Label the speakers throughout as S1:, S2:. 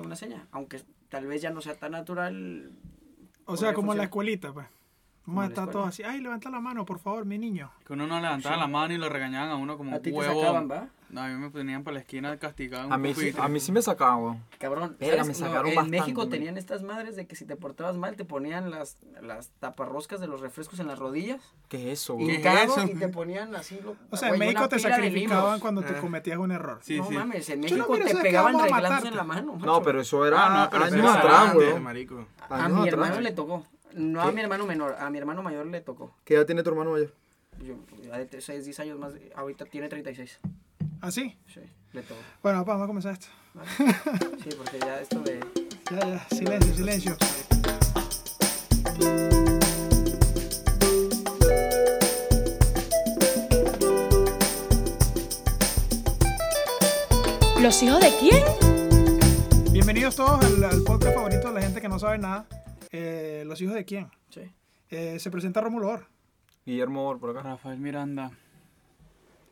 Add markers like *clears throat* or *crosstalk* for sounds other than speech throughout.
S1: una seña, aunque tal vez ya no sea tan natural.
S2: O sea,
S1: podría
S2: como en la
S1: funcionar.
S2: escuelita, pues.
S1: Como
S2: Vamos a
S1: en la
S2: estar todos
S1: escuela.
S2: así. Ay, levanta la mano, por favor, mi niño.
S3: Que uno no levantaba la mano y lo regañaban a uno como
S1: A
S3: un
S1: ti te
S3: huevo.
S1: sacaban, ¿va?
S3: a mí me ponían para la esquina castigado.
S4: A mí, sí, a mí sí me sacaban, weón.
S1: Cabrón,
S4: Verga,
S1: ¿sabes?
S4: me
S1: No,
S4: sacaron
S1: en
S4: bastante,
S1: México
S4: güey.
S1: tenían estas madres de que si te portabas mal te ponían las, las taparroscas de los refrescos en las rodillas,
S4: Oh. ¿Qué es eso,
S3: ¿Qué
S4: weón?
S3: es
S1: hincados,
S3: eso?
S1: y te ponían así. lo-
S2: O sea,
S1: güey,
S2: en
S1: una
S2: México te
S1: pila de
S2: sacrificaban
S1: limos.
S2: cuando tú
S3: Ah.
S2: cometías un error.
S3: Sí,
S1: no
S3: sí.
S1: mames, en
S2: Yo no
S1: México
S2: miro
S1: te
S2: eso de que
S1: pegaban
S2: vamos a
S1: reglazos
S2: matarte.
S1: en la mano. macho.
S4: No, pero eso era
S3: Ah, no, pero
S4: años
S3: eso era
S4: atrás,
S3: antes,
S4: weón.
S5: marico.
S1: a
S4: Años
S1: mi
S4: atrás.
S1: hermano le tocó. No a mi hermano menor, a mi hermano mayor le tocó.
S4: ¿Qué edad tiene tu hermano mayor?
S1: Yo, ya de 6, 10 años más, ahorita tiene 36.
S2: ¿Así?
S1: Sí, le tocó.
S2: Bueno, papá, vamos a comenzar esto.
S1: Sí, porque ya esto de...
S2: Ya, ya, silencio, silencio.
S6: ¿Los hijos de quién?
S2: Bienvenidos todos al, al podcast favorito de la gente que no sabe nada. Eh, ¿Los hijos de quién?
S1: Sí.
S2: Eh, se presenta Rómulo Or.
S4: Guillermo Or, por acá.
S3: Rafael Miranda.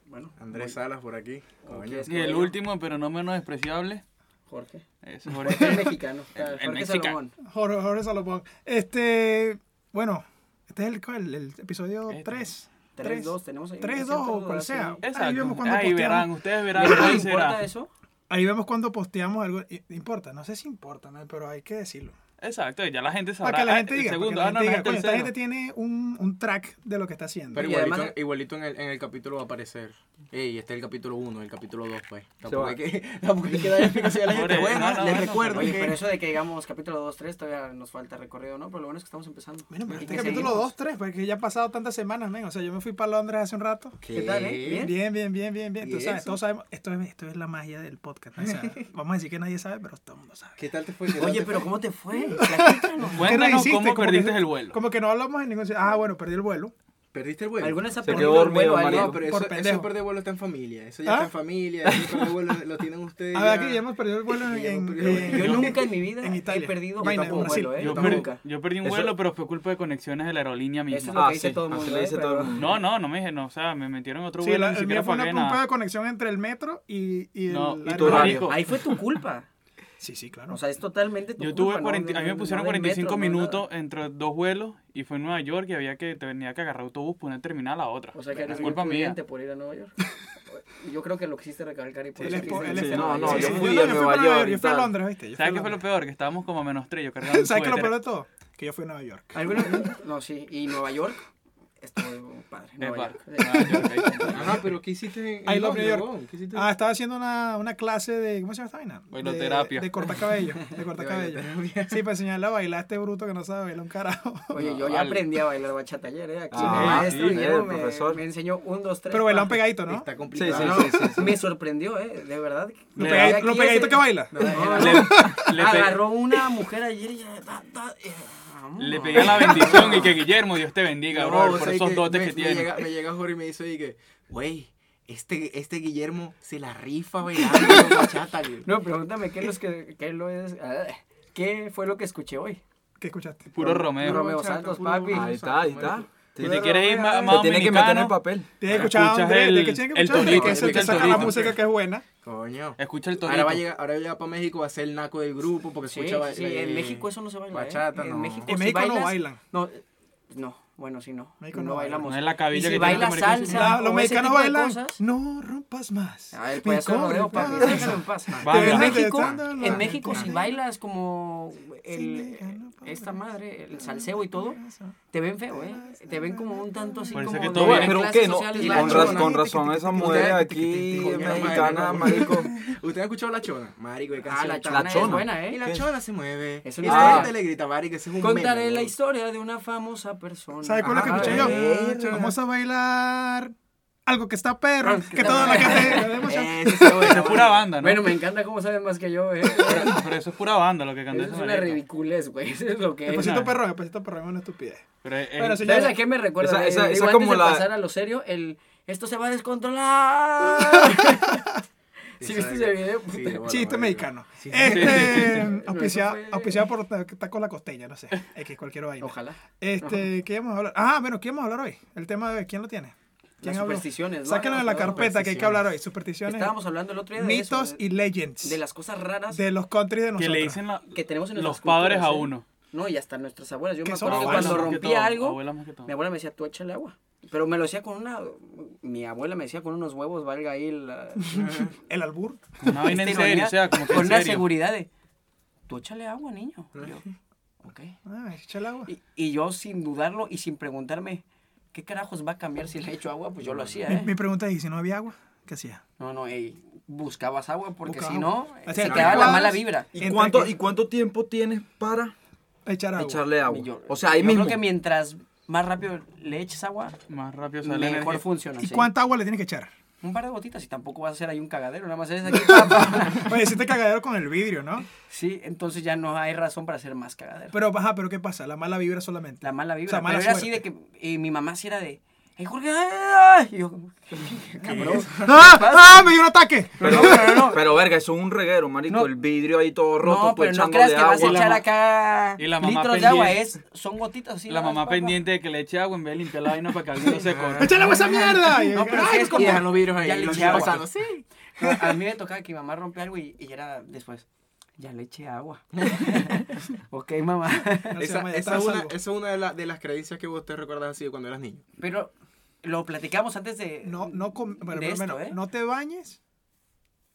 S1: Bueno,
S5: Andrés Salas por aquí.
S1: ¿cómo
S5: Coño.
S1: quieres
S3: Y
S1: que
S3: el
S1: vaya?
S3: último, pero no menos despreciable.
S1: Jorge.
S3: Es
S2: *laughs*
S1: Jorge el
S3: Jorge.
S1: mexicano.
S3: El- el
S1: Jorge
S3: mexicano.
S1: Salomón.
S2: Jorge, Jorge Salomón. Este, bueno, este es el, el, el episodio
S3: Este.
S2: 3.
S1: 3-2, tenemos ahí.
S2: 3-2 o cual sea. Ahí vemos
S3: Exacto.
S2: cuando
S3: Ahí verán,
S2: posteamos.
S3: ustedes verán
S1: ¿No
S3: cuál
S1: importa
S3: será.
S1: eso?
S2: Ahí vemos cuando posteamos algo. I- Importa, no sé si importa, ¿no? pero hay que decirlo.
S3: Exacto, y ya la gente sabrá.
S2: Para que la
S3: Ah,
S2: gente
S3: el
S2: diga, para que
S3: segundo.
S2: la
S3: Ah, no,
S2: gente diga,
S3: no,
S2: coño,
S3: es
S2: esta
S3: el
S2: gente
S3: tercero.
S2: tiene un, un track de lo que está haciendo.
S5: Pero
S1: Y
S5: igualito,
S1: además-
S5: igualito en, el, en el capítulo va a aparecer. Ey, este es el capítulo 1, el capítulo 2, pues.
S4: va.
S5: Tampoco hay, que, *laughs* tampoco hay que dar explicación a la gente.
S3: Pobre,
S5: Bueno,
S3: no,
S5: les
S3: no, bueno,
S5: recuerdo
S1: Oye,
S5: que...
S1: pero eso de que digamos capítulo 2, 3 todavía nos falta recorrido, ¿no? Pero lo bueno es que estamos empezando.
S2: Bueno, pero
S1: Y
S2: este
S1: que
S2: capítulo
S1: seguimos.
S2: 2, 3, porque ya han pasado tantas semanas, men. O sea, yo me fui para Londres hace un rato.
S1: ¿Qué tal, eh? ¿Bien?
S2: Bien, bien, bien, bien, bien.
S5: ¿Y
S2: Tú sabes,
S5: eso?
S2: todos sabemos. Esto es, esto es la magia del podcast. ¿no? O sea, vamos a decir que nadie sabe, pero todo el mundo sabe.
S5: ¿Qué tal te fue? ¿Qué tal
S1: Oye,
S5: te
S1: pero
S5: fue?
S1: ¿cómo te
S2: *laughs*
S1: fue? Platícanos.
S3: Cuéntanos
S2: hiciste?
S3: cómo
S2: Como
S3: perdiste
S2: que-
S3: el vuelo.
S2: Como que no hablamos en ningún sitio. Ah, bueno, perdí el vuelo.
S5: ¿Perdiste el vuelo?
S1: ¿Alguna vez ha
S4: Se
S1: perdido
S4: quedó
S1: el vuelo
S4: dormido,
S1: alguien?
S5: No,
S4: marico.
S5: pero
S2: Por
S5: eso,
S2: pendejo.
S5: eso perder vuelo está en familia. Eso
S2: ¿Ah?
S5: ya está en familia. Eso perder vuelo lo tienen ustedes.
S2: A ver,
S5: ya.
S2: aquí Ah, ya hemos perdido el vuelo en,
S5: Ya hemos
S2: en-
S5: perdido el vuelo.
S2: en-
S1: Yo nunca en mi vida
S2: En Italia.
S1: he perdido
S2: Vaina,
S1: un
S2: Brasil.
S1: vuelo, ¿eh?
S3: Yo,
S2: Yo
S3: perdí- Ah,
S1: nunca.
S3: yo perdí un
S4: Eso-
S3: vuelo, pero fue culpa de conexiones de la aerolínea
S1: Eso es
S3: misma.
S1: lo que dice todo el
S4: así
S1: mundo,
S4: le
S1: ¿eh?
S4: dice todo
S1: Pero-
S4: el mundo.
S3: No, no, no me dije, no, o sea, me metieron en otro
S2: Sí,
S3: vuelo,
S2: la-
S3: ni
S2: el mío
S3: siquiera
S2: fue una
S3: pagué
S2: culpa
S3: nada.
S2: de conexión entre el metro y, y el
S3: No,
S4: y
S2: aeropuerto.
S4: tu radio.
S3: marico,
S1: Ahí fue tu culpa.
S2: Sí, sí, claro.
S1: O sea, es totalmente tu
S3: Yo
S1: culpa.
S3: tuve 40,
S1: ¿no?
S3: a mí me
S1: No
S3: pusieron
S1: del
S3: 45
S1: metro, no
S3: minutos entre dos vuelos y fue en Nueva York y había que tenía que agarrar autobús por una terminal a otra.
S1: nada. O sea que
S3: La
S1: eres muy
S3: culpa mía.
S1: pudiente por ir a Nueva York. Yo creo que lo quisiste recalcar y por
S2: él
S1: eso
S2: es po-
S1: quisiste
S2: él es
S1: decir-
S4: no,
S2: pobre.
S4: no,
S2: Sí,
S4: yo
S2: sí,
S4: fui a
S2: también para
S4: Nueva
S2: Nueva
S4: York y
S2: Yo fui a
S4: tal.
S2: Londres, ¿viste? Yo fui a
S3: ¿Sabes qué fue lo
S2: Londres.
S3: peor? Que estábamos como a menos 3, yo cargaba un
S2: ¿Sabes qué es lo
S3: suéter.
S2: peor de todo? Que yo fui a Nueva York.
S1: ¿Alguna?
S4: *laughs*
S1: No, sí. ¿Y Nueva York? Estuvo padre.
S3: Es
S1: Nueva
S3: bar.
S1: York. eh.
S3: Nueva York, ahí
S6: *laughs*
S3: está.
S5: Ajá, pero ¿qué hiciste en, en
S2: I love
S5: Londres,
S2: New York.
S5: huevón? ¿Qué hiciste?
S2: Ah, estaba haciendo una, una clase de. ¿Cómo se llama esta vaina?
S3: Bailoterapia.
S2: De, de cortar
S3: *laughs*
S2: cabello. De cortar cabello. Sí, para enseñarle a bailar a este bruto que no sabe bailar
S1: *laughs*
S2: un carajo.
S1: *laughs* Oye, yo ya
S3: Vale.
S1: aprendí a bailar bachata ayer, ¿eh? Aquí
S4: Ah,
S1: mi maestro
S4: sí,
S1: Guillermo
S4: eh,
S1: me-
S4: profesor.
S1: me enseñó un, dos, tres.
S2: Pero bailan
S1: cuatro.
S2: pegadito, ¿no?
S5: Está
S4: Sí,
S5: complicado.
S4: sí,
S1: No,
S4: sí, sí, sí.
S1: Me sorprendió, ¿eh? De verdad.
S2: Lo,
S3: Le-
S2: pegadi-
S1: Aquí
S2: lo pegadito
S1: ese-
S2: que baila.
S3: Le, le pe-
S1: Agarró una mujer ayer y ya. ta, ta, eh, vamos.
S3: le pegué la bendición y que Guillermo, Dios te bendiga,
S5: No,
S3: brother,
S5: o
S3: por
S5: sea,
S3: esos
S5: que
S3: dotes
S5: me,
S3: que
S5: me
S3: tienes.
S5: Llega, me llega Jorge y me dice, dije, güey, este, este Guillermo se la rifa bailando con bachata, güey.
S1: No, pregúntame qué, los que, qué lo es. ah, ¿Qué fue lo que escuché hoy?
S2: ¿Qué escuchaste?
S3: Puro Romeo.
S1: Romeo
S5: bachata,
S1: Santos,
S5: puro
S1: papi.
S4: Ahí está, ahí está.
S3: Si
S4: Te,
S3: te quieres ir más, más
S4: te tiene que meter en
S3: dominicano,
S4: el papel.
S2: Tienes que escuchar a
S3: Escuchas
S2: Andrés,
S3: el-
S2: tienes que tienen que
S3: el
S2: escuchar a Andrés, que
S3: tonito,
S2: es el que
S3: el
S2: saca la
S3: tonito.
S2: música que es buena.
S5: Coño.
S3: escucha el
S5: Ahora va, a
S3: torito.
S5: llegar, ahora llega para México, va a ser el naco del grupo, porque
S1: Sí,
S5: escucha ba-
S1: sí,
S5: eh,
S1: en México eso no se baila. ¿eh?
S5: Bachata, no.
S1: En México, si
S2: En México no
S1: bailas-
S2: bailan.
S1: No, eh, no, bueno, sí, no.
S2: México
S1: no,
S2: no bailan.
S1: bailamos.
S3: No es la cabilla
S1: y si
S3: que tiene
S1: baila
S3: que maricar
S1: salsa.
S2: La-
S1: o
S2: los
S1: ese
S2: mexicanos
S1: tipo de
S2: bailan.
S1: cosas, Ah,
S2: No rompas más.
S1: A ver,
S2: Mi
S1: payaso de
S2: cobre,
S1: rodeo, papi,
S2: pa-
S1: déjalo en paz.
S3: Vaya.
S1: En
S3: Déjate de
S1: México,
S2: estar dando la
S1: en México si
S2: gente.
S1: bailas como
S2: Sí,
S1: el,
S2: déjalo, pa-
S1: esta madre, el salseo y todo, te ven feo, ¿eh? Te ven como un tanto así
S3: Por eso
S1: como
S3: que
S1: de
S3: todo
S1: clases
S3: viene-
S4: Pero qué, no,
S1: sociales
S4: y
S1: bajas.
S4: con,
S2: chona,
S4: raz- con
S2: tiqui,
S4: razón
S2: tiqui,
S4: esas
S2: tiqui,
S4: mujeres
S5: tiqui, tiqui,
S4: aquí
S5: tiqui, tiqui,
S4: mexicanas,
S5: tiqui,
S4: marico.
S6: *laughs*
S5: ¿Ustedes han escuchado La Chona? Marico, qué
S1: Ah,
S5: canción
S1: la
S5: está-
S1: chona es
S4: chona.
S1: buena, ¿eh?
S5: Y La Chona se mueve.
S1: Es
S5: Es
S1: una
S5: una
S4: historia.
S5: gente le grita, marico, ese es un
S1: Contaré
S5: meme,
S1: la
S5: huevón.
S1: historia de una famosa persona.
S2: ¿Sabes cuál es que
S1: Ajá,
S2: escuché
S1: eh.
S2: yo? Vamos a bailar algo que está perro,
S1: Algo que
S2: que
S1: está
S2: toda la
S1: perro. *laughs* Eh,
S2: gente...
S5: Ese es bueno,
S3: Eso es pura
S5: bueno.
S3: banda, ¿no?
S1: Bueno, me encanta cómo sabes más que
S3: *laughs*
S1: yo, ¿eh?
S3: Pero eso es pura banda lo que cantó
S1: Eso
S3: ese
S1: es una
S3: marico.
S1: ridiculez, güey. Eso es lo que es.
S2: Despacito
S3: Una-
S2: perro, despacito perro, es una estupidez.
S3: Pero es-
S2: Bueno,
S3: es-
S1: ¿Sabes a qué me recuerda?
S4: Esa- esa-
S1: Digo,
S4: esa
S1: antes
S4: como
S1: de
S4: la-
S1: pasar a lo serio, el... Esto se va a
S4: *laughs*
S1: descontrolar. Si viste ese video,
S5: Sí,
S1: puta.
S5: bueno,
S2: Chiste
S5: marico.
S2: mexicano.
S5: Sí, sí,
S2: Este,
S1: sí. *laughs*
S2: auspiciado,
S1: Eso fue-
S2: auspiciado por ta- Tacos La Costeña, no sé. X, cualquier
S1: *laughs*
S2: vaina.
S1: Ojalá.
S2: Este, ¿qué íbamos a hablar? Ah, bueno, ¿qué íbamos a hablar hoy? El tema de hoy, ¿quién lo tiene? ¿Quién
S1: Las
S2: habló?
S1: supersticiones. ¿no?
S2: Sáquenlo de la
S1: Hablamos de
S2: carpeta que hay que
S1: supersticiones.
S2: hablar hoy. Supersticiones,
S1: Estábamos hablando el otro día de
S2: mitos
S1: eso, de-
S2: y legends.
S1: de las cosas raras
S2: de los country de
S3: Que
S2: nosotros.
S3: le dicen la-
S1: que tenemos en
S3: los
S1: nuestras
S3: padres
S1: culturas,
S3: a
S1: ¿eh?
S3: uno.
S1: No, y hasta nuestras abuelas. Yo
S2: Que
S1: me
S2: son
S1: acuerdo que
S2: abuelas
S1: cuando
S2: más
S3: que
S1: rompía
S3: todo,
S1: algo,
S3: abuelas más que todo.
S1: mi abuela me decía, tú échale agua. Pero me lo hacía con una... Mi abuela me decía con unos huevos, valga ahí
S3: *laughs*
S1: la...
S2: El albur.
S3: Una vaina en
S1: esta
S3: serio,
S1: ironía,
S3: o sea, como que
S1: Con
S3: en
S1: una
S3: serio.
S1: seguridad de, tú échale agua, niño. Y yo, ok.
S2: Ah, echa el agua.
S1: Y, y yo sin dudarlo y sin preguntarme, ¿qué carajos va a cambiar si le echo agua? Pues yo lo hacía,
S2: Mi,
S1: ¿eh?
S2: *laughs* mi pregunta es, ¿y si no había agua? ¿Qué hacía?
S1: No, no, ey, buscabas agua porque
S2: Buscaba
S1: si no,
S2: agua. O sea,
S1: se
S2: te
S1: quedaba la
S2: cuadras
S1: mala vibra.
S2: Entre
S4: ¿Y cuánto,
S2: que-
S4: ¿Y cuánto tiempo tienes para
S2: Echar agua.
S4: echarle agua?
S1: Yo-
S4: o sea, ahí
S1: yo
S4: mismo.
S1: creo que mientras más rápido le eches agua,
S3: Más rápido sale la
S1: mejor
S3: energía.
S1: funciona.
S2: ¿Y
S1: sí.
S2: cuánta agua le tienes que echar?
S1: Un par de gotitas y tampoco vas a hacer ahí un cagadero, nada más es aquí. pa, pa.
S2: Oye, hiciste cagadero con el vidrio, ¿no?
S1: sí, entonces ya no hay razón para hacer más cagadero.
S2: Pero, ajá, pero ¿qué pasa? La mala vibra solamente.
S1: La mala vibra.
S2: O sea, mala
S1: pero era así de
S2: suerte.
S1: que eh, mi mamá sí era de, ¡Ey, Jorge! ¡ay! Y yo,
S2: *laughs*
S1: cabrón.
S2: ¡Ah! ¡Ah! ¡Me dio un ataque!
S4: Pero,
S1: pero no.
S4: pero, verga, eso es un reguero, marico.
S1: No.
S4: El vidrio ahí todo roto,
S1: No,
S4: tú
S1: pero no
S4: echándole
S1: creas que vas a
S4: agua.
S1: echar
S3: ma-
S1: acá
S3: y la mamá
S1: litros de agua, es,
S3: pendiente.
S1: son gotitas así.
S3: La
S1: nada más,
S3: mamá
S1: pa, pa.
S3: pendiente de que le eche agua en vez de limpiar la vaina para que alguien
S1: *laughs*
S3: no se corra.
S2: ¡Echa el agua a esa mierda! Y- "Ah,
S1: No, pero
S2: ¡Ay,
S1: sí es
S2: co-
S1: como-
S6: dejan los vidrios ahí,
S1: Ya le
S6: los
S1: eché agua.
S6: pasando, sí.
S1: No, a mí me tocaba que mi mamá rompe algo y, y era después, ya le eché agua. *laughs* ok, mamá.
S2: No se
S6: Esa,
S2: llama, ya
S6: esa
S2: está
S6: es una,
S2: salvo.
S6: esa es una de, la- de las creencias que vos te recuerdas así de cuando eras niño.
S1: Pero lo platicamos antes de...
S2: No, no, com- bueno,
S1: de
S2: primero,
S1: esto, ¿eh?
S2: no te bañes.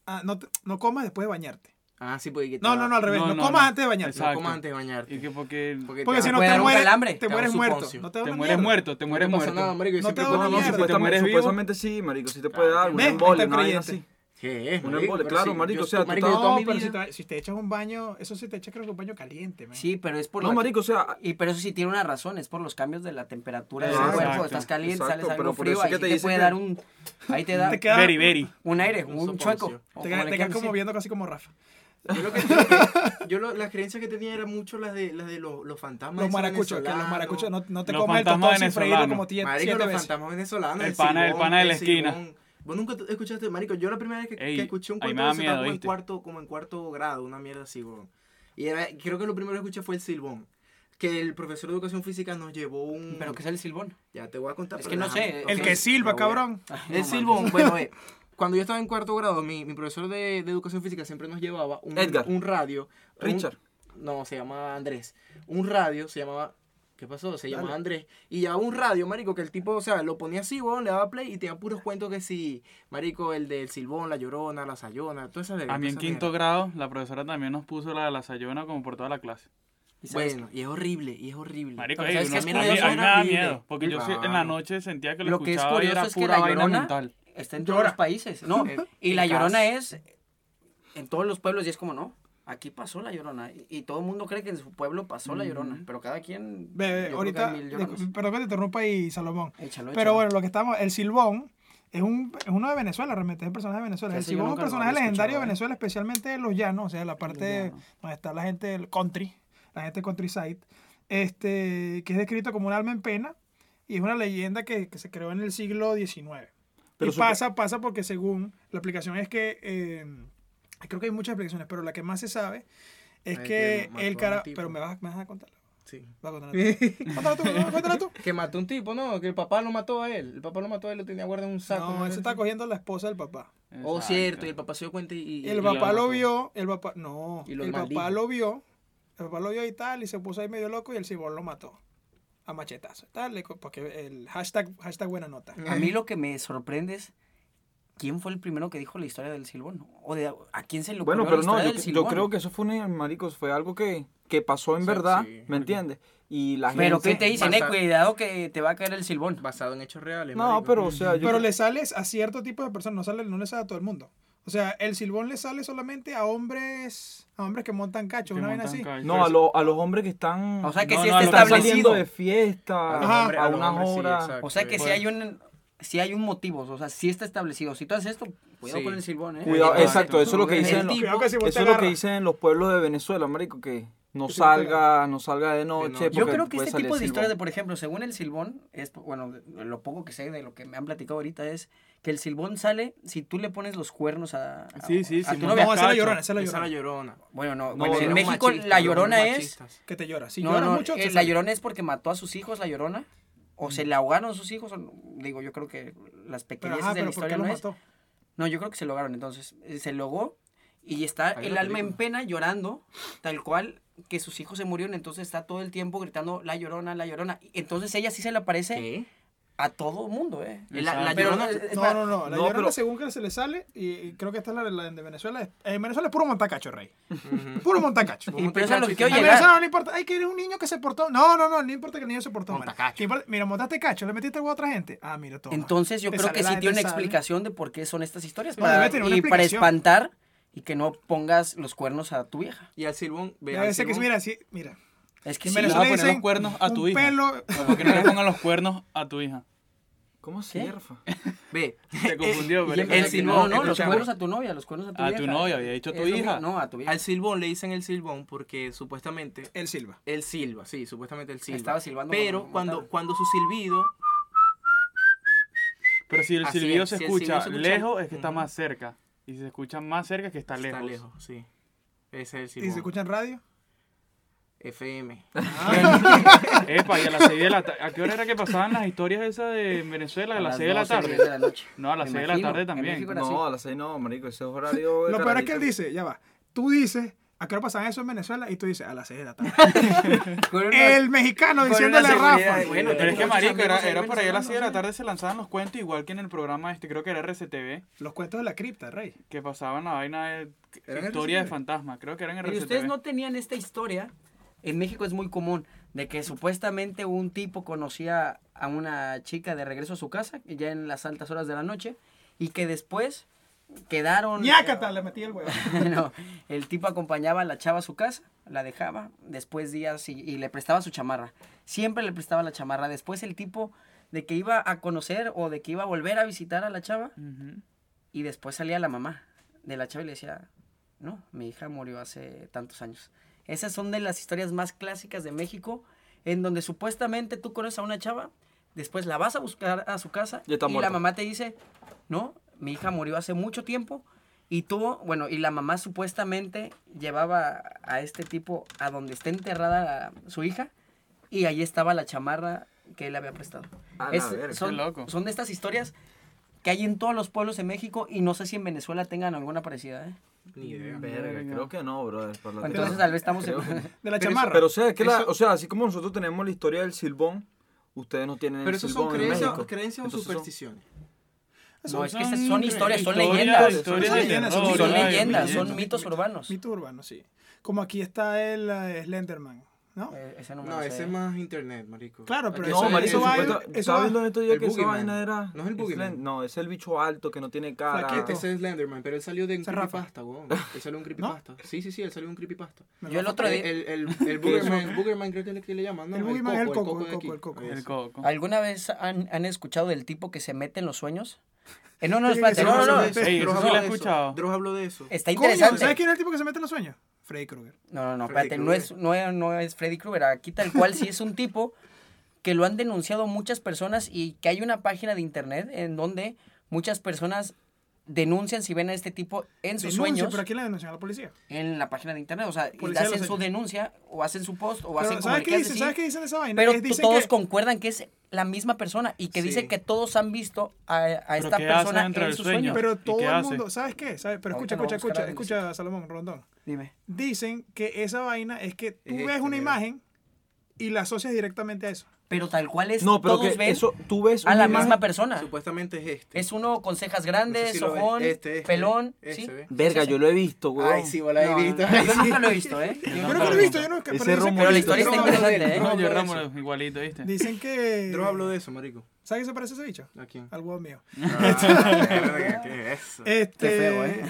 S2: Ah, no, te- no comas después de bañarte.
S6: Ah, sí, porque... que te
S2: No,
S6: da-
S2: no, no, al revés. No,
S3: No, no,
S2: comas
S3: no.
S2: antes de bañarte.
S3: Exacto.
S6: comas antes de bañarte.
S3: Y que porque
S2: Porque si no
S1: puede
S2: te
S1: dar un
S2: mueres,
S1: calambre,
S2: te
S6: da
S2: mueres
S6: un
S2: muerto.
S6: suponcio.
S2: No te, da
S3: te
S2: una
S3: mueres
S2: mierda.
S3: muerto, te mueres
S6: te pasa
S3: muerto.
S6: nada, marico, yo
S2: No te
S6: siempre
S2: da
S6: como-
S2: una
S6: no,
S2: mierda.
S6: si
S3: te mueres vivo.
S4: Supuestamente sí, marico, sí te puede
S6: Claro.
S4: dar un
S2: Ve, ahí
S4: embole,
S2: está
S4: una vaina
S2: creyente.
S4: así.
S6: ¿Qué es,
S4: Un
S6: marico?
S4: embole,
S6: Pero
S4: claro,
S6: sí,
S4: marico,
S6: yo-
S4: o sea, tú
S6: marico,
S4: estás-
S6: yo toda
S2: No,
S6: mi
S2: pero si
S6: vida-
S2: te, si te echas un baño, eso sí te echa creo que un baño caliente, man.
S1: Sí, pero es por
S4: No,
S1: la-
S4: marico, o sea,
S1: Y pero eso sí tiene una razón, es por los cambios de la temperatura del
S4: Exacto,
S1: cuerpo. Estás caliente,
S4: exacto,
S1: sales algo
S4: pero por
S1: frío,
S4: eso
S1: ahí
S4: que
S1: te,
S4: te dice
S1: puede
S4: que-
S1: dar un... Ahí te da
S2: Te queda-
S3: Very, very.
S1: un aire,
S6: Un
S1: un
S6: soponcio.
S1: chueco. o
S2: Te,
S1: como le
S2: te quedas
S1: quieran
S2: como
S1: decir.
S2: viendo casi como Rafa.
S6: Yo
S2: *laughs*
S6: lo que- yo lo- las creencias que tenía eran mucho las de, las de los, los fantasmas
S2: Los maracuchos, que los
S6: venezolanos.
S2: maracuchos no, no te
S3: Los
S2: comas el
S3: fantasmas
S2: tostón sin freírlo
S3: venezolanos.
S2: como tie-
S6: Marico,
S2: siete
S6: los
S2: veces.
S6: fantasmas venezolanos.
S3: El pana- el
S6: silbón,
S3: pana de la esquina.
S6: silbón. ¿Vos nunca t- escuchaste, marico? Yo la primera vez que, que
S3: Ey,
S6: escuché un
S3: a mí
S6: cuento
S3: me da
S6: de eso estaba
S3: miedo,
S6: como en,
S3: ¿viste?
S6: cuarto, como en cuarto grado, una mierda así, weón. Y era- creo que lo primero que escuché fue el silbón. Que el profesor de educación física nos llevó un...
S1: Pero que sea el silbón.
S6: Ya te voy a contar.
S1: Es
S6: pero
S1: que no
S6: déjame-
S1: sé,
S6: ok,
S2: El que silba,
S6: pero voy a-
S2: cabrón.
S1: No
S6: El silbón,
S2: *laughs*
S6: bueno, eh, cuando yo estaba en cuarto grado, mi, mi profesor de, de educación física siempre nos llevaba un,
S4: Edgar.
S6: un radio. un-
S4: Richard.
S6: no, se llamaba Andrés. Un radio se llamaba. ¿Qué pasó? Se llamaba
S2: Dale.
S6: Andrés. Y llevaba un radio, marico, que el tipo, o sea, lo ponía así, weón, le daba play y tenía puros cuentos que sí, marico, el del silbón, la llorona, la sayona, todas esas vergas,
S3: A mí en
S6: todas esas
S3: quinto
S6: vergas.
S3: grado, la profesora también nos puso la de la sayona como por toda la clase.
S1: ¿Y sabes
S6: Bueno, y es horrible, y es horrible.
S3: Marico,
S1: Pero
S3: ey,
S1: ¿sabes
S3: uno-
S1: qué
S3: a
S1: es
S3: mí a mí
S1: curioso?
S3: me da
S6: Horrible.
S3: miedo. Porque yo sí- en la
S6: Claro.
S3: noche sentía que lo,
S1: Lo que es
S3: escuchaba y
S1: curioso
S3: era
S1: es que
S3: pura
S1: la
S3: vaina
S1: llorona
S3: mental.
S1: está en todos
S2: Llora.
S1: los países, ¿no?
S2: *laughs*
S1: y la llorona es en todos los pueblos y es como, no, aquí pasó la llorona. Y, y todo el mundo cree que en su pueblo pasó la llorona, pero cada quien...
S2: Ve, ve,
S1: yo creo que
S2: ahorita,
S1: hay mil
S2: discu-
S1: lloronas.
S2: perdón que te interrumpa ahí, Salomón.
S1: Échalo,
S2: Pero
S1: échalo.
S2: bueno, lo que estamos, el silbón es, un, es uno de Venezuela, realmente, es un personaje de Venezuela. El
S1: Ese yo
S2: silbón es un
S1: nunca lo
S2: personaje
S1: había
S2: legendario de
S1: escuchado, ¿eh?
S2: Venezuela, especialmente de los llanos, o sea, la parte de-
S3: llanos.
S2: donde está la gente del country, la gente countryside, este, que es descrito como un alma en pena y es una leyenda que, que se creó en el siglo XIX.
S4: Pero
S2: y
S4: supo-
S2: pasa, pasa porque según la aplicación es que, eh, creo que hay muchas aplicaciones, pero la que más se sabe es
S6: Es
S2: que
S6: que mató a
S2: el
S6: un
S2: cara...
S6: tipo.
S2: Pero me vas, me vas a contar.
S6: Sí.
S2: Vas a contar tú. Cuéntala tú, cuéntala tú.
S6: Que mató un tipo, ¿no? Que el papá lo mató a él. El papá lo mató a él, lo tenía guardado en un saco.
S2: No, él se está cogiendo la esposa del papá.
S6: Oh,
S3: Exacto.
S6: cierto, y el papá se dio cuenta y... y-
S2: El
S6: y
S2: papá lo
S6: mató.
S2: vio, el papá, no,
S6: Y lo
S2: el papá
S6: maldijo.
S2: lo vio, el papá lo vio y tal, y se puso ahí medio loco y el cibor lo mató. A machetazo, tal, le co- porque el hashtag, hashtag buena nota.
S1: A mí lo que me sorprende es quién fue el primero que dijo la historia del silbón. O de a quién se le ocurrió
S4: Bueno, pero
S1: la
S4: no,
S1: historia
S4: yo,
S1: del
S4: yo
S1: silbón.
S4: creo que eso fue un marico, fue algo que, que pasó en
S6: Sí,
S4: verdad,
S6: sí,
S4: ¿me entiendes? Y la
S1: Pero
S4: gente.
S1: ¿qué te dicen? Eh,
S6: basa-
S1: cuidado que te va a caer el silbón.
S6: Basado en hechos reales,
S4: No,
S6: marico.
S4: pero o sea, yo.
S2: Pero le sale a cierto tipo de personas, no, sale, no le sale a todo el mundo. O sea, el silbón le sale solamente a hombres, a hombres que montan cacho,
S3: Que
S2: una vaina
S3: montan
S2: así.
S3: calles.
S4: No, a, lo- a los hombres que están.
S1: O sea que
S3: No,
S1: sí
S3: no,
S1: está
S3: lo que
S4: están saliendo
S1: establecido.
S4: de Pues. fiesta,
S2: Ajá.
S6: hombres-
S4: a
S6: los
S4: unas
S6: hombres sí,
S4: horas.
S6: exacto.
S1: O sea que si
S6: Bueno.
S1: hay un si hay un motivo, o sea, si está establecido. Si tú haces esto, cuidado
S6: Sí.
S1: con el silbón, eh.
S4: Cuidado,
S3: Ajá.
S4: exacto, eso es lo que
S1: El
S4: dicen. los-
S1: tipo-
S2: Cuidado que si vos te
S4: Eso es lo que
S2: agarras.
S4: dicen los pueblos de Venezuela, marico, que no salga, no salga de noche.
S6: noche.
S1: Yo
S4: porque
S1: creo que
S4: puede
S1: este
S4: salir
S1: tipo de
S4: silbón.
S1: historias, de, por ejemplo, según el silbón, es, bueno, de- lo poco que sé de lo que me han platicado ahorita es que el silbón sale si tú le pones los cuernos a, a-
S3: Sí, sí,
S1: a
S3: sí,
S1: tu
S3: no,
S2: No,
S1: novia.
S2: esa es la
S3: Cacho,
S2: llorona, esa es la
S6: Esa es la
S2: llorona.
S6: llorona.
S1: Bueno, no,
S4: No,
S1: bueno, en
S4: no,
S1: México
S6: machistas,
S1: la
S6: los
S1: llorona es...
S6: machistas.
S2: Que te llora. Si
S1: no,
S2: llora
S1: no,
S2: mucho,
S1: eh,
S2: te
S1: la
S2: sale.
S1: llorona es porque mató a sus hijos, la llorona, o se le ahogaron sus hijos, o no- digo, yo creo que las
S2: Pero,
S1: pequeñeces
S2: ajá,
S1: de la
S2: pero ¿por qué
S1: historia
S2: lo
S1: no es.
S2: mató?
S1: No, yo creo que se lograron, entonces. eh, Se logó y está
S5: Hay
S1: el
S5: una
S1: alma en
S5: película.
S1: pena llorando, tal cual que sus hijos se murieron, entonces está todo el tiempo gritando la llorona, la llorona. Y Entonces ella sí se le aparece
S5: ¿Qué?
S1: a todo mundo, ¿eh?
S3: La- la
S1: Pero
S5: Llorona-
S1: eh, eh,
S2: No,
S1: espera,
S2: no, no. La
S4: No,
S2: llorona
S4: pero-
S2: según que se le sale, y, y creo que esta es la, la de Venezuela. es- En Venezuela es puro montacacho, rey. Puro montacacho.
S1: Y pero eso es a lo
S5: Montacacho,
S1: que quiero
S2: A
S5: Oye,
S1: llegar.
S2: Venezuela no le importa. Ay, que eres un niño que se portó. No, no, no, no importa que el niño se portó mal.
S5: Montacacho.
S2: ¿Qué importa? Mira, montaste cacho, le metiste algo a otra gente. Ah, mira, todo.
S1: Entonces yo
S2: Te
S1: creo
S2: sale
S1: que
S2: la
S1: sí
S2: gente,
S1: tiene una
S2: sale.
S1: explicación de por qué son estas historias.
S2: No,
S1: Para,
S2: debe tener una
S1: y para
S2: explicación.
S1: espantar y que no pongas los cuernos a tu vieja.
S5: Y al silbón, ve
S2: A
S5: al
S2: veces que
S5: silbón.
S2: mira, sí, mira.
S1: Es que
S2: En
S1: sí.
S3: Le vas a
S2: Venezuela
S3: poner los
S2: dicen
S3: cuernos a tu
S2: un
S3: hija.
S2: pelo-
S3: O porque no le pongan los cuernos a tu
S1: Eh,
S3: hija.
S4: ¿Cómo así,
S1: ¿Qué?
S4: Rafa?
S5: Ve.
S3: Se confundió,
S1: Y yo
S3: pero
S1: pensé
S5: El
S1: que
S5: silbón,
S1: no, no, los
S5: escúchame.
S1: cuernos a tu novia, los cuernos a tu
S3: A tu
S1: vieja.
S3: novia, había dicho tu
S1: Es lo
S3: hija.
S1: mismo, No, a tu vieja.
S5: Al silbón le dicen el silbón porque supuestamente
S2: El Silva.
S5: él silba, sí, supuestamente él silba.
S1: Estaba silbando
S5: Pero
S1: cuando-
S5: cuando,
S1: cuando-
S5: cuando su silbido
S3: Pero si el
S5: Así
S3: silbido
S5: es,
S3: se
S5: si el silbido
S3: escucha
S5: se escucha-
S3: lejos, es que está
S5: Ujú.
S3: más cerca. Y si se escucha más cerca, es que está lejos.
S5: está lejos, sí. Ese es el
S2: ¿Y se
S5: silbón.
S2: escucha en radio?
S5: FM.
S3: *laughs* Epa, y a las 6 de la tarde. ¿A qué hora era que pasaban las historias esas de Venezuela? A las 6 de la
S1: 12, 10 de
S3: tarde.
S1: la noche.
S3: No, a las
S1: Me
S3: 6 de la
S1: imagino,
S3: tarde
S1: en
S3: también.
S1: México era
S4: No,
S1: así.
S4: a las seis no, marico. Ese es horario. de
S2: Lo peor es que él
S4: carajito.
S2: dice, ya va. Tú dices, ¿a qué hora pasaban eso en Venezuela? Y tú dices, a las 6 de la tarde.
S1: Con una-
S2: el mexicano
S1: con una
S2: diciéndole a Rafa.
S1: seguridad,
S5: bueno,
S1: eh,
S3: Pero es que,
S5: Muchos
S3: marico, era,
S5: amigos
S3: era por ahí a las 6 de la
S5: venezolanos,
S3: tarde se lanzaban los cuentos, igual que en el programa este, creo que era RCTV,
S2: Los cuentos de la cripta, rey.
S3: que pasaban la vaina de
S2: ¿Eran
S3: historia de
S2: RCTV?
S3: fantasmas. Creo que eran
S1: Pero
S3: RCTV.
S1: ¿y ustedes no tenían esta historia. En México es muy común de que supuestamente un tipo conocía a una chica de regreso a su casa, ya en las altas horas de la noche, y que después quedaron...
S2: Ñácata, le metí el huevo.
S1: *laughs* no, el tipo acompañaba a la chava a su casa, la dejaba, después días y, y le prestaba su chamarra. Siempre le prestaba la chamarra. Después el tipo de que iba a conocer o de que iba a volver a visitar a la chava
S3: Ujú.
S1: y después salía la mamá de la chava y le decía, no, mi hija murió hace tantos años. Esas son de las historias más clásicas de México, en donde supuestamente tú conoces a una chava, después la vas a buscar a su casa
S4: Ya está
S1: y
S4: muerta.
S1: la mamá te dice, no, mi hija murió hace mucho tiempo. Y tú, bueno, y la mamá supuestamente llevaba a este tipo a donde está enterrada la- su hija y ahí estaba la chamarra que él había prestado.
S4: A la
S1: Es-
S4: verga.
S1: son,
S3: Qué loco.
S1: son de estas historias que hay en todos los pueblos de México y no sé si en Venezuela tengan alguna parecida, ¿eh?
S5: Ni idea.
S4: Verga,
S3: Verga.
S4: creo que no, brother. por la
S1: Entonces
S4: tarde.
S1: tal vez estamos en...
S4: Creo que-
S2: De la
S4: Pero-
S2: chamarra.
S4: Pero o sea, que la- o sea, así como nosotros tenemos la historia del silbón, ustedes no tienen
S5: Pero
S4: el
S5: eso son
S4: silbón en
S5: creencias,
S4: México.
S5: creencias o
S4: Entonces son-
S5: supersticiones.
S1: *laughs* No, es que esas
S3: Son
S1: son historias, son
S3: historias,
S1: leyendas.
S3: historias
S2: Son
S3: de
S2: leyendas, son
S3: terror,
S1: Son
S3: ¿no?
S2: historias,
S1: leyendas,
S2: leyendas.
S1: son mitos urbanos.
S2: Mito urbano, sí. Como aquí está el eh, Slenderman, ¿no?
S1: Eh, ese no me lo
S5: No,
S1: sé. Ah,
S5: ese es más internet, marico.
S2: Claro, pero
S5: Aquí
S2: eso-
S4: No,
S5: es-
S4: marico,
S2: eso va-
S4: supuesto-
S2: eso
S4: ¿Estabas
S2: va-
S4: viendo el otro día
S5: el
S4: que esa
S5: boogeyman.
S4: vaina era?
S5: No es el boogeyman.
S4: Slen- No, es el bicho alto que no tiene
S1: Ah,
S4: cara.
S2: Flaquito.
S5: Ese este es Slenderman, pero él salió de un
S2: Ese es Rafa.
S5: creepypasta, weón. Él salió de un creepypasta. Sí, sí, sí, él salió de un creepypasta.
S1: Yo el otro día...
S5: El,
S2: *laughs*
S5: el, el, el Boogerman, Boogerman creo que es el que le llaman, ¿no?
S2: El Boogerman es el coco, el
S5: de
S2: coco,
S5: aquí.
S2: el coco.
S3: El
S5: Eso.
S3: coco.
S1: ¿Alguna vez han, han escuchado del tipo que se mete en los sueños? Eh, no, no,
S2: Sí,
S1: espérate,
S2: que
S1: no,
S2: se
S1: no,
S2: mete
S1: no.
S2: en los-
S3: Ey, eso
S5: Dross
S3: sí lo he
S5: habló de
S3: escuchado.
S5: Dross habló de eso.
S1: Está
S2: Coño,
S1: interesante.
S2: ¿Sabes quién es el tipo que se mete en los sueños? Freddy Krueger.
S1: No, no, no,
S5: Freddy
S1: espérate, no es, no, es, no es Freddy Krueger. Aquí tal cual sí es un tipo que lo han denunciado muchas personas y que hay una página de internet en donde muchas personas denuncian si ven a este tipo en sus
S2: Denuncia,
S1: sueños
S2: Pero aquí la denunció a la policía.
S1: en la página de internet. O sea, y
S2: Policía de
S1: hacen
S2: los
S1: su
S2: hechos.
S1: denuncia o hacen su post o
S2: Pero,
S1: hacen como
S2: ¿Sabes
S1: el que
S2: qué
S1: hace,
S2: dicen?
S1: sí,
S2: ¿Sabes qué dicen esa vaina?
S1: Pero
S2: Es- dicen
S1: todos
S2: que-
S1: concuerdan que es la misma persona y que
S5: Sí.
S1: dicen que todos han visto a, a esta
S3: qué
S1: persona
S3: hacen entre
S1: en
S3: el
S1: sus
S3: sueño?
S1: sueños.
S2: Pero
S3: ¿Y
S2: todo
S3: qué
S2: el
S3: hace?
S2: mundo, ¿sabes qué? ¿Sabes? Pero
S1: Ahorita lo
S2: escucha, escucha,
S1: vamos a
S2: escucha,
S1: buscar
S2: escucha, Salomón Rondón.
S1: Dime.
S2: Dicen que esa vaina es que tú
S5: Es
S2: ves
S5: esto,
S2: una
S5: mira.
S2: imagen y la asocias directamente a eso.
S1: Pero tal cual es,
S4: No, pero
S1: todos
S4: que
S1: ven
S4: eso, tú ves
S1: a la
S4: una
S1: misma
S4: imagen-
S1: persona.
S5: Supuestamente es este.
S1: Es uno con cejas
S5: No
S1: grandes,
S5: sé si lo ves.
S1: ojón,
S5: Este, este,
S1: pelón.
S5: este,
S1: ¿sí?
S5: ve.
S4: Verga, *laughs* yo lo he visto, güey.
S5: Ay, sí, bola,
S1: No,
S5: he visto.
S1: no, yo nunca lo he
S5: *laughs*
S1: visto,
S6: *laughs*
S1: ¿eh? Yo
S2: Yo
S1: nunca
S2: no lo he
S1: lo
S2: visto, yo nunca
S4: Ese
S2: pero dicen
S4: rumor-
S2: que-
S1: Pero la historia
S2: dicen
S1: está
S2: que-
S1: interesante, ¿eh?
S5: No,
S3: No, yo
S5: hablo de
S3: Ramos, igualito, ¿viste?
S2: Dicen que...
S5: Dross habló de eso, marico.
S2: ¿Sabes qué se parece ese bicho?
S5: ¿A
S2: *laughs*
S5: quién?
S2: Al huevo mío.
S5: Ah, verga, ¿Qué es eso?
S2: Este...
S1: Qué feo, ¿eh?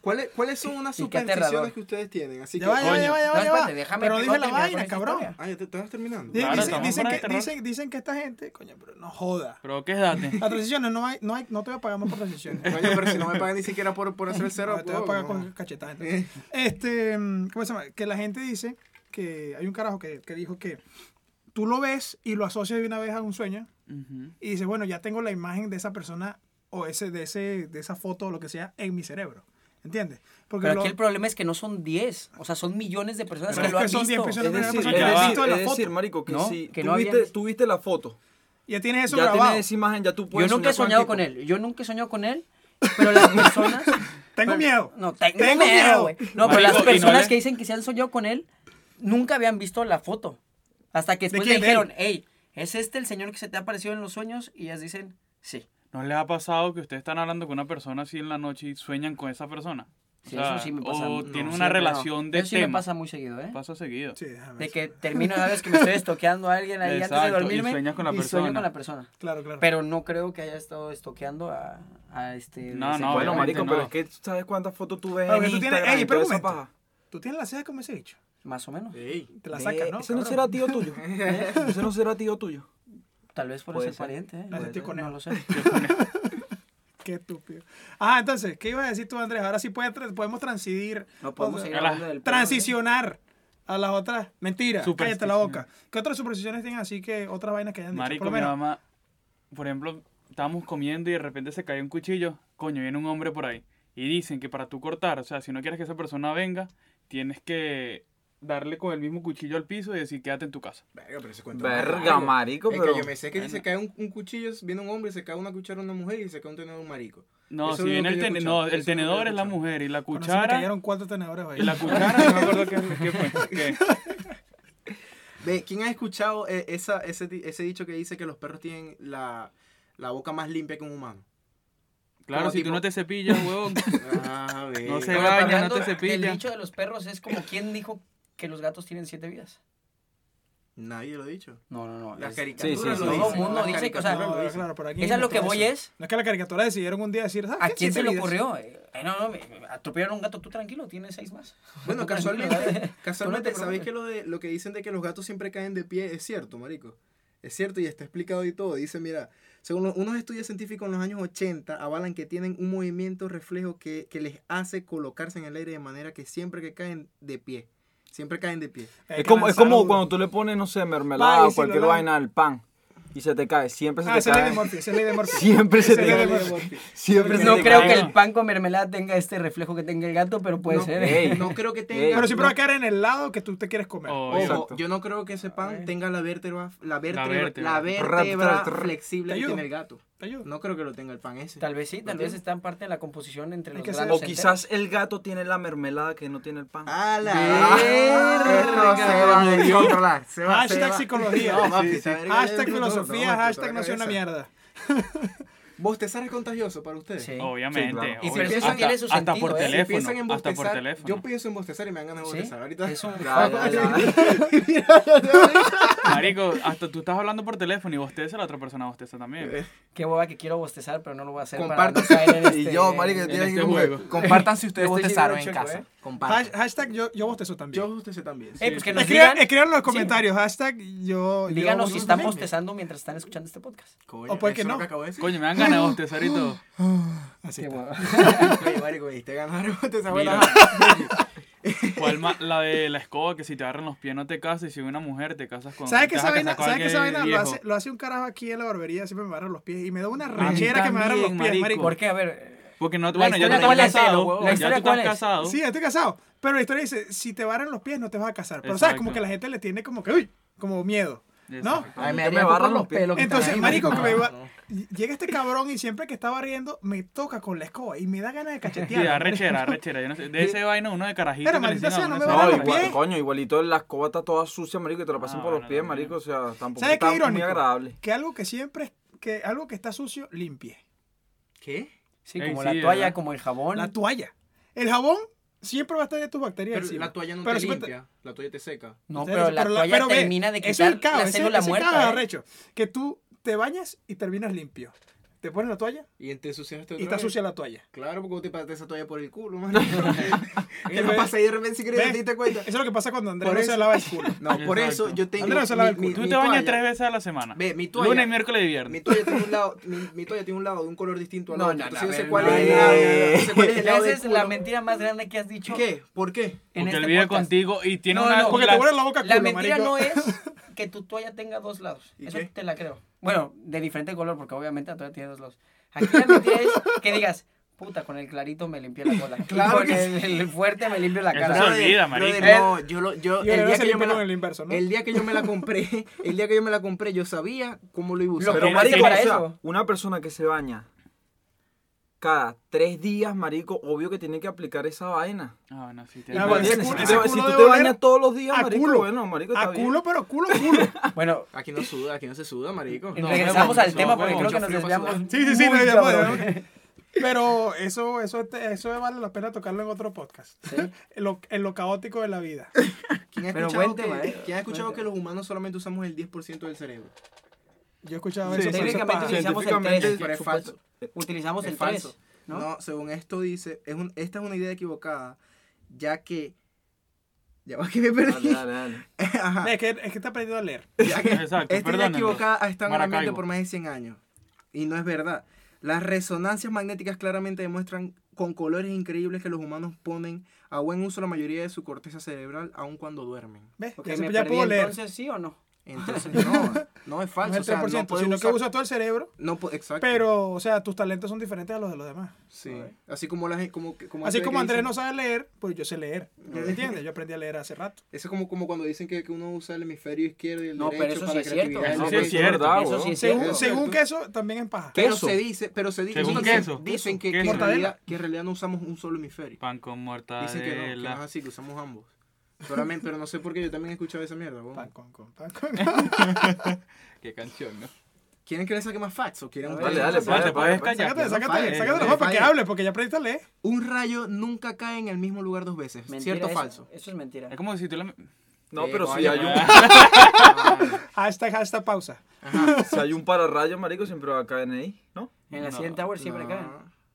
S5: ¿Cuáles, ¿Cuáles son unas
S1: Y *laughs* qué aterrador.
S5: supersticiones que ustedes tienen? Así que.
S2: Ya va, ya va,
S3: Coño.
S2: ya va, ya
S1: No,
S2: va, ya va.
S1: espérate, déjame
S2: Pero
S1: que
S2: dije
S1: no
S2: la
S1: termine con
S2: vaina,
S1: esta
S2: cabrón.
S1: historia.
S5: Ah, ya te, te vas terminando.
S2: Dicen,
S3: Claro,
S2: dicen-
S3: estamos
S2: dicen
S3: para
S2: que,
S3: enterrar.
S2: dicen, dicen que esta gente... Coño, pero no joda.
S3: Pero qué date.
S2: Las transiciones no hay, no hay, no te voy a pagar más por transiciones.
S5: Coño, pero si no me pagan ni siquiera por, por hacer el
S2: *laughs*
S5: cero,
S2: Ah, te voy a pagar
S5: huevón,
S2: con
S5: no.
S2: cachetadas. entonces.
S1: Eh.
S2: Este, mm, ¿cómo se llama? Que la gente dice que hay un carajo que, que dijo que tú lo ves y lo asocias de una vez a un sueño
S3: Ujú.
S2: y dices, bueno, ya tengo la imagen de esa persona o ese, de, ese, de esa foto o lo que sea en mi cerebro. ¿Entiendes? Porque
S1: Pero
S2: lo-
S1: aquí el problema es que no son 10, o sea, son millones de personas
S2: Pero
S1: que
S2: es
S1: lo
S2: que
S1: han
S2: son 10
S1: visto.
S2: personas.
S4: Es
S2: Una
S4: decir,
S2: persona
S4: es
S3: que haya
S4: decir-
S2: visto la
S4: es
S2: foto.
S4: decir, marico, que
S1: No,
S4: si
S1: que
S4: tú
S1: no había
S4: viste-
S1: visto.
S4: tú viste la foto,
S2: Ya tienes eso
S4: ya
S2: grabado.
S4: tienes esa imagen, ya tú
S1: Yo
S4: puedes.
S1: nunca he
S4: sonar
S1: soñado
S4: cuántico.
S1: con él. Yo nunca he soñado con él. Pero las personas.
S2: Tengo miedo.
S1: No, tengo,
S2: Tengo miedo.
S1: miedo, güey. No, pero
S3: Marico, y
S1: las
S3: no
S1: personas
S3: le-
S1: que dicen que se han soñado con él nunca habían visto la foto. Hasta que después le
S2: quién? ¿De él?
S1: dijeron, hey, ¿es este el señor que se te ha aparecido en los sueños? Y ellas dicen, sí.
S3: ¿No les ha pasado que ustedes están hablando con una persona así en la noche y sueñan con esa persona?
S1: Sí, eso sí me pasa.
S3: O
S1: no,
S3: tienen
S1: siempre,
S3: una
S1: no.
S3: relación de
S1: Eso sí me
S3: tema.
S1: pasa muy seguido, ¿eh?
S3: Pasa seguido.
S2: Sí, déjame
S1: De
S2: ver.
S1: que termino una vez que me estoy estoqueando a alguien ahí antes de
S3: Exacto, y
S1: dormirme.
S3: sueñas con la
S1: sueño
S3: persona.
S1: con la persona.
S2: Claro, claro.
S1: Pero no creo que haya estado estoqueando a, a este.
S3: No,
S1: ese
S3: no,
S1: cuadro.
S4: Bueno,
S3: Obviamente
S4: marico, pero
S3: no.
S4: es que tú sabes cuántas fotos tú ves
S2: Ah,
S4: en
S2: que tú tienes-
S4: Instagram
S2: Ey,
S4: y
S2: pero un
S4: toda esa
S2: momento.
S4: paja.
S2: Tú tienes la ceja como ese dicho.
S1: Más o menos.
S6: Ey.
S2: Te la
S1: Ve,
S2: sacas, ¿no?
S4: Ese no
S2: Cabrón.
S4: será tío
S2: *laughs*
S4: tuyo. Ese no será tío tuyo.
S1: Tal vez por
S4: Puede
S1: ese
S4: ser.
S1: pariente, ¿eh?
S2: La
S1: Puede
S2: sentí
S1: ser,
S2: con
S1: no
S2: él.
S1: lo sé.
S2: Qué estúpido. Ah, entonces, ¿qué ibas a decir tú, Andrés? Ahora sí puedes tra- podemos transidir.
S1: *laughs* No podemos
S2: o sea,
S1: seguir
S3: Hola.
S1: hablando del perro.
S2: Transicionar a las otras. Mentira. Cállate la
S3: Superstición.
S2: boca. ¿Qué otras supersticiones tienen así que otras vainas que hayan dicho?
S3: Marico,
S2: Por lo
S3: mi
S2: menos.
S3: mamá, por ejemplo, estábamos comiendo y de repente se cayó un cuchillo. Coño, viene un hombre por ahí. Y dicen que para tú cortar, o sea, si no quieres que esa persona venga, tienes que darle con el mismo cuchillo al piso y decir, quédate en tu casa.
S6: Verga, pero ese cuento
S4: Verga,
S6: es malo.
S4: marico,
S6: Es
S4: pero-
S6: que yo me sé que si se cae un, un cuchillo, viene un hombre, se cae una cuchara a una mujer y se cae un tenedor a un marico.
S3: No,
S6: Eso
S3: si
S6: es
S3: viene
S6: lo
S3: el,
S6: que yo he
S3: tene-
S6: escuchado,
S3: no,
S6: eso
S3: el
S6: es lo que yo he
S3: tenedor es la
S6: escuchado.
S3: mujer y la
S2: Bueno, se me
S3: cuchara...
S2: cayeron cuatro tenedores ahí. *laughs*
S3: y
S6: *laughs*
S3: la cuchara, no me acuerdo qué, qué fue.
S1: *laughs*
S3: qué.
S6: Ve, ¿quién ha escuchado eh, esa, ese, di- ese dicho que dice que los perros tienen la, la boca más limpia que un humano?
S3: Claro,
S6: Como
S3: si
S6: tipo-
S3: tú no te cepillas, huevón.
S1: *laughs*
S6: Ah, ve.
S3: No sé.
S1: Pero
S3: Se baña, no
S1: hablando
S3: te
S1: del
S3: cepilla.
S1: dicho de los perros es como quien dijo que los gatos tienen siete vidas.
S6: Nadie lo ha dicho.
S1: No, no, no.
S6: Las
S1: es-
S6: caricaturas
S4: sí, sí,
S6: lo
S4: sí.
S6: dicen.
S4: Todo
S1: mundo
S6: Las
S1: dice que, o sea,
S6: caricaturas
S2: No,
S6: lo
S2: claro,
S6: dicen.
S2: claro, por aquí
S1: Es a lo
S2: no
S1: que
S2: todo
S1: voy
S2: eso.
S1: es-
S2: No es que la caricatura decidieron un día decir. "Ah,
S1: ¿A quién se le ocurrió? Eh, no, no, me, me atropellaron a un gato. Tú tranquilo, tienes seis más.
S6: *laughs* Bueno,
S1: Tú tranquilo, ¿eh?
S6: casualmente,
S1: Tú no
S6: casualmente
S1: te
S6: ¿sabéis
S1: preocupes.
S6: que lo, de, lo que dicen de que los gatos siempre caen de pie es cierto, marico? Es cierto y está explicado y todo. Dice, mira, según lo- unos estudios científicos en los años 80 avalan que tienen un movimiento reflejo que, que les hace colocarse en el aire de manera que siempre que caen de pie, siempre caen de pie.
S4: Es como, es como cuando tú le pones, no sé, mermelada
S2: Va, y
S4: o
S2: si lo
S4: cualquier
S2: lanzas.
S4: vaina al pan y se te cae. Siempre se
S2: Ah,
S4: te
S2: esa es ley de
S4: cae.
S2: Murphy. Esa es ley de Murphy.
S4: *laughs* Siempre se
S2: Esa es
S4: te
S2: ley de
S4: cae.
S2: Murphy.
S4: Siempre se
S1: No
S4: te
S1: creo
S4: cae.
S1: que el pan con mermelada tenga este reflejo que tenga el gato, pero puede
S6: no,
S1: ser.
S4: Ey.
S6: no creo que tenga...
S4: Ey.
S2: Pero siempre va a
S6: no-
S2: caer en el lado que tú te quieres comer.
S3: Oh,
S6: Ojo,
S4: Exacto.
S6: yo no creo que ese pan tenga la vértebra, la vértebra,
S3: vértebra.
S6: la vértebra,
S4: Rap, rap, rap.
S6: flexible
S2: Te
S6: que
S2: ayudo.
S6: tiene el gato.
S2: ¿Te ayudo?
S6: No creo que lo tenga el pan ese.
S1: Tal vez sí, tal
S6: ¿Lo
S1: vez
S6: tiene?
S1: está en parte de la composición entre
S2: Hay
S1: los
S2: que
S1: granos.
S2: ser-
S4: O
S1: enteros.
S4: quizás el gato tiene la mermelada que no tiene el pan.
S6: ¡A la
S1: Verga,
S6: Esto se va a descontrolar. se va- se
S2: Hashtag
S6: va.
S2: psicología.
S6: No, papi, esa verga
S2: Hashtag
S6: ya- no, no,
S2: filosofía,
S6: no, no,
S2: hashtag no sea una
S6: cabeza.
S2: mierda.
S6: ¿Bostezar es contagioso para ustedes?
S1: Sí.
S3: Obviamente.
S4: Sí, claro.
S1: Y
S3: obvio.
S1: pero eso
S3: hasta,
S1: tiene su
S3: hasta
S1: sentido, ¿eh?
S3: por
S1: Si
S6: Si
S3: teléfono.
S6: piensan en
S3: hasta por
S6: bostezar,
S3: teléfono.
S6: Yo pienso en bostezar y me dan ganas de
S1: Sí,
S6: bostezar. Ahorita. *laughs*
S1: es un-
S4: Ya, ya, ya.
S3: Marico, hasta tú estás hablando por teléfono y bosteza la otra persona bosteza
S6: Eh. *laughs*
S3: también.
S1: Qué boba que quiero bostezar, pero no lo voy a hacer. para
S6: Compartan-
S1: no caer en
S4: Y
S1: este-
S4: yo, marico, yo
S1: en
S4: tenía
S1: este-
S4: que ir a un
S3: juego.
S4: juego.
S6: Compartan si
S1: ustedes bostezaron en casa.
S6: Compartan.
S2: Hash- Hashtag yo, yo bostezo
S6: *laughs* Yo
S2: también.
S6: bostecé también.
S2: Eh,
S1: Ey, pues que nos
S2: Escriban,
S1: digan,
S2: escriban en los
S1: Sí.
S2: comentarios, hashtag yo. yo
S1: díganos si
S2: bostezo
S1: están
S2: también.
S1: bostezando mientras están escuchando este podcast.
S6: Coño,
S2: o puede que
S6: eso es lo
S2: no.
S6: acabo de *laughs* decir.
S3: Coño, me dan ganas de bostezar y todo.
S2: Así
S1: Qué
S2: está.
S1: boba.
S6: Oye, marico, y te ganaron bostezar.
S3: Mira.
S6: bueno,
S3: ¿Cuál más? La de la escoba, que si te agarran los pies no te casas y si una mujer te casas con.
S2: ¿Sabes que
S3: te vas
S2: esa
S3: a casar
S2: vaina,
S3: con
S2: ¿sabes que esa
S3: alguien
S2: vaina lo,
S3: viejo?
S2: hace, lo hace un carajo aquí en la barbería? Siempre me agarran los pies y me da una
S3: mí
S2: rechera que me agarran los pies,
S3: también,
S2: marico.
S3: marico.
S1: ¿Por qué? A ver.
S3: Porque
S1: La
S3: no, bueno, ya
S1: historia
S3: tú estás
S1: cuál es,
S3: casado,
S1: Elo, huevón.
S3: ya
S1: La
S3: tú
S1: historia
S3: estás
S1: cuál es.
S3: casado.
S2: Sí, estoy casado. Pero la historia dice, si te barran los pies no te vas a casar. Pero sabes, como
S3: Exacto.
S2: que la gente le tiene como que, uy, como miedo. ¿No?
S3: Exacto.
S6: Ay,
S4: me
S6: me
S4: haría
S6: haría
S4: barra
S6: por
S4: los
S6: los
S4: pies.
S6: pelos. que están
S2: Entonces,
S6: ahí,
S2: marico, que me
S6: No,
S2: va-
S6: no.
S2: Llega este cabrón y siempre que está barriendo me toca con la escoba y me da ganas de
S3: Sí,
S2: cachetear.
S3: da rechera, rechera. Yo no sé. De ese vaina uno de carajito.
S2: Pero,
S3: que le
S2: maldita sea,
S3: enseñan a
S2: no me van
S3: uno
S4: No,
S2: a
S3: esa
S2: los
S3: vaina.
S2: pies.
S4: igual, coño, igualito la escoba está toda sucia, marico, y te la pasan
S3: Ah,
S4: por los
S3: bueno,
S4: pies,
S3: también.
S4: marico, o sea, tampoco
S2: ¿Sabes qué
S4: está muy
S2: irónico?
S4: agradable.
S2: Que algo que siempre, es- que algo que está sucio, limpie.
S6: ¿Qué?
S1: Sí,
S3: Ey,
S1: como
S3: sí,
S1: la toalla,
S3: ¿verdad?
S1: como el jabón.
S2: La toalla. El jabón siempre va a estar de tus bacterias.
S6: Pero
S2: encima.
S6: la toalla no
S2: Pero
S6: te
S2: siempre-
S6: limpia. La toalla te seca.
S1: no, pero la toalla
S2: pero ve,
S1: termina de
S2: eso es
S1: quitar
S2: el caos,
S1: la
S2: ese-
S1: célula
S2: ese caos
S1: muerta. ¿eh?
S2: arrecho, que tú te bañas y terminas limpio. Te pones la toalla
S6: Y te
S2: y
S6: ensuciaste otra
S2: está
S6: vez.
S2: sucia la toalla.
S6: Claro, porque vos te pasaste esa toalla por el culo, *laughs* mano. ¿Qué no pasa ahí de repente si querías
S2: ¿Ves?
S6: te diste
S2: Eso
S6: cuenta?
S2: es lo que pasa cuando Andrés
S6: Por
S2: no se
S6: eso-
S2: lava el
S6: *laughs*
S2: culo.
S6: No, por
S3: Exacto.
S6: eso yo tengo.
S2: Andrés no se lava el culo.
S3: Tú te bañas
S6: toalla-
S3: tres veces a la semana.
S6: Ve, mi toalla.
S3: Lunes, miércoles y
S6: Mi
S3: viernes.
S6: toalla tiene un lado, mi, mi toalla tiene un lado de un color distinto al
S1: No,
S6: otro.
S1: no, no,
S6: Entonces yo
S1: a
S6: sé
S1: ver,
S6: cuál
S1: no,
S6: es el
S1: no,
S6: lado.
S1: no,
S6: yo sé cuál es el lado
S1: Esa
S6: del
S1: es la
S6: culo.
S1: mentira más grande que has dicho.
S6: ¿Qué? ¿Por qué?
S1: en
S3: Porque
S1: este
S3: él vive
S1: podcast.
S3: contigo y tiene
S1: No,
S3: una.
S1: no,
S2: Porque
S3: la-
S2: te vuelve la boca
S1: La
S2: culo,
S1: mentira
S2: marico.
S1: no es *laughs* que tu toalla tenga dos lados.
S6: ¿Y
S1: Eso
S6: qué?
S1: *laughs* te la creo. Bueno, de diferente color, porque obviamente la toalla tiene dos lados. Aquí la mentira es que digas, Puta, con el clarito me limpié la *laughs* cola.
S6: Claro
S1: con
S6: que
S1: el, el fuerte me limpió la
S3: Eso
S1: cara.
S3: se
S6: Brother,
S3: olvida,
S6: brother,
S3: marico.
S6: No, yo, lo- yo,
S2: Y
S6: el,
S2: ahora
S6: día
S2: se
S6: que yo me
S2: limpió
S6: la,
S2: con el inverso, ¿no?
S6: el día que yo me la *laughs* compré, el día que yo me la compré, yo sabía cómo lo iba a
S1: Lo
S6: usar.
S4: Pero
S1: que
S4: marico,
S1: para
S4: o sea,
S1: eso.
S4: una persona que se baña cada tres días, marico, obvio que tiene que aplicar esa vaina.
S3: Ah, bueno, sí,
S1: Y
S3: tiene
S1: cuando-
S3: razón.
S1: ese culo-
S4: Si
S1: ese
S4: te- si
S2: culo
S4: tú
S2: debe
S4: te
S2: oler
S4: bañas todos los días,
S2: a
S4: marico,
S2: culo.
S4: bueno, marico, está
S2: A
S4: bien.
S2: culo, pero culo, culo.
S6: *laughs*
S1: Bueno,
S6: Aquí no suda, aquí no se suda, marico.
S1: eh, regresamos
S3: huevón,
S1: al
S3: no,
S1: tema porque
S3: huevón,
S1: creo que
S6: yo
S1: nos
S6: fui a
S1: desviamos.
S6: pasar.
S2: Sí, sí, sí,
S1: mucho,
S2: me llamó,
S1: bro.
S2: ¿no? Pero eso, eso, este, eso vale la pena tocarlo en otro podcast. En, lo, en lo caótico de la vida.
S6: ¿Quién ha
S1: Pero
S6: escuchado,
S1: buen tema,
S6: que,
S1: eh.
S6: ¿quién ha escuchado
S1: Buen
S6: que los humanos solamente usamos el 10% del cerebro?
S2: Yo escuchaba
S4: Sí,
S2: eso. pero eso es
S1: Técnicamente
S2: paja.
S1: utilizamos el
S4: científicamente,
S1: 3.
S6: pero es falso.
S2: Pues
S1: Utilizamos
S6: Es
S1: el
S6: falso.
S1: 3.
S6: ¿No?
S1: ¿no?
S6: según esto dice, es un, esta es una idea equivocada, ya que... Ya *laughs* va que me perdí.
S4: Dale, dale, dale.
S2: *laughs*
S6: *laughs* Ajá.
S2: Es que, es que está aprendiendo a leer.
S6: Ya que
S3: Exacto,
S6: esta idea
S3: perdónenlo.
S6: equivocada ha estado en la mente
S3: Maracaibo.
S6: por más de 100 años. Y no es verdad. Las resonancias magnéticas claramente demuestran con colores increíbles que los humanos ponen a buen uso la mayoría de su corteza cerebral, aun cuando duermen.
S2: ¿Ves?
S1: Ok,
S2: Ya se-
S1: me
S2: ya
S1: perdí,
S2: puedo leer.
S1: entonces, ¿sí o no?
S6: Entonces,
S2: *laughs*
S6: no, no es
S2: no
S6: falso. o
S2: es el
S6: sea,
S2: 3%,
S6: no puedes
S2: sino
S6: usar-
S2: que usas todo el cerebro.
S6: no pu- exacto.
S2: Pero, o sea, tus talentos son diferentes a los de los demás.
S6: Sí. Así como la gen- como, que- como
S2: Así
S6: eso de
S2: como
S6: que
S2: Andrés
S6: dicen-
S2: no sabe leer, pues yo sé leer.
S6: No.
S2: ¿Entiendes? Yo aprendí a leer hace rato.
S6: Eso es como, como cuando dicen que, que uno usa el hemisferio izquierdo y el
S1: No, pero
S6: derecho
S1: eso
S6: para
S1: sí
S6: la
S1: es cierto.
S3: Eso
S6: creatividad. y
S3: sí es
S6: la inventiva.
S4: cierto. verdad,
S1: Eso sí
S4: huevón.
S1: es
S2: Según,
S1: cierto.
S2: según
S6: Cierto.
S2: que eso también es paja.
S6: Pero
S4: Queso.
S6: se dice, pero se dice,
S3: Según
S6: dicen,
S3: queso.
S6: dicen que, que en
S3: Mortadela.
S6: realidad, que en realidad no usamos un solo hemisferio.
S3: Pan con
S6: Dicen que no, que no es
S3: mortadela.
S6: así, que usamos ambos. Solamente, pero no sé por qué yo también he escuchado esa mierda. huevón.
S2: Pan con, con, pan con. *laughs*
S3: Qué canción, ¿no?
S6: ¿Quieren que le saque más facts o quieren un
S4: Dale,
S6: rayo?
S4: dale, pues,
S6: Más
S4: pa-
S3: Te puedes
S4: pa-
S3: callar.
S2: Sácate,
S6: no
S2: sácate,
S6: falles,
S2: sácate
S6: no
S2: los para que
S6: falles.
S2: hable, porque ya aprendiste a leer.
S6: facts? Un rayo nunca cae en el mismo lugar dos veces.
S1: Mentira
S6: ¿Cierto o
S1: eso.
S6: falso?
S1: Eso es mentira.
S3: Es como si tú la...
S4: No,
S6: Sí,
S4: pero si
S6: coño,
S4: hay, un,
S6: pero-
S1: *laughs*
S2: Hashtag, hashtag pausa.
S4: si hay un pararrayo, marico, siempre va a caer en ahí, ¿no?
S1: En la
S3: No,
S1: Cien Tower siempre
S6: No,
S1: caen.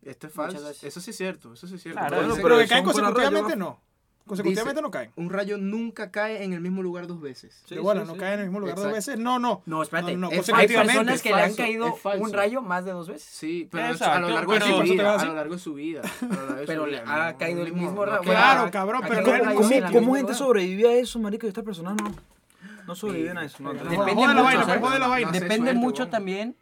S6: Esto es
S1: Muchas
S6: falso.
S1: veces.
S6: Eso sí es cierto. Eso sí es cierto.
S3: Claro,
S6: Porque
S3: bueno,
S6: dicen-
S2: Pero
S4: Pero
S2: que caen
S4: son para
S2: consecutivamente
S4: rayos,
S2: no. Consecutivamente
S6: Dice-
S2: no caen.
S6: Un rayo nunca cae en el mismo lugar dos veces.
S4: Sí,
S2: de bola,
S4: sí,
S2: no
S4: sí.
S2: caen en el mismo lugar dos
S6: Exacto.
S2: veces. No, no.
S1: No, espérate.
S2: No, no,
S1: Es- hay
S2: consecutivamente,
S1: personas que
S6: es
S1: le han
S6: falso, es
S1: caído
S6: falso.
S1: un rayo más de dos veces.
S6: Sí, pero
S3: Exacto,
S6: a lo largo de
S3: pero-
S6: su
S2: Sí, pero
S6: vida.
S2: así.
S6: A lo largo de su vida. a
S1: *laughs*
S6: lo largo de
S1: Pero
S6: su
S1: le
S6: vida,
S1: ha
S6: no,
S1: caído
S6: no
S1: el mismo
S6: no,
S1: rayo.
S2: Claro, cabrón,
S1: Aquí
S2: pero
S1: no
S2: no
S1: hay
S2: es-
S4: ¿Cómo,
S1: Ahí
S4: cómo-
S1: sí, la
S4: cómo
S1: misma
S4: gente
S1: hueá.
S4: sobrevive a eso, marico? Y estas personas no, no sobreviven a eso. No,
S2: Pero
S4: no.
S2: Jode
S1: Depende
S2: la
S1: mucho,
S2: vaina,
S1: ¿sabes?
S2: jode la vaina.
S6: No sé,
S1: Depende
S6: suerte,
S1: mucho
S6: huevón.
S1: también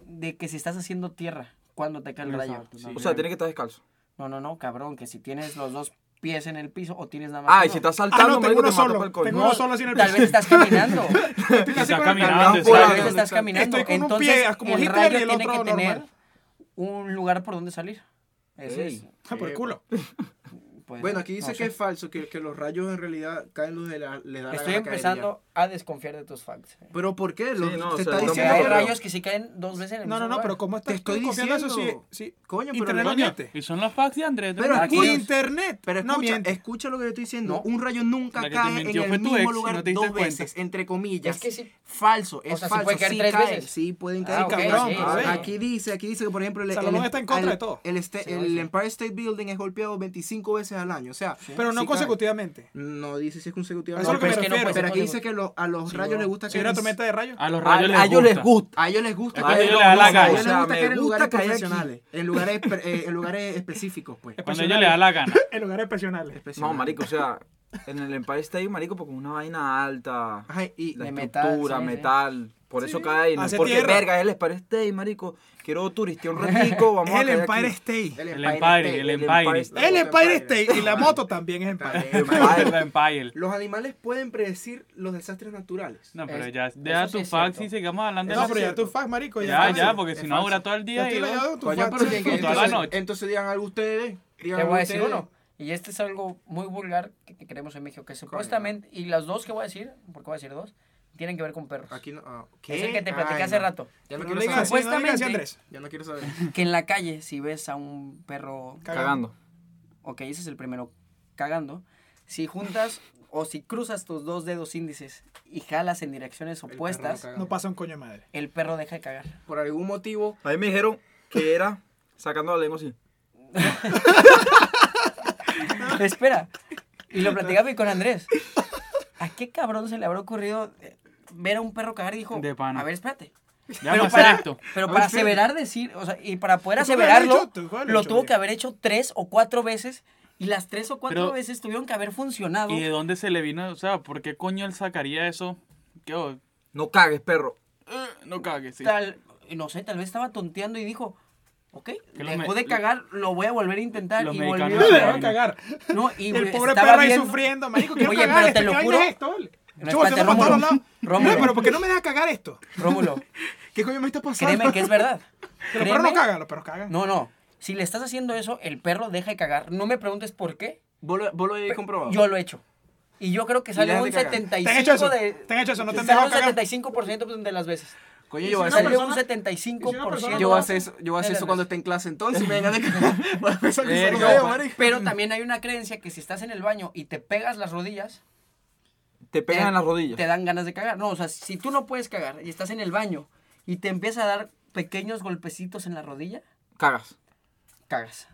S1: de que si estás haciendo tierra cuando te cae el rayo.
S3: Exacto,
S4: O sea, tiene que estar descalzo.
S1: No, no, no, cabrón, que si tienes los dos pies en el piso o tienes nada más.
S4: Ah, y
S1: uno.
S4: si estás
S2: Ah,
S4: saltando,
S2: no, tengo
S4: marico,
S2: uno
S4: te mata para
S2: solo.
S4: el coño.
S2: Tengo
S1: No,
S2: uno solo así en el
S1: Tal vez
S2: piso. *laughs*
S1: estás
S4: *laughs*
S1: caminando.
S3: Estás
S4: Tal
S3: caminando,
S4: vez
S1: Tal
S3: exacto.
S1: vez estás caminando.
S2: Estoy con un
S1: Entonces,
S2: pie, como
S1: el
S2: Hitler
S1: rayo
S2: y el
S1: tiene
S2: otro
S1: que tener
S2: normal.
S1: un lugar por donde salir. Eso
S4: Ey.
S2: Ah, por el culo.
S1: es. pues,
S6: Bueno, aquí dice
S1: no
S6: que
S1: sé.
S6: es falso, que, que los rayos en realidad caen los de la, les da la
S1: Estoy
S6: gana caer y ya.
S1: empezando a desconfiar de tus facts. eh.
S6: ¿Pero por qué? Los-
S4: Sí, no, o
S6: te
S4: sea,
S6: está
S4: no
S1: Porque
S6: diciendo...
S1: hay
S4: creo.
S1: rayos que sí caen dos veces en el
S2: No,
S1: mismo
S2: no, no,
S1: lugar.
S2: pero ¿cómo estás
S6: Te estoy
S2: confiando eso? Sí,
S6: diciendo.
S2: sí.
S6: Coño, pero...
S2: Internet no
S6: coño,
S2: miente.
S3: Y son los facts de Andrés.
S6: Pero
S1: aquí-
S6: coño,
S2: Internet.
S6: Pero
S2: no
S6: escucha,
S2: miente.
S6: escucha lo que yo estoy diciendo.
S1: No.
S6: Un rayo nunca
S3: La que te
S6: cae en
S3: mintió
S6: el
S3: fue tu
S6: mismo
S3: ex y
S6: lugar
S3: no te diste
S6: dos
S3: cuenta.
S6: veces, entre comillas.
S1: Es que sí.
S6: Falso, es
S1: O sea, sí
S6: falso.
S1: puede caer
S6: sí
S1: tres
S6: cae,
S1: veces.
S6: Sí, pueden
S1: Ah,
S6: caer.
S1: ok,
S6: cabrón,
S2: sí,
S6: pero
S2: sí.
S6: Aquí dice, aquí dice que, por ejemplo, el,
S2: Salomón
S6: el-
S2: está en contra
S6: el-
S2: de todo.
S6: El, este-
S1: Sí,
S6: el
S1: oye.
S6: Empire State Building es golpeado 25 veces al año. O sea,
S2: Pero no
S6: sí cae.
S2: consecutivamente.
S6: No dice si es consecutivo.
S2: Eso es lo que
S6: pero,
S2: me
S1: es que no
S2: refiero.
S1: puede ser
S6: pero aquí dice que lo- a los
S1: Sí,
S6: rayos
S1: no.
S6: les gusta
S2: Si
S6: caer.
S2: hay una
S6: en-
S2: tormenta de rayos.
S3: A los
S4: A,
S3: rayos les
S4: a ellos les gusta.
S6: A ellos les gusta.
S3: Es
S6: caer
S3: que
S6: en
S3: ellos les da la
S6: lugares-
S3: gana.
S6: a ellos
S4: O sea,
S6: les gusta
S4: me
S6: caer en
S4: gusta
S6: lugares
S4: caer aquí.
S6: profesionales. En lugares, pre- eh, en lugares específicos, pues.
S3: Cuando ellos les da la gana.
S2: En lugares personales.
S4: No,
S6: Específicos.
S4: marico, o sea, en el Empire State, marico, porque es una vaina alta.
S6: Ajá, y
S4: La
S1: De metal,
S4: estructura,
S1: sí, sí.
S4: metal. Por eso cae ahí. No es
S2: Hace
S4: porque
S2: tierra.
S4: verga, es el Empire State, marico. Quiero turistear un
S2: *laughs*
S4: ratico, vamos
S2: Es
S4: a
S2: el
S4: caer
S2: Empire
S4: aquí.
S2: State.
S3: El Empire, el Empire.
S4: State.
S2: El
S6: La moto
S2: Empire
S6: Empire.
S2: State y la moto también es Empire. *laughs*
S6: Está bien.
S4: Empire.
S3: El Empire.
S6: Los animales pueden predecir los desastres naturales.
S3: No, pero
S1: Es-
S3: ya,
S1: eso
S3: deja
S1: sí
S3: tu
S1: es
S3: fax
S1: cierto.
S3: y sigamos hablando de
S2: No,
S3: la
S2: pero ya tú fax, marico.
S3: Ya,
S2: fax.
S3: ya, porque si
S6: es
S3: no
S6: falso.
S3: dura todo el
S2: Ya
S3: día y
S2: estoy
S3: yo...
S2: leyendo tu
S6: Coño,
S2: fax.
S6: pero tienen que-
S3: Toda la
S6: entonces,
S3: noche.
S6: entonces digan algo ustedes. digan
S1: Te
S6: algo
S1: voy a decir
S6: ustedes.
S1: uno. Y este es algo muy vulgar que, que queremos en México, que supuestamente, y las dos que voy a decir, porque voy a decir dos, tienen que ver con perros.
S6: Aquí no. ah, ¿qué?
S1: Es el que te
S6: Ay,
S1: platiqué hace
S6: no.
S1: rato.
S6: Ya no
S2: No le
S6: quiero
S2: digas así,
S6: saber.
S2: no le digas así,
S1: Supuestamente-
S2: Andrés.
S6: Ya no quiero saber.
S1: Que en la calle, si ves a un perro,
S4: Cagando.
S1: ok, ese es el primero, cagando, si juntas o si cruzas tus dos dedos índices y jalas en direcciones
S6: no
S1: opuestas,
S6: caga.
S2: No pasa un coño de madre.
S1: el perro deja de cagar. *laughs*
S6: Por algún motivo.
S4: A mí me dijeron que era sacando la lengua así.
S1: Espera. Y lo platicaba con Andrés. ¿A qué cabrón se le habrá ocurrido eh, ver a un perro cagar y dijo,
S3: De pana.
S1: a ver, espérate?
S3: Ya vamos a
S1: para,
S3: hacer esto.
S1: pero
S6: A ver,
S1: para
S6: espérate.
S1: aseverar decir, o sea, y para poder
S2: ¿Tú cómo lo habrás
S1: aseverarlo,
S2: hecho? ¿Tú cómo lo
S1: lo
S2: hecho,
S1: tuvo
S2: Miguel?
S1: que haber hecho tres o cuatro veces y las tres o cuatro
S3: Pero-
S1: veces tuvieron que haber funcionado.
S3: ¿Y de dónde se le vino? O sea, ¿por qué coño él sacaría eso? ¿Qué? oh,
S4: No cagues, perro.
S3: eh, no cagues, sí.
S1: Tal, no sé, tal vez estaba tonteando y dijo, ¿Ok?
S3: Que los
S1: Dejó
S3: me-
S1: de cagar, lo voy a volver a intentar
S3: los
S1: y volvió a
S3: mexicanos-
S2: Le
S3: Claro.
S2: van a
S1: cagar.
S2: cagar.
S1: No, y
S2: El pobre
S1: estaba
S2: perro ahí
S1: viendo-
S2: sufriendo, marico. Quiero
S1: Oye,
S2: cagar
S1: pero te
S2: esto.
S1: lo
S2: ¿Qué
S1: juro.
S2: vaina es esto? vale?
S1: No,
S2: Chamo,
S1: espérate,
S2: se va por todos
S1: Rómulo.
S2: lados.
S1: Rómulo.
S2: No, pero ¿por qué no me dejas cagar esto?
S1: Rómulo,
S2: *laughs*
S5: ¿Qué coño me está pasando?
S1: créeme que es verdad.
S2: Que los perros
S1: Créeme-
S2: no cagan, los perros cagan.
S1: No, no. Si le estás haciendo eso, el perro deja de cagar. No me preguntes por qué.
S4: ¿Vos lo, vos lo habéis comprobado?
S1: Yo lo he hecho. Y yo creo que sale
S4: dejas
S1: un
S4: de cagar.
S2: ¿Te han hecho
S1: 75
S2: eso?
S1: de...
S2: ¿Te han hecho eso? ¿No te han
S1: sale
S2: dejado
S1: un
S2: cagar?
S1: 75% pues, de las veces.
S4: Coño, yo voy a
S2: Si no,
S4: hacer...
S1: Salió
S2: persona-
S1: un
S2: y si una persona
S1: 75%.
S4: Yo voy a hacer eso, yo voy a hacer eso cuando esté en clase entonces y me
S1: *laughs*
S4: vengan de cagar.
S6: *laughs*
S4: Voy a empezar a cruzar los
S3: Verga,
S4: dedos,
S3: pa-
S4: marico.
S1: Pero también hay una creencia que si estás en el baño y te pegas las rodillas,
S4: Te pegan
S1: te-
S4: en las rodillas.
S1: Te dan ganas de cagar. No, o sea, si tú no puedes cagar y estás en el baño y te empieza a dar pequeños golpecitos en la rodilla,
S4: Cagas.
S1: cagas.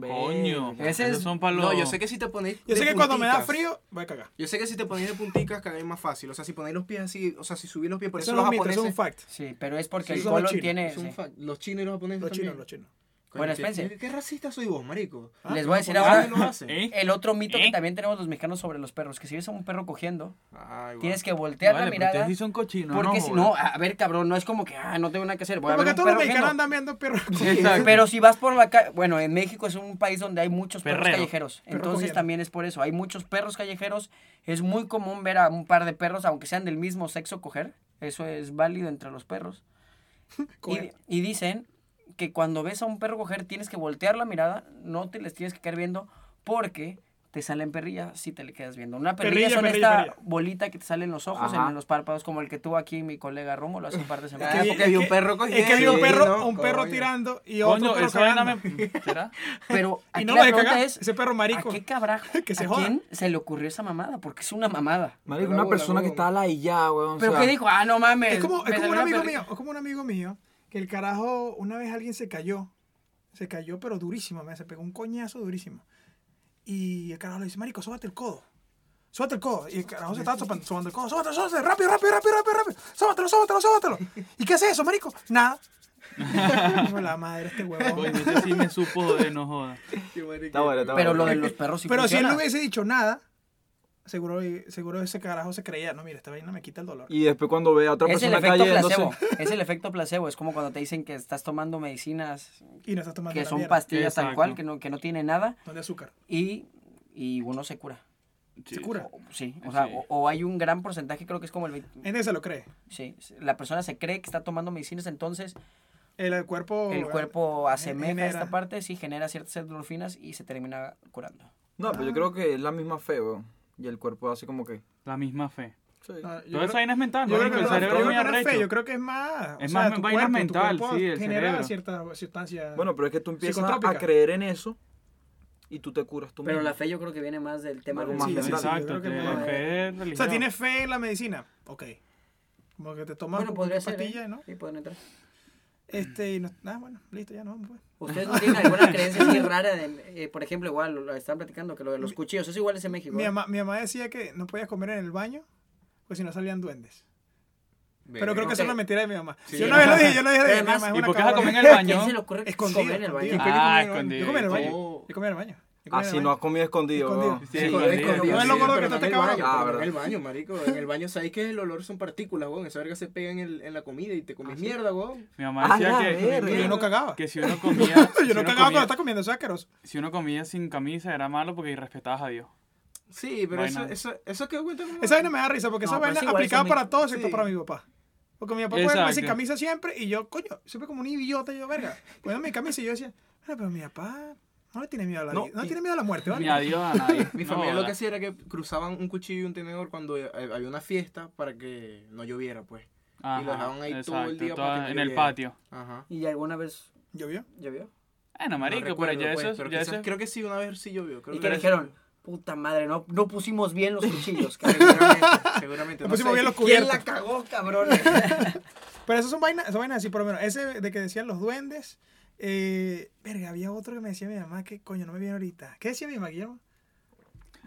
S3: Coño.
S1: Ese es-
S3: Esos son para los...
S5: No, yo sé que si te ponéis.
S2: Yo sé
S5: de
S2: que cuando me da
S5: puntitas-
S2: frío, voy a cagar.
S5: Yo sé que si te ponéis de punticas cagáis más fácil. O sea, si ponéis los pies así, o sea, si subís los pies, por
S2: Eso
S5: eso,
S2: no es
S5: los
S2: un mito, eso es un
S5: japoneses.
S2: fact.
S1: Sí, pero es porque
S2: Sí,
S1: el
S2: son los
S1: colon
S2: chinos,
S1: tiene...
S5: es un
S1: sí.
S5: fact. los chinos y los japoneses.
S2: Los
S5: también.
S2: chinos, los chinos.
S5: Coño,
S1: Bueno,
S5: ¿qué-
S1: espérense.
S5: ¿Qué, qué racista soy vos, marico?
S1: Les voy a decir
S5: japoneses
S1: ahora
S5: no lo hacen.
S3: *laughs* ¿Eh?
S1: el otro mito
S3: ¿Eh?
S1: que también tenemos los mexicanos sobre los perros, que si ves a un perro cogiendo,
S5: Ay, guau.
S1: tienes que voltear
S3: Vale,
S1: la
S3: pero ustedes
S1: mirada.
S3: sí son cochinos,
S1: Porque
S3: no,
S1: si
S3: joder.
S1: no, a ver, cabrón, no es como que, ah, no tengo nada que hacer, voy a ver
S2: Porque
S1: un
S2: todos los
S1: perro
S2: mexicanos
S1: cogiendo.
S2: andan viendo perros.
S4: Exacto.
S1: Pero si vas por la calle, bueno, en México es un país donde hay muchos perros
S3: Perrero.
S1: callejeros.
S2: Perro
S1: entonces
S2: cogiendo.
S1: también es por eso. Hay muchos perros callejeros. Es muy común ver a un par de perros, aunque sean del mismo sexo, coger. Eso es válido entre los perros. Y,
S2: Coger.
S1: y dicen que cuando ves a un perro coger, tienes que voltear la mirada, no te les tienes que quedar viendo, porque te salen perrillas si te le quedas viendo. Una perrilla,
S2: Perrilla,
S1: son
S2: perrilla,
S1: esta
S2: perrilla.
S1: bolita que te sale en los ojos,
S4: Ajá.
S1: en los párpados, como el que tuvo aquí mi colega Rómulo hace un
S2: *laughs*
S1: par de semanas.
S4: Ah,
S2: vi-
S4: porque vi un
S2: que-
S4: perro
S2: Es que vi
S4: cogiendo.
S2: un
S5: Sí,
S2: perro,
S5: no,
S2: un perro
S5: coño.
S2: tirando y otro
S3: Coño,
S2: perro
S3: esa vaina
S2: cagando.
S3: me...
S1: *laughs*
S3: ¿Será?
S1: Pero aquí
S2: *laughs* Y no
S1: la
S2: lo de
S1: pregunta
S2: cagar,
S1: es,
S2: ese perro marico.
S1: ¿a qué cabrajo?
S2: *laughs* Que se
S1: ¿A
S2: joda.
S1: quién se le ocurrió esa mamada? Porque es una mamada.
S4: Marico,
S5: La
S4: una
S5: bola,
S4: persona que
S5: huevón.
S4: está ladillada, weón.
S1: ¿Pero qué dijo? Ah, no mames.
S2: Es como,
S1: me
S2: es como un
S1: salió una
S2: amigo
S1: perri-
S2: mío, es como un amigo mío, que el carajo, una vez alguien se cayó, se cayó pero durísimo, me se pegó un coñazo durísimo. Y el carajo le dice, marico, sóbate el codo. Sóbate el codo. Y el carajo se estaba sopan- sobando el codo. Sóbatelo, sóbatelo, rápido, rápido, rápido, rápido, rápido. Sóbatelo, sóbatelo, sóbatelo. ¿Y qué hace eso, marico? Nada.
S1: *laughs*
S2: Hijo de la madre, este
S3: Coño,
S2: huevón.
S3: ese sí me supo joder, no joda.
S5: Qué marico.
S4: Está bueno, está
S1: Pero
S4: bueno.
S1: lo
S2: *laughs*
S1: de los perros sí
S2: Pero si él
S1: funciona.
S2: no hubiese dicho nada, seguro, seguro ese carajo se creía, no, mira, esta vaina me quita el dolor.
S4: Y después cuando ve a otra
S1: Es el
S4: persona
S1: efecto
S4: cayéndose...
S1: placebo. Es el efecto placebo. Es como cuando te dicen que estás tomando medicinas
S2: Y no está tomando
S1: que
S2: la
S1: son
S2: mierda.
S1: pastillas tal
S3: Exacto.
S1: cual, que no, que no tiene nada,
S2: Son de azúcar.
S1: y, y uno se cura.
S2: Se cura.
S1: O- Sí, o sea,
S3: Sí.
S1: o, o hay un gran porcentaje, creo que es como el 20
S2: Gente que se lo cree.
S1: Sí, la persona se cree que está tomando medicinas, entonces
S2: El, el cuerpo. eh,
S1: el cuerpo asemeja
S2: Oh, genera.
S1: esta parte, sí genera ciertas endorfinas y se termina curando.
S4: No,
S2: Ah.
S4: pero yo creo que es la misma fe, weón. Y el cuerpo hace como que...
S3: La misma fe.
S2: Ah,
S4: Sí.
S2: yo
S3: Toda esa
S2: creo-
S3: vaina es mental,
S2: yo creo
S3: marico,
S2: que
S3: el
S2: no-
S3: cerebro
S2: yo
S3: es muy
S2: creo que no es fe,
S3: arrecho.
S2: yo creo que es más.
S3: Es
S2: o sea,
S3: más
S2: tu
S3: vaina
S2: cuerpo- tu
S3: mental,
S2: cuerpo
S3: sí, el
S2: genera
S3: cerebro.
S2: cierta sustancia.
S4: Bueno, pero es que tú empiezas a- a
S2: ah. Psicotrópica.
S4: creer en eso y tú te curas tú
S1: Pero
S4: mismo.
S1: la fe yo creo que viene más del tema
S4: Algo
S1: de
S4: más
S1: sí,
S4: mental.
S1: sí, sí.
S2: yo creo
S3: Exacto,
S2: que
S3: que
S2: no.
S3: la fe es
S2: o sea,
S3: religión.
S2: tienes fe en la medicina. Ok. Como que te tomas
S1: Bueno, podría
S2: cualquier
S1: ser.
S2: pastilla,
S1: ¿eh?
S2: ¿no?
S1: Sí, podrían
S2: *laughs*
S1: entrar.
S2: Este, y no, ah, bueno, listo, ya no vamos. Pues.
S1: ¿Ustedes no tienen alguna creencia así rara? de, eh, por ejemplo, igual, lo lo están platicando, que lo de los cuchillos, eso igual es en México.
S2: Mi,
S1: ¿eh?
S2: mamá, mi mamá decía que no podías comer en el baño, pues si no salían duendes. Pero creo que eso es
S1: Ok.
S2: una mentira de mi mamá.
S5: Sí.
S2: Yo no lo dije, yo no dije de mi
S1: Además-
S2: mamá. es
S3: ¿Y
S2: una
S3: por qué vas a
S2: cabrona.
S3: comer en el baño?
S1: ¿Quién se le ocurre
S2: Escondido,
S1: comer en el baño?
S2: escondido.
S3: Ah,
S2: Yo comí en el
S3: escondido.
S2: baño.
S5: Oh.
S2: Yo comí en el baño. Yo comí
S4: Ah,
S2: en el
S4: si
S2: baño.
S4: no has comido escondido,
S2: Escondido.
S4: weón.
S3: Sí,
S5: Sí,
S3: con-
S5: es
S3: con-
S5: con-
S2: No es lo gordo que
S5: pero
S2: está
S5: no
S2: este
S5: en el
S2: cabrón.
S5: baño,
S4: Ah,
S5: pero
S4: verdad.
S5: En el baño, marico. En el baño, ¿sabéis que el olor son partículas, weón? Esa verga se pega en, el- en la comida y te comes mierda, weón.
S3: Mi mamá decía
S4: Ah, la
S3: que,
S4: verga.
S2: Pero yo no cagaba.
S3: que si uno comía, si
S2: Yo no
S3: uno
S2: cagaba cuando
S3: comía-
S2: estaba comiendo, eso es asqueroso.
S3: si uno comía sin camisa era malo porque irrespetabas a Dios.
S5: Sí, pero
S3: Vaina.
S5: eso, eso, eso que cuenta como.
S2: Esa vaina me da risa porque
S1: No,
S2: esa
S1: pero
S2: vaina
S1: es igual,
S2: aplicaba
S1: son
S2: para
S1: mi-
S2: todos excepto
S5: sí.
S2: para mi papá. Porque mi papá podía irme sin
S3: Exacto.
S2: camisa siempre y yo, coño, siempre como un idiota, yo, verga, poniendo mi camisa y yo decía, bueno, pero mi papá no le tiene miedo a la,
S4: No,
S2: vida, no le
S4: y-
S2: tiene miedo a la muerte, ¿vale?
S3: Ni a Dios a nadie.
S5: Mi
S3: No,
S5: familia lo
S3: la-
S5: que hacía era que cruzaban un cuchillo y un tenedor cuando eh, había una fiesta para que no lloviera, pues.
S3: Ajá,
S5: dejaban ahí todo el
S3: exacto,
S5: día para
S3: toda-
S5: que
S3: en el
S5: lloviera.
S3: patio.
S5: Ajá.
S1: ¿Y alguna vez
S2: ¿Llovió?
S1: llovió?
S3: Bueno, marico,
S5: No
S3: pero
S5: recuerdo,
S3: ya
S5: pues,
S3: eso, es-
S5: pero
S3: ya
S5: quizás-
S3: eso es-
S5: Creo que sí, una vez sí llovió. Creo
S1: ¿Y
S5: que
S1: qué
S5: era-
S1: dijeron? Puta madre, no, no pusimos bien los
S2: *laughs*
S1: cuchillos, cabrón.
S5: Seguramente, seguramente.
S2: Le
S5: no
S2: pusimos
S5: sé.
S2: bien los
S1: ¿Quién la
S2: cubiertos.
S1: cagó, cabrón?
S2: *laughs* Ah, Pero esas son vainas, esas vainas así, por lo menos. Ese de que decían los duendes. Eh, verga, había otro que me decía mi mamá que, coño, no me viene ahorita. ¿Qué decía mi mamá, Guillermo?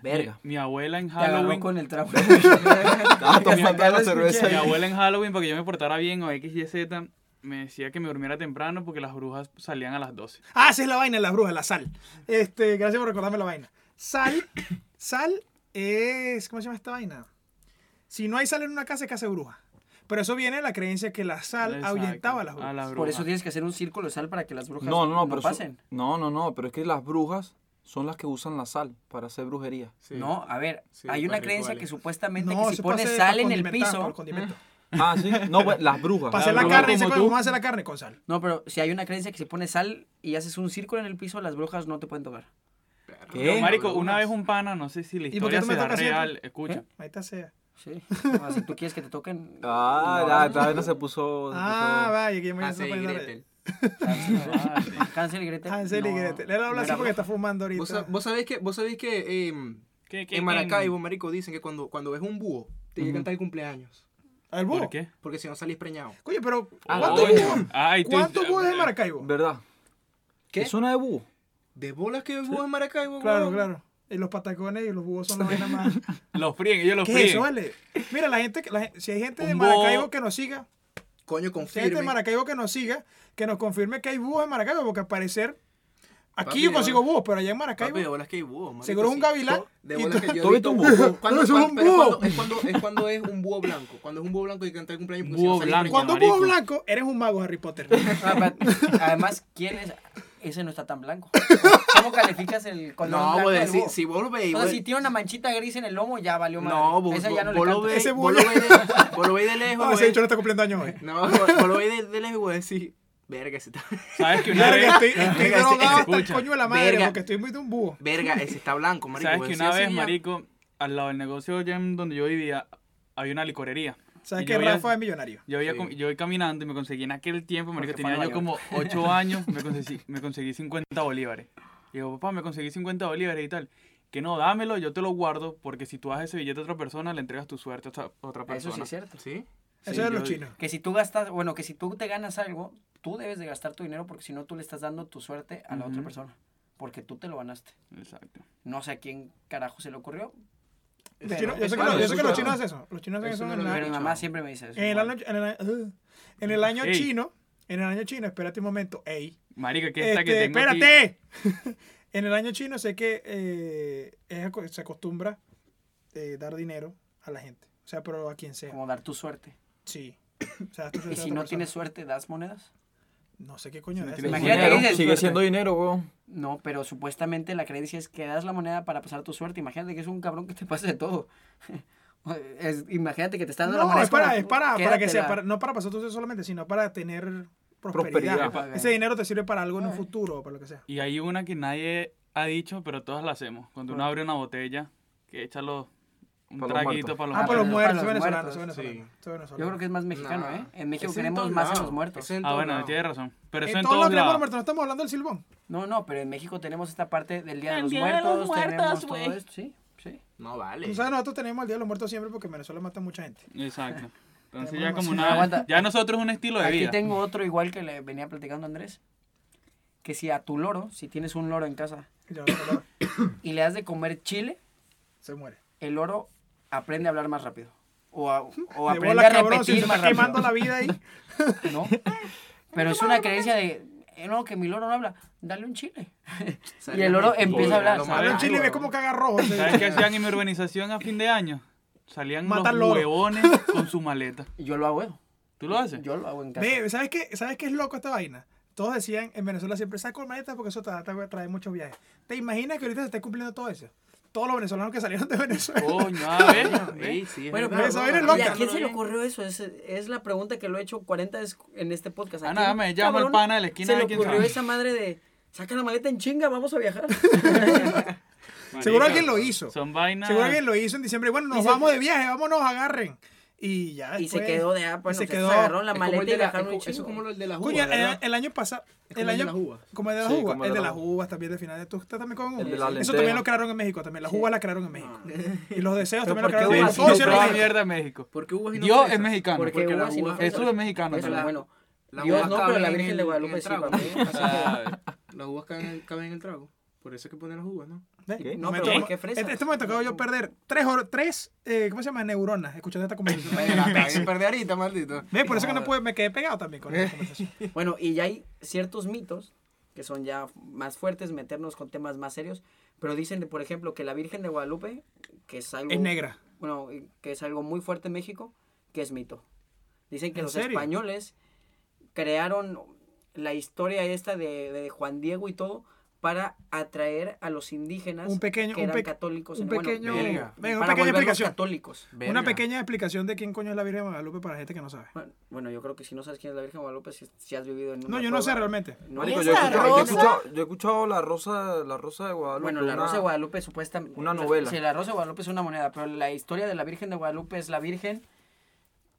S4: Verga.
S3: Mi, mi abuela en
S1: Te agarró
S3: Halloween.
S1: con el
S2: *laughs*
S1: trapo.
S4: Estaba tomando
S2: acá
S4: Ah, la
S2: lo
S4: cerveza.
S3: Mi abuela en Halloween, para que yo me portara bien o X, Y, Z, me decía que me durmiera temprano porque las brujas salían a las 12.
S2: Ah, esa es la vaina, la bruja, la sal. Este, gracias por recordarme la vaina. Sal, *coughs* sal es. ¿Cómo se llama esta vaina? Si no hay sal en una casa, es casa de bruja. Pero eso viene de la creencia que la sal
S3: Exacto, Ah,
S2: ahuyentaba a las
S3: a
S2: brujas.
S3: las
S1: Por eso
S3: brujas.
S1: tienes que hacer un círculo de sal para que las brujas
S4: No,
S1: no,
S4: no, no, pero eso-
S1: pasen.
S4: no, no, no, pero es que las brujas son las que usan la sal para hacer brujería.
S5: Sí.
S1: No, a ver,
S5: Sí,
S1: hay una
S5: para
S1: creencia
S5: rituales.
S1: que supuestamente
S2: No,
S1: que si
S2: eso pasa
S1: pones
S2: para
S1: sal en el
S2: condimentar, para
S1: piso.
S2: el condimento.
S4: Ah, sí. No, pues, las brujas.
S2: Para hacer la
S3: bruja
S2: carne,
S3: como
S2: dice,
S3: tú.
S2: ¿cómo hace la carne con sal?
S1: No, pero si hay una creencia que si pones sal y haces un círculo en el piso, las brujas no te pueden tocar.
S4: ¿Qué?
S3: No, marico, una vez un pana, no sé si la
S2: ¿Y por qué
S3: historia
S2: tú me ¿Eh?
S3: será
S2: tocas siempre?
S3: real, escucha.
S2: Ahí sea.
S1: Sí. O sea, si tú quieres que
S5: *laughs*
S1: te toquen.
S4: Ah,
S1: no,
S4: la,
S1: no.
S4: esta vez no se puso. se
S2: Ah,
S4: puso-
S2: vaya, que yo me voy a
S6: Hansel y
S2: sorprender.
S6: Gretel.
S3: Vale.
S1: Hansel y Gretel.
S2: Hansel y
S1: no,
S2: Gretel. Él
S1: no
S2: habla así
S1: era-
S2: porque está fumando
S5: ¿Vos, sa-
S2: ahorita.
S5: vos sabéis que, vos sabéis que em,
S3: ¿Qué- qué-
S5: en
S3: qué-
S5: Maracaibo, marico, dicen que cuando, cuando ves un búho, te llega a cantar el cumpleaños.
S2: ¿El búho?
S3: ¿Por qué?
S5: Porque si no salís preñado.
S2: Coño, pero
S3: Ah,
S2: ¿cuántos
S3: oye. *laughs*
S2: búhos?
S3: Ay, tú- eh,
S2: ¿Cuántos búhos de Maracaibo?
S4: ¿Verdad?
S5: ¿Qué?
S4: Es una de búho.
S5: ¿De bolas que ves búho en Maracaibo?
S2: Claro,
S5: weón?
S2: claro. Y los patacones y los búhos son la vaina más.
S3: Los fríen, ellos *laughs* los
S2: ¿Qué es eso,
S3: fríen.
S2: vale? Mira, la gente, que- la gen- si hay gente de
S3: Un búho.
S2: Maracaibo que nos siga,
S5: Coño,
S2: si hay gente de
S5: confirme.
S2: Maracaibo que nos siga, que nos confirme que hay búhos en Maracaibo, porque al parecer aquí
S5: Papi,
S2: yo
S5: de
S2: consigo
S5: bola.
S2: búhos, pero allá en
S5: Papi, de
S2: Maracaibo.
S5: bolas que hay búho, marico,
S2: Seguro es un
S5: sí.
S2: gavilán.
S5: De
S2: y
S5: bolas
S2: tú-
S5: que yo
S4: ¿Tú
S5: he
S4: viste
S5: visto
S4: un
S5: búho.
S4: búho?
S5: Cuando-
S2: Eso es
S5: cuando-
S2: un
S5: pero
S2: búho.
S5: cuando- Es cuando, es cuando es un búho blanco. Cuando es un búho blanco y cantar el cumpleaños. porque si
S3: Búho
S5: no salís
S3: blanco.
S5: preñado.
S2: Cuando un búho blanco, eres un mago, Harry Potter.
S1: Ah, pero, Además, ¿quién es? Ese no está tan blanco. ¿Cómo calificas el color
S5: No, pues,
S1: blanco
S5: vos
S1: del
S5: decís,
S1: búho?
S5: si vos lo veis,
S1: O sea,
S5: vos-
S1: si tiene una manchita gris en el lomo, ya valió madre.
S5: pues. No, vos,
S1: Esa ya
S5: vos,
S1: no le
S5: vos lo
S1: cantas.
S5: veis,
S2: Ese
S5: vos lo
S2: búho.
S5: veis de- vos lo veis de lejos.
S2: No,
S5: vos
S2: Ah, ese
S5: veis-
S2: dicho no está cumpliendo años
S6: *laughs*
S2: hoy.
S5: No, vos vos lo veis de, de lejos y vos decís, verga, ese está,
S3: ¿Sabes que una
S2: Verga,
S3: vez,
S2: estoy, estoy
S5: Verga,
S2: drogado hasta el
S3: escucha.
S2: coño de la madre
S5: Verga.
S2: porque estoy muy de un búho.
S5: verga, ese está blanco, marico.
S3: ¿sabes
S5: vos
S3: que
S6: pues,
S5: decís
S3: una
S5: así
S3: vez,
S5: ya.
S3: marico, al lado del negocio ya en donde yo vivía, había una licorería?
S2: ¿Sabes
S3: Y
S2: que
S3: yo había-
S2: Rafa es millonario?
S3: Yo, había
S5: Sí.
S3: com- yo iba caminando y me conseguí en aquel tiempo, marico,
S1: Porque
S3: tenía
S1: paga
S3: yo como 8 años, me conseguí, me conseguí 50 bolívares. Y digo, papá, me conseguí 50 bolívares y tal. Que no, dámelo, yo te lo guardo, porque si tú das ese billete a otra persona, le entregas tu suerte a otra- a otra persona.
S1: Eso sí es cierto.
S5: ¿Sí?
S2: Eso
S3: Sí,
S2: es de los
S3: yo-
S2: chinos.
S1: Que si tú gastas, bueno, que si tú te ganas algo, tú debes de gastar tu dinero porque si no tú le estás dando tu suerte a la otra
S3: Ujú.
S1: persona. Porque tú te lo ganaste.
S3: Exacto.
S1: No sé a quién carajo se le ocurrió,
S2: Los chinos- Yo sé que
S4: Bueno,
S2: los- yo sé
S4: eso
S2: que los
S4: no-
S2: chinos hacen eso. Los chinos hacen
S5: eso
S2: eso
S5: no
S2: en
S5: lo
S2: la-
S1: pero mi
S5: escuchado.
S1: mamá siempre me dice eso.
S2: En el año, en el, año- en el año
S3: Ey.
S2: chino, en el año chino, espérate un momento, ey.
S3: Marica, que esta que
S2: Este,
S3: tengo aquí-
S2: espérate. *laughs* en el año chino sé que eh, es aco- se acostumbra eh, dar dinero a la gente. O sea, pero a quien sea.
S1: Como dar tu suerte.
S2: Sí. *clears throat* O sea, esto se
S1: Y si
S2: trata de
S1: no
S2: persona.
S1: tienes suerte, das monedas.
S2: No sé qué coño es.
S1: tienes-
S2: Imagínate.
S1: Imagínate,
S4: Dinero,
S1: dices,
S4: sigue
S1: suerte.
S4: siendo dinero, weón.
S1: No, pero supuestamente la creencia es que das la moneda para pasar tu suerte. Imagínate que es un cabrón que te pase de todo. *laughs* Es- imagínate que te está dando la
S2: No,
S1: moneda.
S2: es para,
S1: como,
S2: es para, para que sea,
S1: quédatela.
S2: para- no para pasar todo eso solamente, sino para tener prosperidad.
S4: Prosperidad.
S1: Epa.
S2: Ese dinero te sirve para algo en un
S1: Ah.
S2: futuro, para lo que sea.
S3: Y hay una que nadie ha dicho, pero todas la hacemos. Cuando uno
S1: ¿Cuál?
S3: abre una botella, que echa los, un
S4: Pa' los
S3: traguito
S4: muertos.
S3: para los
S2: Ah, por los
S1: para
S2: muertos,
S1: los
S2: soy venezolano,
S1: muertos,
S2: soy venezolano.
S5: sí.
S2: soy venezolano.
S1: Yo creo que es más mexicano,
S5: Nah.
S1: ¿eh? En México
S5: Ese en
S1: queremos
S5: todos
S1: más
S5: lados.
S1: a los muertos.
S5: Ese en
S3: Ah,
S5: todos
S3: bueno,
S5: lados.
S3: tienes razón. Pero eso
S2: en
S3: en
S2: Eh, todos los
S3: todos
S2: creemos
S3: lados.
S2: muertos, no estamos hablando del silbón.
S1: No, no, pero en México tenemos esta parte del Día de
S3: El
S1: los
S3: Día de
S1: Muertos.
S3: los Muertos,
S1: tenemos
S3: güey.
S1: todo esto, Sí, sí.
S5: No vale.
S2: Tú sabes, nosotros tenemos el Día de los Muertos siempre porque en Venezuela mata mucha gente.
S3: Exacto. Entonces
S2: Tenemos
S3: ya como
S2: emoción.
S1: Aguanta.
S3: una... Ya nosotros es un estilo de
S1: Aquí
S3: vida.
S1: tengo otro igual que le venía platicando a Andrés. Que si a tu loro, si tienes un loro en casa
S2: Y yo, no,
S1: *laughs*
S2: no,
S1: y le das de comer chile,
S2: se muere.
S1: el loro aprende a hablar más rápido. O, a- o
S2: *laughs* De
S1: aprende
S2: bola,
S1: a
S2: cabrón, si
S1: repetir
S2: se
S1: más
S2: está
S1: rápido.
S2: quemando la vida
S1: *laughs*
S2: ahí. *laughs*
S1: ¿no? Pero es una creencia de, eh, no, que mi loro no habla, dale un chile.
S5: Sale
S1: Y el oro
S5: mentira,
S1: empieza a hablar.
S5: lo
S1: ¿sabes?
S2: Ahora en
S5: malo,
S2: Chile
S5: weón.
S2: ves cómo caga rojo. se-
S3: ¿Sabes qué hacían en mi urbanización a fin de año? Salían
S2: Mata al
S3: los
S2: loro.
S3: huevones con su maleta.
S1: Yo lo hago, eso.
S3: ¿Tú lo haces?
S1: yo lo hago en casa.
S2: *laughs* Ve, ¿sabes qué? ¿Sabes qué es loco esta vaina? Todos decían, en Venezuela siempre saco maletas porque eso te, te trae muchos viajes. ¿Te imaginas que ahorita se está cumpliendo todo eso? Todos los venezolanos que salieron de *laughs* Venezuela.
S3: Coño, ah, a ver.
S5: Ey, sí, es
S1: Bueno,
S5: verdad,
S1: pero
S2: Eso
S5: weón.
S2: viene
S1: ¿y
S2: loca.
S1: a quién se le ocurrió eso? Es, es la pregunta que lo he hecho 40 veces en este podcast. ¿A
S3: Ah, nada,
S1: quién,
S3: me llama el
S1: cabrón,
S3: pana de la esquina,
S1: Se le
S3: ¿quién
S1: ocurrió
S3: sabe?
S1: esa madre de, saca la maleta en chinga, vamos a
S3: *laughs*
S1: viajar.
S2: Seguro alguien lo hizo.
S3: Son vainas.
S2: Seguro alguien lo hizo en diciembre. Bueno, nos
S1: Dice-
S2: vamos de viaje, vámonos, agarren. Y ya.
S1: y se
S2: después-
S1: quedó de, ah,
S2: y
S1: bueno,
S2: se
S1: se
S2: quedó.
S1: agarraron la
S5: Es como el
S1: maleta
S5: de
S1: y
S5: la-
S1: viajaron
S5: es
S1: un
S5: co- Eso es como
S1: chingo.
S5: el de las
S2: Coño,
S5: uvas,
S2: el,
S5: ¿verdad?
S2: el año pasado.
S5: Es como
S2: El
S5: el de
S2: año.
S5: las uvas.
S2: Como el de las
S4: Sí,
S2: uvas.
S4: como
S2: El de las uvas también de finales. Tú estás también con
S4: El de la
S2: Eso
S4: lenteja.
S2: también lo crearon en México. También las uvas las crearon en México. Y los deseos
S1: Pero
S2: también lo
S1: ¿por qué
S2: crearon en
S1: uvas?
S2: México.
S1: Sí,
S2: Todos
S1: no, pero
S2: hicieron lo
S3: la
S1: había-
S2: mismo.
S3: mierda de México.
S5: Porque uvas y no
S3: Dios
S5: fresas.
S3: es mexicano.
S1: Porque
S5: Porque
S1: uvas
S5: la
S1: y no
S5: uva-
S1: fresas.
S3: Jesús es mexicano
S1: Eso,
S3: también.
S1: Bueno,
S5: Las
S1: Dios
S5: uvas
S1: no, pero
S5: caben
S1: la
S5: en
S1: Virgen
S5: el-
S1: de
S5: en
S1: Guadalupe
S5: el
S1: sí,
S5: trago.
S1: para mí. así que-
S3: Ah,
S5: Las uvas caben en el- caben en el trago. Por eso es que ponen las uvas, ¿no?
S4: ¿Qué?
S1: No,
S2: Me
S1: pero
S2: tomo-
S1: ¿por qué fresas?
S2: Este, este momento acabo yo perder tres, hor- tres eh, ¿cómo se llama? Neuronas, escuchando esta conversación.
S5: Me la cagué en perder ahorita, maldito.
S2: Ve, Por eso que no pude, me quedé pegado también con esta conversación.
S1: Bueno, y ya hay ciertos mitos que son ya más fuertes, meternos con temas más serios, pero dicen, por ejemplo, que la Virgen de Guadalupe, que es algo
S2: Es negra.
S1: bueno, que es algo muy fuerte en México, que es mito. Dicen que
S2: ¿En
S1: los
S2: serio?
S1: españoles crearon la historia esta de, de Juan Diego y todo para atraer a los indígenas
S2: Un pequeño-
S1: que
S2: un
S1: eran
S2: pe-
S1: católicos.
S2: un
S1: en- bueno,
S2: pequeño-
S1: verga,
S2: venga, una
S1: para
S2: pequeña
S1: volverlos
S2: explicación.
S1: católicos.
S2: Una
S4: Verga.
S2: pequeña explicación de quién coño es la Virgen de Guadalupe para la gente que no sabe.
S1: Bueno, Bueno, yo creo que si no sabes quién es la Virgen de Guadalupe, si, si has vivido en
S2: No,
S1: una
S2: yo no sé
S1: cueva.
S2: realmente.
S1: No,
S4: Marico,
S1: es
S4: yo he,
S1: la
S4: escuchado, yo, he
S1: rosa.
S4: escuchado, yo he escuchado la rosa, la rosa de Guadalupe.
S1: Bueno, la
S4: una-
S1: Rosa de Guadalupe supuestamente...
S4: una
S1: o sea,
S4: novela.
S1: Sí, la Rosa de Guadalupe es una moneda, pero la historia de la Virgen de Guadalupe es la Virgen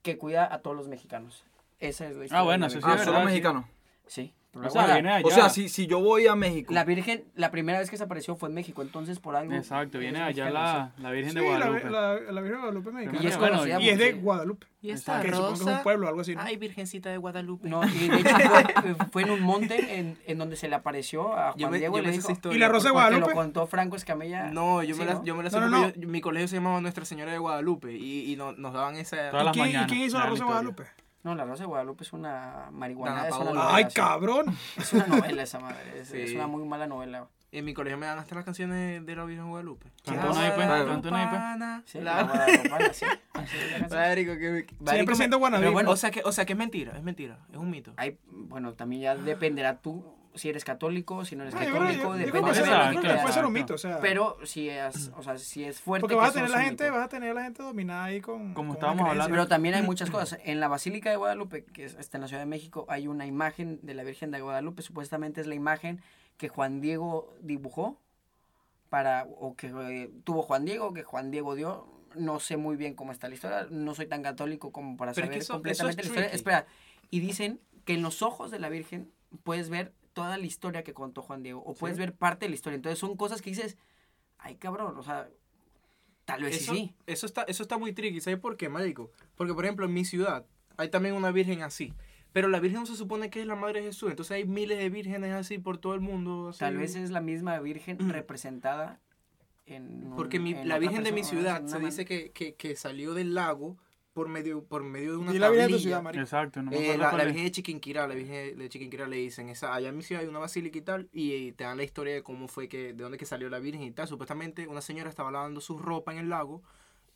S1: que cuida a todos los mexicanos. Esa es la historia. de
S3: bueno,
S1: la
S3: eso sí
S4: Ah,
S1: Virgen.
S3: es
S4: solo
S3: verdad, sí.
S4: mexicano.
S1: Sí.
S3: O sea, viene allá.
S4: O sea, si, si yo voy a México.
S1: La Virgen, la primera vez que se apareció fue en México, entonces por algo...
S3: Exacto, viene
S1: es
S3: allá
S1: mexicano,
S3: la, la Virgen
S2: Sí,
S3: de
S2: la,
S3: Guadalupe.
S2: la- la Virgen de Guadalupe mexicana.
S1: Y es
S3: Bueno,
S1: conocida
S2: Y es de
S1: Sí.
S2: Guadalupe.
S6: Y esta
S2: Que supongo que es
S6: rosa.
S2: un pueblo o algo así, ¿no?
S6: Ay, Virgencita de Guadalupe.
S1: sí. No, y de hecho fue, fue en un monte en, en donde se le apareció a Juan
S6: yo me,
S1: Diego
S6: yo
S1: y le
S6: me sé
S1: dijo...
S6: esa historia.
S2: ¿Y la Rosa de
S1: porque lo
S2: Guadalupe?
S1: contó Franco Escamilla.
S6: No, yo,
S1: Sí,
S6: me la,
S1: ¿no?
S6: yo me
S2: No,
S6: la sé
S2: no,
S6: porque
S2: no.
S6: yo- mi colegio se llamaba Nuestra Señora de Guadalupe y, y no- nos daban esa...
S3: Todas
S2: ¿Y
S3: las
S2: quién, y
S3: mañanas.
S2: quién hizo la
S3: era
S2: Rosa de
S3: historia.
S2: Guadalupe?
S1: No, la Rosa de Guadalupe es una marihuana.
S4: Dana
S1: Es una
S4: Paola.
S1: novela,
S2: Ay,
S1: sí.
S2: cabrón.
S1: Es una novela esa madre. Es, es
S6: Sí.
S1: una muy mala novela.
S6: En mi colegio me dan hasta las canciones de la Virgen de Guadalupe.
S3: Cantó una ahí, pues,
S6: La
S3: cantó una ahí, pues.
S6: Guadalupana,
S1: Sí,
S6: *laughs*
S1: la,
S6: la-
S1: Guadalupana, sí. Así es la canción.
S6: Marico, que-
S2: Siempre
S6: Marico,
S2: siendo
S1: Pero
S2: guanabí.
S1: bueno,
S6: O sea que, o sea que es mentira, es mentira, es un mito.
S1: hay, bueno, también ya dependerá tú si eres católico, si no eres
S2: Ah, yo creo- yo-
S1: católico,
S2: yo creo
S1: depende
S2: que
S1: de
S2: sí,
S3: Exacto,
S1: la
S2: yo creo que
S1: creas.
S2: puede ser un
S3: exacto.
S2: mito, o sea.
S1: Pero si es, o sea, si es fuerte.
S2: Porque
S1: que
S2: vas a
S1: eso
S2: tener
S1: es
S2: la
S1: un
S2: gente,
S1: mito.
S2: vas a tener la gente dominada ahí con.
S3: Como
S2: con
S3: estábamos
S2: una creencia.
S3: hablando.
S1: Pero también hay muchas cosas. En la Basílica de Guadalupe, que es- está en la Ciudad de México, hay una imagen de la Virgen de Guadalupe. Supuestamente es la imagen que Juan Diego dibujó para o que eh, tuvo Juan Diego, que Juan Diego dio. No sé muy bien cómo está la historia. No soy tan católico como para
S6: Pero es
S1: saber
S6: que eso-
S1: completamente
S6: eso es
S1: la historia.
S6: tricky.
S1: Espera. Y dicen que en los ojos de la Virgen puedes ver toda la historia que contó Juan Diego o puedes ver parte de la historia. Entonces son cosas que dices, ay cabrón, o sea, tal vez sí,
S6: Eso,
S1: sí.
S6: eso está, eso está muy tricky, ¿sabes por qué, marico? Porque, por ejemplo, en mi ciudad hay también una virgen así. Pero la virgen no se supone que es la madre de Jesús. Entonces hay miles de vírgenes así por todo el mundo. así.
S1: Tal vez es la misma
S6: *clears throat*
S1: virgen representada en. un-
S6: Porque mi-
S1: en
S6: la
S1: otra
S6: virgen de mi
S1: persona, en
S6: ciudad
S1: una
S6: se
S1: man-
S6: dice que, que, que salió del lago por medio, por medio de una
S2: Y la vida de tu
S6: tablilla.
S2: ciudad, marico.
S3: Exacto, no me
S6: Eh,
S3: acuerdo
S6: la,
S3: cuál
S6: la
S3: es.
S6: Virgen de Chiquinquirá, la Virgen de Chiquinquirá le dicen, esa, allá en mi ciudad hay una basílica y tal, y, eh, te dan la historia de cómo fue que, de dónde que salió la Virgen y tal. Supuestamente una señora estaba lavando su ropa en el lago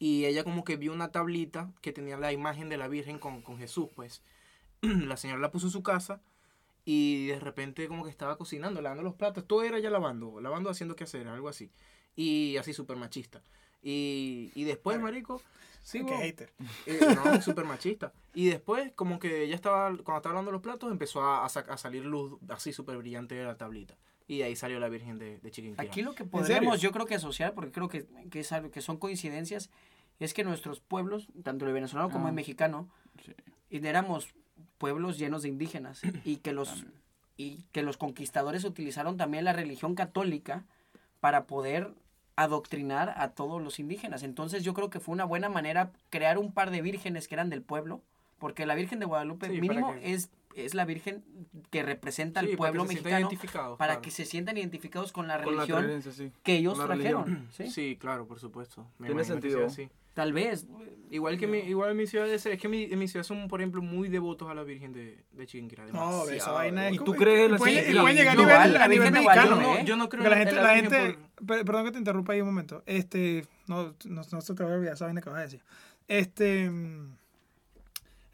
S6: y ella como que vio una tablita que tenía la imagen de la Virgen con, con Jesús, pues. *clears throat* la señora la puso en su casa y de repente como que estaba cocinando, lavando los platos, todo era ya lavando, lavando, haciendo qué hacer, algo así. Y así súper machista. Y, y después, marico, sí,
S2: Qué
S1: pues.
S6: huevón.
S2: hater.
S6: Eh, no, súper machista. Y después, como que ella estaba, cuando estaba hablando de los platos, empezó a, a sa- a salir luz así súper brillante de la tablita. Y de ahí salió la Virgen de, de Chiquinquirá.
S1: Aquí lo que
S2: serio?
S1: podemos, yo creo que asociar, porque creo que, que, es algo, que son coincidencias, es que nuestros pueblos, tanto el venezolano como
S3: Ah,
S1: el mexicano,
S3: sí.
S1: y éramos pueblos llenos de indígenas y que los y que los conquistadores utilizaron también la religión católica para poder adoctrinar a todos los indígenas. Entonces yo creo que fue una buena manera crear un par de vírgenes que eran del pueblo, porque la Virgen de Guadalupe
S6: Sí, para
S1: mínimo
S6: que-
S1: es, es la Virgen que representa al
S6: Sí, para
S1: pueblo
S6: que se sientan
S1: mexicano
S6: identificados,
S1: para
S6: claro.
S1: que se sientan identificados con la
S4: con la
S1: religión
S4: creencia, sí.
S1: que ellos
S4: con la
S1: trajeron. ¿sí?
S6: Sí, claro, por supuesto. Me
S4: Tiene
S6: imagino que
S4: sentido.
S6: sea así.
S1: Tal vez.
S6: Igual que mi, igual en mi ciudad, es, es que mi, en mi ciudad son, por ejemplo, muy devotos a la Virgen de, de Chiquinquirá.
S2: No,
S6: demasiado.
S2: esa vaina es.
S4: ¿Y tú
S2: como-
S4: crees en
S2: y
S4: la
S2: puede,
S4: ciencia?
S2: y puede llegar a
S1: No,
S2: nivel,
S1: vale, la
S2: a nivel
S1: Virgen de
S2: mexicano,
S1: Guadalupe,
S2: ¿no?
S1: ¿eh?
S6: Yo no creo
S2: Porque la gente, la
S6: Virgen
S2: gente,
S6: por-
S2: per- perdón que te interrumpa ahí un momento. Este, no, no, no se te va a olvidar esa vaina que vas a decir. Este, mm,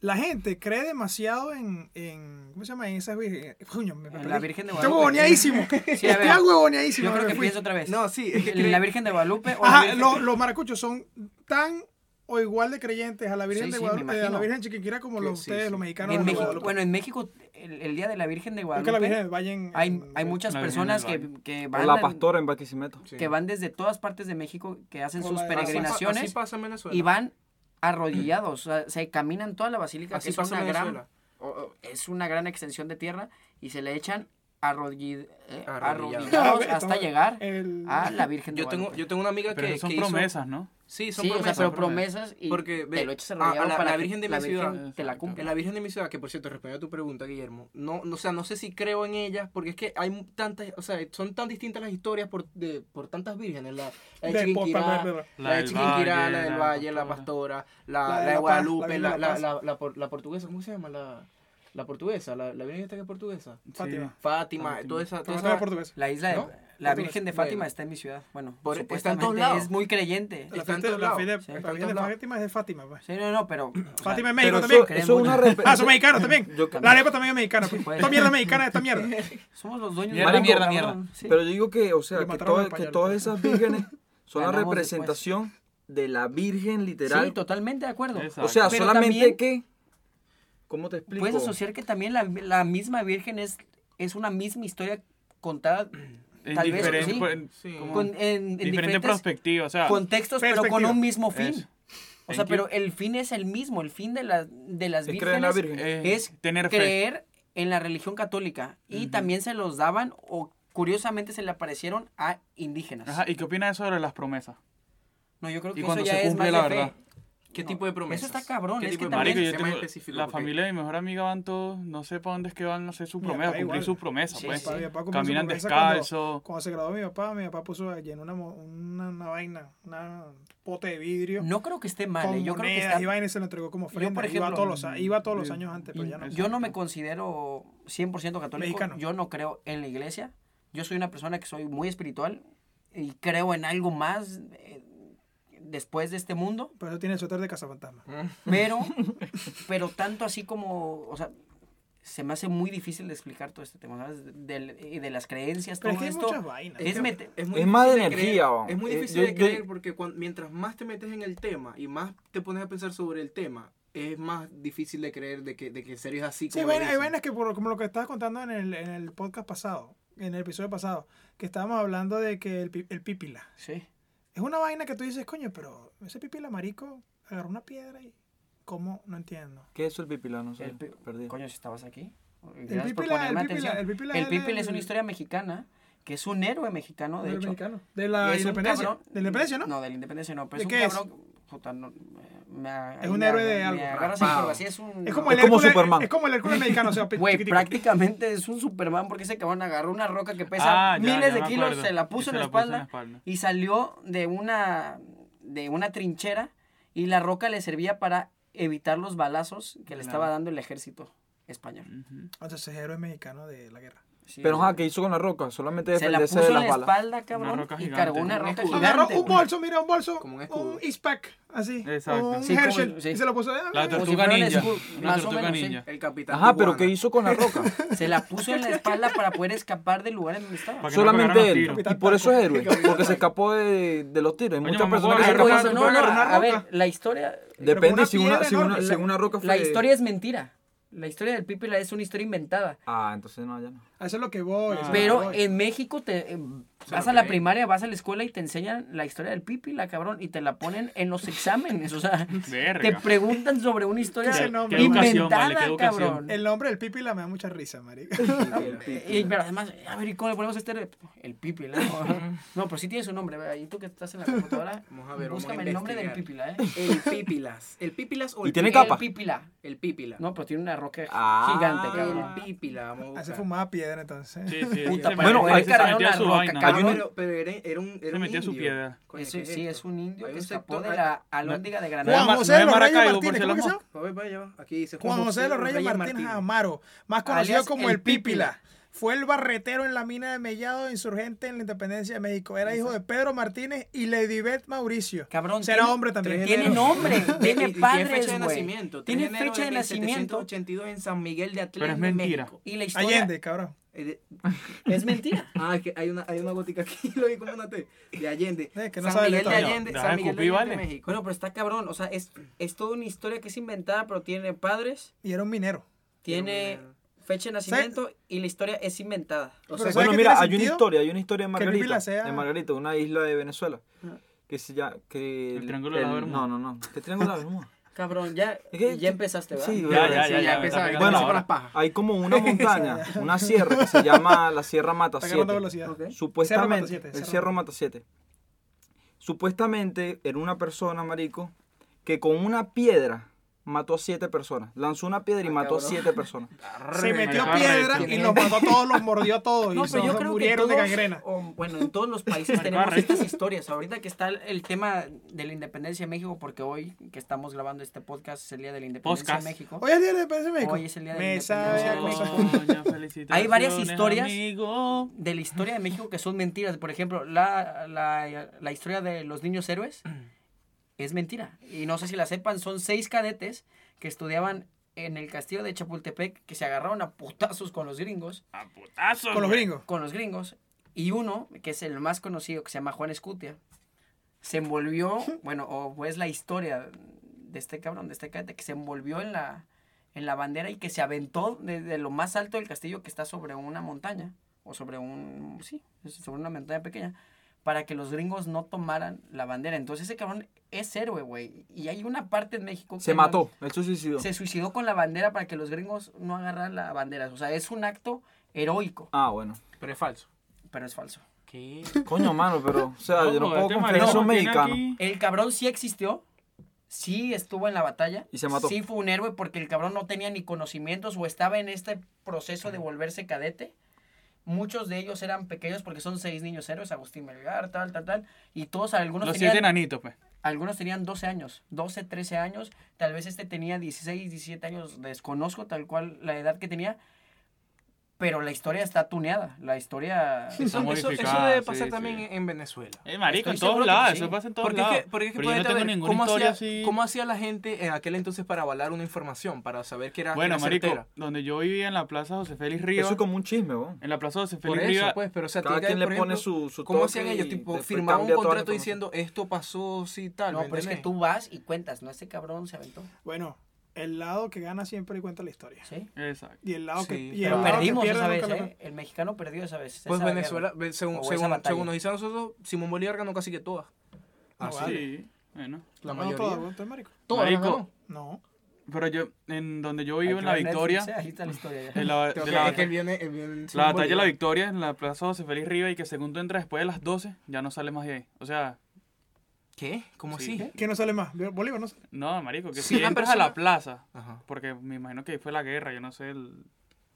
S2: la gente cree demasiado en, en ¿cómo se llama? En esas virgen. eh, Coño, me
S1: En la
S2: perdí.
S1: Virgen de
S2: Estoy
S1: Guadalupe.
S2: huevoneadísimo.
S1: *laughs* Sí, a ver,
S2: Estoy huevoneadísimo.
S1: Yo creo
S2: me
S1: que
S2: fui.
S1: pienso otra vez.
S6: No, sí, es que
S1: ¿La Virgen de Guadalupe o la
S2: Ajá,
S1: Virgen-
S2: lo- los maracuchos son tan o igual de creyentes a la Virgen
S1: Sí,
S2: de
S1: sí, me
S2: Guadalupe, a la
S1: imagino.
S2: Virgen Chiquinquirá como los,
S6: Sí, sí,
S2: ustedes,
S6: sí.
S2: los mexicanos. a
S1: en
S2: la
S1: México,
S2: Guadalupe.
S1: bueno, en México el, el día de la Virgen de
S2: Creo que la Virgen
S1: Guadalupe
S2: del Valle en-
S1: hay,
S2: en-
S1: hay muchas
S3: La Virgen
S1: personas
S3: del
S1: que, que
S4: O
S1: van
S4: la
S1: en-
S4: pastora en Barquisimeto.
S6: Sí.
S1: que van desde todas partes de México que hacen
S2: O
S1: sus
S2: la de-
S6: Así pa-
S1: peregrinaciones
S6: Así pasa en Venezuela.
S1: y van arrodillados, o sea, se caminan toda la basílica que
S6: Así
S1: es
S6: pasa
S1: una
S6: en
S1: gran
S6: Venezuela. O- o-
S1: es una gran extensión de tierra y se le echan arrodillid- eh,
S6: Arrodillados.
S1: arrodillados
S2: Ah,
S1: hasta
S2: estamos-
S1: llegar
S2: el-
S1: a la Virgen de
S6: Yo tengo,
S1: Guadalupe.
S6: yo tengo una amiga
S3: Pero
S6: que,
S3: esas son
S6: que hizo-
S3: promesas, ¿no?
S6: Sí, son
S1: sí, o sea,
S6: promesas.
S1: pero
S6: son promesas.
S1: promesas y
S6: Porque, ve,
S1: te lo echas
S6: a- a
S1: arrodillado
S6: la-
S1: para
S6: la
S1: que
S6: Virgen de
S1: la
S6: mi
S1: Virgen
S6: ciudad.
S1: te la
S3: Exacto.
S1: cumpla.
S6: En la Virgen de mi ciudad, que por cierto, respondiendo a tu pregunta, Guillermo, no, no, o sea, no sé si creo en ellas, porque es que hay mu- tantas, o sea, son tan distintas las historias por, de, por tantas vírgenes, la, la
S2: De
S6: de
S2: Popa,
S6: Chiquinquirá,
S2: verdad, verdad.
S6: la de
S3: del
S6: Chiquinquirá,
S3: Valle,
S6: la del Valle, la Pastora,
S2: La
S6: la,
S2: de
S6: la
S2: La
S6: de
S2: Paz,
S6: Guadalupe,
S2: la
S6: la,
S2: Virgen de La
S6: la,
S2: Paz.
S6: la, la por- la portuguesa, ¿cómo se llama? La, la portuguesa, la, la Virgen esta que es portuguesa.
S3: Sí.
S2: Fátima.
S6: Fátima,
S3: Fátima.
S6: toda esa... toda
S2: Fátima
S6: esa-
S2: portuguesa.
S1: La isla de
S6: ¿No?
S1: La
S2: tú ves?
S1: Virgen de Fátima
S6: Bueno.
S1: está en mi ciudad. Bueno,
S6: Por- está en todos
S1: supuestamente
S6: lados.
S1: es muy creyente.
S2: La
S6: Está en
S2: fe de-
S6: todos
S2: la fe de
S6: lados, sí,
S2: la
S6: está en
S2: Virgen de
S6: todos
S2: Fátima es de Fátima, pues.
S1: Sí, no, no, pero. o sea,
S2: Fátima es
S4: Pero
S2: México
S4: eso,
S2: también.
S1: creen
S4: eso es una
S1: mucho. *laughs*
S4: respe-
S2: Ah, son mexicanos también.
S4: Yo-
S2: La arepa también es mexicana. pues.
S1: Sí, pues.
S2: Esta mierda es mexicana, esta mierda.
S1: *laughs* Somos los dueños
S3: Mierda,
S1: del mundo,
S3: mierda,
S1: cabrón, sí.
S4: Pero yo digo que, o sea,
S2: Le
S4: que,
S2: mataron
S4: todas-
S2: al
S4: que
S2: payaso.
S4: todas
S1: *laughs*
S4: esas vírgenes son la
S1: Ganamos
S4: representación de la Virgen
S1: Sí,
S4: literal.
S1: totalmente de acuerdo.
S3: Exacto.
S4: o sea,
S1: Pero
S4: solamente
S1: también-
S4: que... ¿Cómo te explico?
S1: Puedes asociar que también la, la misma Virgen es, es una misma historia contada
S3: En
S1: Tal vez,
S3: diferente, pues,
S1: sí.
S3: en-
S6: Sí.
S3: como
S1: con- en, en
S3: diferente
S1: diferentes
S3: perspectiva, o sea,
S1: contextos, pero con
S2: Perspectiva.
S1: un mismo fin.
S3: Eso.
S1: O sea,
S3: Thank you.
S1: pero el fin es el mismo. El fin de, la- de las
S4: Es
S1: vírgenes
S4: creer en la Virgen.
S3: eh,
S1: es
S3: tener fe.
S1: creer en la religión católica. Y también se los daban o curiosamente se le aparecieron a indígenas.
S3: Ajá, ¿y qué opinas de eso de las promesas?
S1: No, yo creo
S3: Y
S1: que eso
S3: cuando
S1: ya
S3: se
S1: es más
S3: cumple la
S1: de fe.
S3: verdad.
S6: ¿Qué
S1: No,
S6: tipo de
S1: eso
S6: promesas?
S1: está cabrón,
S6: ¿Qué
S1: es
S6: tipo
S1: que
S6: de
S1: también-
S3: Marico,
S1: También
S3: yo
S6: promesas? Sé
S3: tengo-
S6: más específico,
S3: la
S6: porque-
S3: familia de mi mejor amiga van todos, no sé para dónde es que van a hacer su
S2: Mi
S3: promesa,
S2: papá
S3: cumplir
S2: igual.
S3: su promesa,
S1: Sí,
S3: pues.
S1: sí.
S2: Mi papá cumplió su
S3: Caminan
S2: promesa cuando-
S3: descalzo.
S2: Cuando se graduó mi papá, mi papá puso llenó una, mo- una, una vaina, una pote de vidrio.
S1: No creo que esté mal.
S2: con
S1: eh, Yo creo que
S2: monedas
S1: está
S2: y vaina y se lo entregó como ofrenda.
S1: por
S2: iba,
S1: ejemplo,
S2: todos los, a- iba todos los
S3: mm,
S2: años antes, pero ya no.
S3: Exacto.
S1: Yo no me considero 100% católico.
S2: Mexicano.
S1: Yo no creo en la iglesia. Yo soy una persona que soy muy espiritual y creo en algo más eh, después de este mundo.
S2: Por eso tiene el suéter de cazafantasma.
S1: Mm.
S2: *laughs*
S1: Pero, pero tanto así como, o sea, se me hace muy difícil de explicar todo este tema, ¿sabes? Del- y de las creencias,
S2: Pero es
S1: todo
S2: que hay
S1: esto.
S2: muchas vainas.
S1: es
S6: que
S1: mete-
S6: muy
S4: es más de
S6: difícil creer-
S4: energía, vamos.
S6: Es muy
S4: Eh,
S6: difícil
S4: yo-
S6: de
S4: yo-
S6: creer porque cuan- mientras más te metes en el tema y más te pones a pensar sobre el tema, es más difícil de creer de que, de que en serio es
S2: Sí,
S6: así. como
S2: hay vainas, hay
S6: dicen.
S2: vainas que, por, como lo que estabas contando en el, en el podcast pasado, en el episodio pasado, que estábamos hablando de que el, pi- el pipila.
S1: Sí.
S2: Es una vaina que tú dices, coño, pero ese pipila marico agarró una piedra y. ¿Cómo? No entiendo.
S4: ¿Qué es eso el pipila? No sé,
S1: El pi-
S4: perdí.
S1: Coño, si estabas aquí. Gracias por
S2: pípila-
S1: ponerme
S2: el pípila-
S1: atención.
S2: el pípila
S1: El
S2: era
S1: Pípila es
S2: el-
S1: una historia mexicana que es un héroe mexicano, de
S2: Del
S1: hecho.
S2: mexicano. De la
S1: Es un
S2: independencia.
S1: cabrón-
S2: De la independencia, ¿no?
S1: No, de la independencia no, pero
S2: ¿De
S1: es un
S2: qué es?
S1: cabrón. puta, no, me- me-
S2: Es un
S1: me-
S2: héroe de
S1: me
S2: algo.
S1: agarras
S6: Raspado.
S1: en curva, sí, es un.
S2: Es como
S4: Es
S2: el
S4: como
S2: Hércules-
S4: Superman.
S2: Es como el Hércules mexicano, o sea, pi-
S1: *laughs* Güey,
S2: chiquitico.
S1: prácticamente es un Superman porque ese cabrón agarró una roca que pesa
S3: Ah, ya,
S1: miles
S3: ya
S1: de
S3: me
S1: kilos,
S3: acuerdo.
S1: se la
S3: Y
S1: puso,
S3: se
S1: en, la
S3: la puso en
S1: espalda,
S3: la espalda.
S1: y salió de una, de una trinchera y la roca le servía para evitar los balazos que le estaba dando el ejército español.
S3: Ujú.
S2: Entonces es héroe mexicano de la guerra.
S1: Sí,
S4: Pero,
S1: o
S4: ajá,
S1: sea,
S4: ¿qué hizo con la roca? Solamente
S1: se la
S4: defenderse
S1: puso
S4: de
S1: en
S4: las
S1: la
S4: balas.
S1: espalda, cabrón,
S3: roca
S1: y
S3: gigante.
S1: cargó una
S6: Un
S1: roca
S6: escudo.
S1: gigante.
S2: Agarró un
S1: güey.
S2: bolso, mira, un bolso.
S6: Como un
S2: un,
S6: escudo.
S2: Eastpack, así.
S3: Exacto.
S2: Un
S1: Sí, como-
S2: Herschel.
S1: sí.
S2: Y se lo puso. eh,
S3: La
S1: Como
S2: mira,
S1: si
S3: tortuga
S1: fuera un
S3: ninja.
S1: escudo,
S3: Una
S1: más o
S3: tortuga
S1: menos, sí.
S3: ninja.
S6: El capitán.
S4: Ajá, pero
S6: Tijuana.
S4: ¿qué hizo con la roca?
S1: *laughs* Se la puso en la espalda para poder escapar del lugar en donde estaba.
S3: Para que no
S4: Solamente
S3: pegaran
S4: él.
S3: los tiros.
S4: Y por eso es héroe. Porque se escapó de, de los tiros. Hay
S3: Coño,
S4: muchas
S3: mamá,
S4: personas que
S3: ¿puedo
S1: Ay,
S4: se
S3: agarrar
S1: güey, no,
S3: roca?
S4: escapan.
S3: Pero
S1: no,
S3: una
S1: a ver, la historia,
S2: Pero
S4: Depende
S2: una
S4: si una,
S2: piedra
S4: si, una,
S2: enorme.
S4: si una roca fue...
S1: la historia es mentira. La historia del Pípila es una historia inventada.
S4: Ah, entonces no,
S2: *laughs*
S4: ya no.
S2: a Eso es lo que voy. eso
S6: Ah.
S2: es lo que
S1: Pero
S2: voy.
S1: en México te eh, vas
S6: lo
S1: a la
S6: creen.
S1: primaria, vas a la escuela y te enseñan la historia del Pípila, cabrón, y te la ponen en los exámenes. O
S6: *laughs*
S1: sea, te
S3: Verga.
S1: preguntan sobre una historia
S2: ¿Qué- qué
S3: educación,
S1: inventada,
S3: vale? ¿Qué educación?
S1: cabrón.
S2: El nombre del Pipila me da mucha risa, marica.
S1: Y, pero además, a ver, ¿y cómo le ponemos este? héroe? El Pípila. ¿no? *laughs* No, pero sí tiene su nombre. ¿verdad? Y tú que estás en la computadora,
S6: *laughs* Vamos a ver, vamos a
S1: búscame el nombre del
S6: investigar.
S1: Pípila, ¿eh?
S6: El Pípilas. El Pípilas
S4: *laughs*
S6: o
S4: Y
S6: el
S4: tiene
S6: Pípila.
S4: capa.
S1: El Pípila.
S6: El Pípila.
S1: No, pero tiene una roca
S4: Ah.
S1: gigante, cabrón.
S6: El Pípila. vamos a
S2: Hace
S6: buscar.
S2: fumaba piedra entonces.
S3: Sí, sí,
S1: Puta,
S3: sí,
S1: para
S3: se
S4: poder
S3: metía- se
S1: cargar
S3: metía
S1: una
S3: su
S1: roca,
S3: vaina.
S1: cabrón.
S4: Hay una-
S6: Ah, Pero, pero era, era un. Era
S3: Se
S6: un
S3: metía su
S6: indio.
S3: piedra.
S6: Coño,
S1: Eso-
S6: ¿qué es
S1: sí,
S6: esto?
S1: es un indio
S6: Hay
S1: que
S6: un
S1: escapó
S6: sector-
S1: de
S6: hay-
S1: la alóndiga de
S3: No es
S2: Juan
S1: Granada.
S3: ma-
S2: José
S3: no es
S2: de los Reyes Martínez,
S3: Maracaibo, por si
S2: ¿cómo que
S3: las
S2: se llama?
S6: Va, va, va, ya va. Aquí dice
S2: Juan José de los Reyes Martínez Amaro, más conocido
S1: Alias
S2: como
S1: el
S2: el Pípila.
S1: Pípila.
S2: Fue el barretero en la mina de Mellado, insurgente en la independencia de México. Era hijo de Pedro Martínez y Ledibet Mauricio.
S1: Cabrón,
S2: Será
S1: tiene-
S2: hombre también.
S6: tres
S1: Tiene
S6: enero. *laughs*
S1: nombre, tiene
S6: Y- y
S1: padres,
S6: Tiene fecha de
S1: güey.
S6: nacimiento.
S1: Tiene
S6: 3 enero
S1: fecha de nacimiento.
S6: 1782 en San Miguel de Atlántico.
S3: Pero es mentira.
S1: Y la historia
S2: Allende, cabrón.
S1: es mentira.
S6: Ah, es que hay una, hay una gotica aquí, *laughs* lo vi como una T. De Allende.
S2: Eh, que no
S6: San
S2: sabe
S6: Miguel de
S2: leer.
S6: Allende.
S3: Deja
S6: San
S3: de
S6: Miguel de
S3: cupir,
S6: Allende,
S3: vale.
S6: México.
S1: Bueno, pero está cabrón. O sea, es, es toda una historia que es inventada, pero tiene padres,
S2: Y era un minero.
S1: tiene fecha de nacimiento y la historia es inventada.
S2: Pero
S6: O sea,
S2: ¿sabes
S4: Bueno,
S2: qué
S4: mira,
S2: tiene
S4: hay una
S2: sentido?
S4: historia, hay una
S2: Que
S4: historia de
S2: el
S4: Margarita,
S2: Pípila sea- Ah.
S4: de Margarita, una isla de Venezuela, que se llama... Que
S3: El Triángulo de las Bermudas.
S4: No, no, no, ¿qué Triángulo de las
S2: *laughs*
S4: Bermudas?
S1: Cabrón, ya,
S4: Es que-
S1: ya empezaste, ¿verdad?
S4: Sí,
S3: Ya,
S4: ¿verdad?
S3: ya, ya, ya.
S6: Sí, ya
S3: me está
S6: empezaba, ya
S3: pegando
S4: Bueno,
S6: empezaba
S3: ahora.
S6: con las pajas.
S4: Hay como
S2: *laughs*
S4: una montaña, una sierra que se llama la Sierra Mata
S2: Está ganando
S4: 7.
S2: velocidad. Cerro
S4: Supuestamente,
S2: Mata Siete,
S4: el
S2: Cerro
S4: Cerro Mata 7. Supuestamente era una persona, marico, que con una piedra mató a siete personas. Lanzó una
S2: Ah,
S4: piedra y mató a
S2: *laughs*
S4: siete personas.
S2: Se metió
S3: Arre,
S2: piedra
S3: ¿quién
S2: y
S3: es?
S2: los mató a todos, los mordió a todos.
S1: No,
S2: y
S1: pero yo
S2: todos
S1: creo que
S2: murieron
S1: todos,
S2: de gangrena.
S1: o, bueno, en todos los
S2: *laughs*
S1: países tenemos estas historias. Ahorita que está el- el tema de la independencia de México, porque hoy que estamos grabando este podcast es el día de la independencia
S3: Podcast.
S1: de México.
S2: Hoy es día de la independencia de México.
S1: Hoy es el día de la
S2: Me
S1: independencia
S2: *laughs* sabe a
S1: de
S2: cosa.
S1: México. Hay varias historias.
S3: Amigo.
S1: de la historia de México que son mentiras. Por ejemplo, la, la- la historia de los niños
S2: *clears throat*
S1: héroes es mentira. Y no sé si la sepan, son seis cadetes que estudiaban en el castillo de Chapultepec que se agarraron a putazos con los gringos,
S3: A putazos.
S2: Con los
S3: güey.
S2: gringos.
S1: con los gringos, y uno, que es el más conocido, que se llama Juan Escutia, se
S4: *laughs*
S1: envolvió, bueno, o es la historia de este cabrón, de este cadete, que se envolvió en la, en la bandera y que se aventó desde lo más alto del castillo que está sobre una montaña, o sobre un, sí, sobre una montaña pequeña, para que los gringos no tomaran la bandera. Entonces ese cabrón es héroe, güey. Y hay una parte en México...
S4: Se
S1: que
S4: mató, él se suicidó.
S1: Se suicidó con la bandera para que los gringos no agarraran la bandera. O sea, es un acto heroico,
S4: Ah, bueno.
S6: Pero es falso.
S1: pero es falso.
S6: ¿Qué?
S4: Coño, mano, pero, o sea, yo no
S3: Loco,
S4: puedo
S3: este
S4: confiar en
S3: marico
S4: esos
S3: tiene
S4: mexicanos.
S3: aquí-
S1: El cabrón sí existió. Sí estuvo en la batalla.
S4: Y se mató.
S1: Sí fue un héroe porque el cabrón no tenía ni conocimientos o estaba en este proceso de volverse cadete. Muchos de ellos eran pequeños porque son seis niños héroes, Agustín Melgar, tal, tal, tal. Y todos, algunos
S3: Los siete
S1: tenían,
S3: enanitos, pues.
S1: algunos tenían 12 años, 12, 13 años. Tal vez este tenía 16, 17 años. Desconozco tal cual la edad que tenía. Pero la historia está tuneada. La historia...
S3: Está
S6: Eso, eso- eso
S3: modificada,
S6: debe
S3: sí,
S6: pasar
S3: sí.
S6: también en- en Venezuela.
S3: Eh,
S1: Estoy
S3: marico, en todos
S1: seguro que
S3: lados.
S1: sí.
S3: Eso pasa en todos
S6: Porque es
S3: lados.
S6: que, porque es que
S3: Pero yo
S6: ponete
S3: no
S6: a
S3: tengo
S6: ver,
S3: ninguna
S6: ¿cómo,
S3: historia
S6: hacía,
S3: así.
S6: cómo hacía la gente en aquel entonces para avalar una información? Para saber que era,
S3: Bueno,
S6: que era
S3: marico,
S6: certera?
S3: donde yo vivía en la plaza José Félix Rivas.
S4: Eso es como un chisme, weón.
S3: En la plaza José
S6: Por
S3: Félix
S6: eso,
S3: Rivas.
S6: pues, pero o sea,
S4: Cada
S6: tiene que
S4: quien le
S6: haber, por
S4: pone
S6: ejemplo,
S4: su, su
S6: ¿Cómo
S4: toque
S6: hacían
S4: y
S6: ellos? Tipo,
S4: después
S6: firmaban un
S4: cambia toda la
S6: contrato
S4: información.
S6: diciendo esto pasó, sí, tal.
S1: No,
S6: ¿me
S1: pero es que
S6: entendés?
S1: tú vas y cuentas, ¿no? Este cabrón se aventó.
S2: Bueno, el lado que gana siempre cuenta la historia.
S1: ¿Sí?
S3: Exacto.
S2: Y el lado que,
S6: Sí,
S2: y el
S1: Pero
S2: lado que
S1: perdimos
S2: pierde
S1: esa vez,
S2: nunca la-
S1: ¿eh? El mexicano perdió esa vez.
S6: Pues
S1: esa
S6: Venezuela,
S1: guerra.
S6: ve- según,
S1: O esa
S6: según,
S1: batalla.
S6: según nos dicen a nosotros, Simón Bolívar ganó casi que todas.
S2: Ah,
S6: Así,
S2: vale.
S3: Sí, bueno.
S6: la
S2: No,
S6: mayoría.
S2: todo, todo es marico.
S6: todas las
S3: Marico,
S6: ganó.
S2: No.
S3: Pero yo, en donde yo
S1: Hay
S3: vivo,
S1: que
S3: en la
S1: ver Netflix,
S3: Victoria.
S1: ¿eh? Ahí está la
S3: *laughs*
S1: historia ya.
S3: en la-
S6: Tengo
S3: de
S6: que-
S3: la-
S6: es que él viene- él viene en
S3: La
S6: Simón
S3: batalla de la
S6: Bolívar.
S3: victoria en la plaza José Félix Riva y que según tú entras después de las 12, ya no sales más de ahí. O sea,
S6: ¿Qué? ¿Cómo
S3: Sí.
S6: así?
S2: ¿Quién no sale más? Bolívar no sale.
S3: no, marico, que si
S6: Sí, una
S3: entras a
S6: persona-
S3: la plaza,
S6: Ajá.
S3: porque me imagino que ahí fue la guerra, yo no sé, el-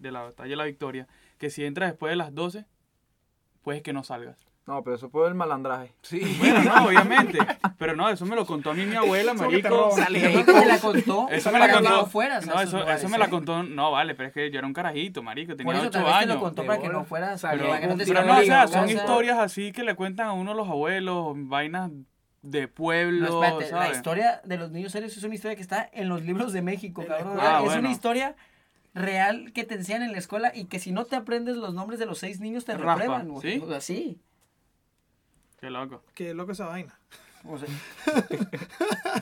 S3: de la batalla de la victoria, que si entras después de las 12, pues que no salgas.
S4: No, pero eso fue el malandraje.
S6: Sí.
S3: Bueno, no,
S6: *laughs*
S3: obviamente. Pero no, eso me lo contó a mí mi abuela,
S2: Eso que te
S3: marico.
S2: roban.
S1: Y ahí me *laughs* la contó.
S3: Eso me
S1: para
S3: la
S1: que
S3: contó.
S1: no fueras a
S3: no,
S1: esos
S3: eso,
S1: lugares,
S3: eso me la
S1: ¿eh?
S3: contó. No, vale, pero es que yo era un carajito, marico.
S1: Por
S3: Tenía
S1: eso
S3: 8
S1: tal vez te lo
S3: años.
S1: contó para que no
S6: bola.
S1: fueras a
S6: Pero-
S1: para que no te
S3: Pero
S6: Pero
S3: no,
S1: hicieran
S3: o sea,
S1: peligro,
S3: son
S1: o sea,
S3: historias así que le cuentan a uno los abuelos, vainas de pueblo.
S1: No, espérate, la
S3: ¿sabes?
S1: historia de los niños héroes es una historia que está en los libros de México,
S2: En la
S1: cabrón.
S3: escuela. Ah,
S1: es
S3: bueno.
S1: una historia real que te enseñan en la escuela y que si no te aprendes los nombres de los seis niños te
S3: Rafa,
S1: reprueban, güey.
S3: ¿sí?
S1: O sea, sí.
S3: Qué loco.
S2: Qué loco esa vaina.
S1: O sea, *laughs*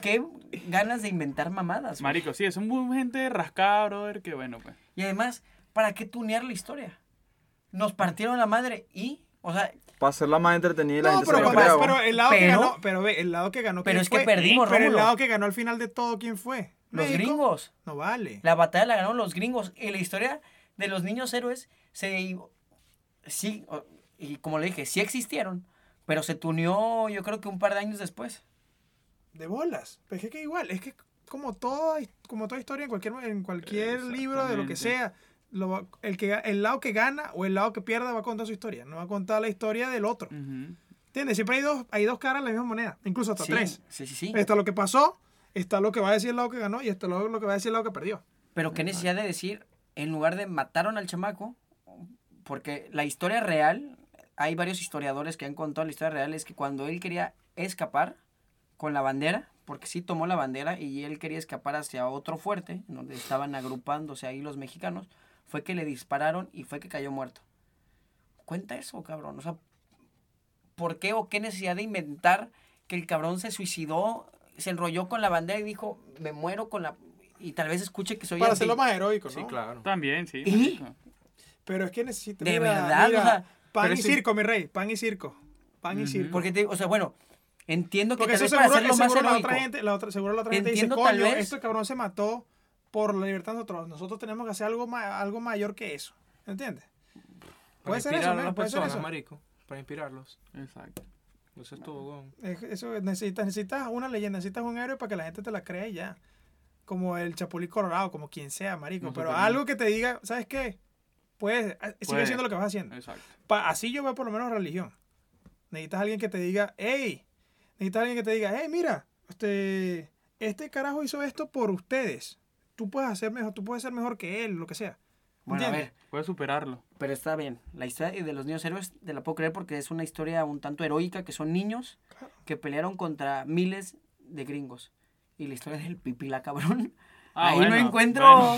S1: qué ganas de inventar mamadas. güey.
S3: Marico, sí, son muy gente rascada, brother, que bueno, pues.
S1: Y además, ¿para qué tunear la historia? Nos partieron la madre y, o sea,
S4: Para hacerla más entretenida y la
S2: No,
S4: gente
S2: pero,
S4: se lo
S2: cuando-
S4: crea,
S2: pero
S4: weón.
S2: el lado que
S1: Pero-
S2: ganó, pero ve, el lado que ganó
S1: Pero
S2: ¿quién
S1: es que
S2: fue?
S1: perdimos,
S2: Pero el
S1: Rómulo.
S2: lado que ganó al final de todo, ¿quién fue?
S1: los
S2: ¿México?
S1: gringos.
S2: No vale.
S1: La batalla la ganaron los gringos. Y la historia de los niños héroes se. Sí, o- y como le dije, sí existieron. Pero se tuneó, yo creo que un par de años después.
S2: De bolas. Pero es que igual, es que como toda, como toda historia en cualquier, en cualquier libro de lo que
S3: Exactamente.
S2: sea, lo va- el, que, el lado que gana o el lado que pierde va a contar su historia, no va a contar la historia del otro.
S1: Mm.
S3: Ujú.
S2: ¿Entiendes? Siempre hay dos, hay dos caras de la misma moneda, incluso hasta
S1: sí,
S2: tres.
S1: Sí, sí, sí.
S2: Está lo que pasó, está lo que va a decir el lado que ganó y está lo, lo que va a decir el lado que perdió.
S1: Pero qué necesidad de decir, en lugar de mataron al chamaco, porque la historia real, hay varios historiadores que han contado la historia real, es que cuando él quería escapar con la bandera, porque sí tomó la bandera y él quería escapar hacia otro fuerte, en donde estaban agrupándose ahí los mexicanos, fue que le dispararon y fue que cayó muerto. Cuenta eso, cabrón. O sea, ¿por qué o qué necesidad de inventar que el cabrón se suicidó, se enrolló con la bandera y dijo, me muero con la... Y tal vez escuche que soy
S2: Para
S1: anti-
S2: hacerlo más heroico, ¿no?
S6: Sí, claro.
S3: También, sí.
S1: ¿Y?
S3: marico.
S2: Pero es que necesita.
S1: De verdad, o sea,
S2: pan
S6: pero
S2: y
S6: sí.
S2: circo, mi rey. Pan y circo. Pan y circo.
S1: Porque te- o sea, bueno, entiendo que
S2: Porque
S1: tal
S2: eso
S1: vez para
S2: seguro,
S1: hacerlo más
S2: seguro la
S1: heroico.
S2: otra gente, la otra, seguro la otra gente dice,
S1: Entiendo, tal
S2: coño,
S1: vez.
S2: este cabrón se mató por la libertad de nosotros. Nosotros tenemos que hacer algo, ma- algo mayor que eso. ¿Entiendes? Puede
S6: Para
S2: ser
S6: inspirar
S2: eso,
S6: a
S2: men,
S6: las
S2: puede ser
S6: personas,
S2: eso.
S6: marico. Para inspirarlos.
S3: Exacto.
S6: Eso es todo, weón.
S2: Es- Eso necesitas, necesitas una leyenda, necesitas un héroe para que la gente te la cree y ya. como el Chapulín Colorado, como quien sea, marico.
S3: No sé
S2: pero
S3: qué.
S2: algo que te diga, ¿sabes qué? Puedes, ah, sigue
S3: Puedes.
S2: haciendo lo que vas haciendo.
S3: Exacto.
S2: Pa- así yo veo por lo menos religión. Necesitas alguien que te diga, hey, necesitas alguien que te diga, hey, mira, este, este carajo hizo esto por ustedes. Tú puedes hacer mejor, tú puedes ser mejor que él, lo que sea.
S1: Bueno, a
S2: ¿Entiendes?
S1: ver,
S3: Puedes superarlo.
S1: pero está bien. La historia de los niños héroes te la puedo creer porque es una historia un tanto heroica, que son niños
S2: Claro.
S1: que pelearon contra miles de gringos. Y la historia del pipila, cabrón.
S3: Ah,
S1: ahí no
S3: bueno,
S1: encuentro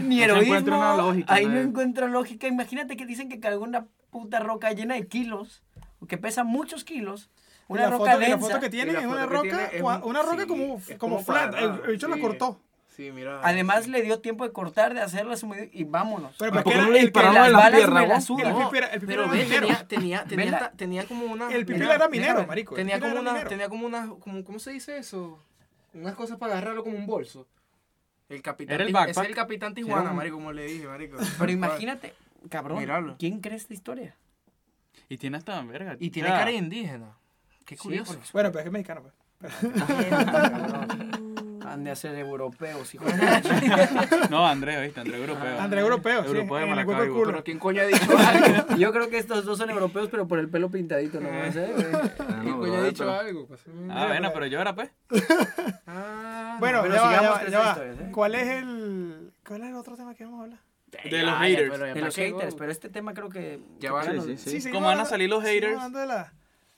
S1: ni
S3: *laughs* No se
S1: heroísmo.
S3: encuentra una lógica,
S1: ahí no
S3: ¿no?
S1: encuentro lógica. Imagínate que dicen que cargó una puta roca llena de kilos, que pesa muchos kilos.
S2: Y
S1: Una
S2: la
S1: roca
S2: foto, y la
S1: densa.
S2: foto que
S6: Y
S2: tiene
S6: la
S2: es
S6: foto
S2: una
S6: que
S2: roca,
S6: tiene es
S2: cua-
S6: un-
S2: una roca
S6: sí,
S2: como,
S6: es
S2: como,
S6: como
S2: flat.
S6: cuadrada,
S2: El, el bicho la
S6: sí.
S2: cortó.
S6: Sí, mira.
S1: Además le dio tiempo de cortar, de hacerla su medida y vámonos.
S2: Pero
S4: ¿Por
S2: porque
S4: qué
S2: era
S4: no le
S2: el pues que
S4: dispararon
S1: las
S2: la-
S4: en la
S1: balas
S4: pierna,
S1: me las
S4: vos?
S1: suda.
S2: el
S1: No,
S2: pipila- el pipila
S6: Pero
S2: era
S6: ve,
S2: minero.
S6: tenía,
S2: *laughs*
S6: tenía, tenía,
S1: Vela.
S6: ta- tenía como una.
S2: El pipila
S6: mira,
S2: era minero,
S6: déjame,
S2: marico, el
S6: Tenía
S2: pipila
S6: como
S2: era
S6: una.
S2: minero.
S6: Tenía como una. Como, ¿Cómo se dice eso? Unas cosas para agarrarlo como un bolso. El capitán.
S3: Era el
S6: Ti-
S3: backpack.
S6: ese Es el capitán Tijuana,
S1: un-
S6: marico, como le dije, marico.
S1: Pero imagínate, cabrón,
S6: Míralo.
S1: ¿quién cree esta historia?
S3: Y tiene hasta verga.
S6: Y tiene
S3: o sea,
S6: cara de indígena. Qué curioso.
S1: porque-
S2: Bueno, pero es que es mexicano. pues.
S1: Cabrón. Han de hacer europeos, hijo de
S3: *laughs* No, André, ¿viste? André
S1: Ah,
S3: europeo.
S2: André europeo, sí,
S1: eh,
S3: Europeo de
S2: en el hueco del
S3: Maracaibo.
S2: culo.
S6: pero ¿quién coño ha dicho algo?
S1: puta. Yo creo que estos dos son europeos, pero por el pelo pintadito nomás, ¿eh?
S4: Ah,
S6: ¿Quién
S4: no,
S6: coño ha
S4: brother,
S6: dicho
S4: pero-
S6: algo? Pásame un-
S3: Ah, bueno, pero yo era pues.
S6: Ah,
S2: Bueno,
S1: pero
S2: ya va, ya
S1: sigamos
S2: va,
S1: con
S2: ya
S1: esas
S2: va.
S1: historias, ¿eh?
S2: ¿Cuál es el cuál es el otro tema que vamos a hablar?
S3: De los
S6: ya,
S3: haters.
S6: pero ya
S1: De los
S6: para qué,
S1: haters,
S6: go.
S1: pero este tema creo que...
S6: Ya
S1: que
S6: va.
S1: claro,
S4: Sí, sí, sí.
S2: seguimos
S3: ¿Cómo van a
S2: hablando-
S3: salir los
S2: seguimos
S3: haters?
S2: hablando de la-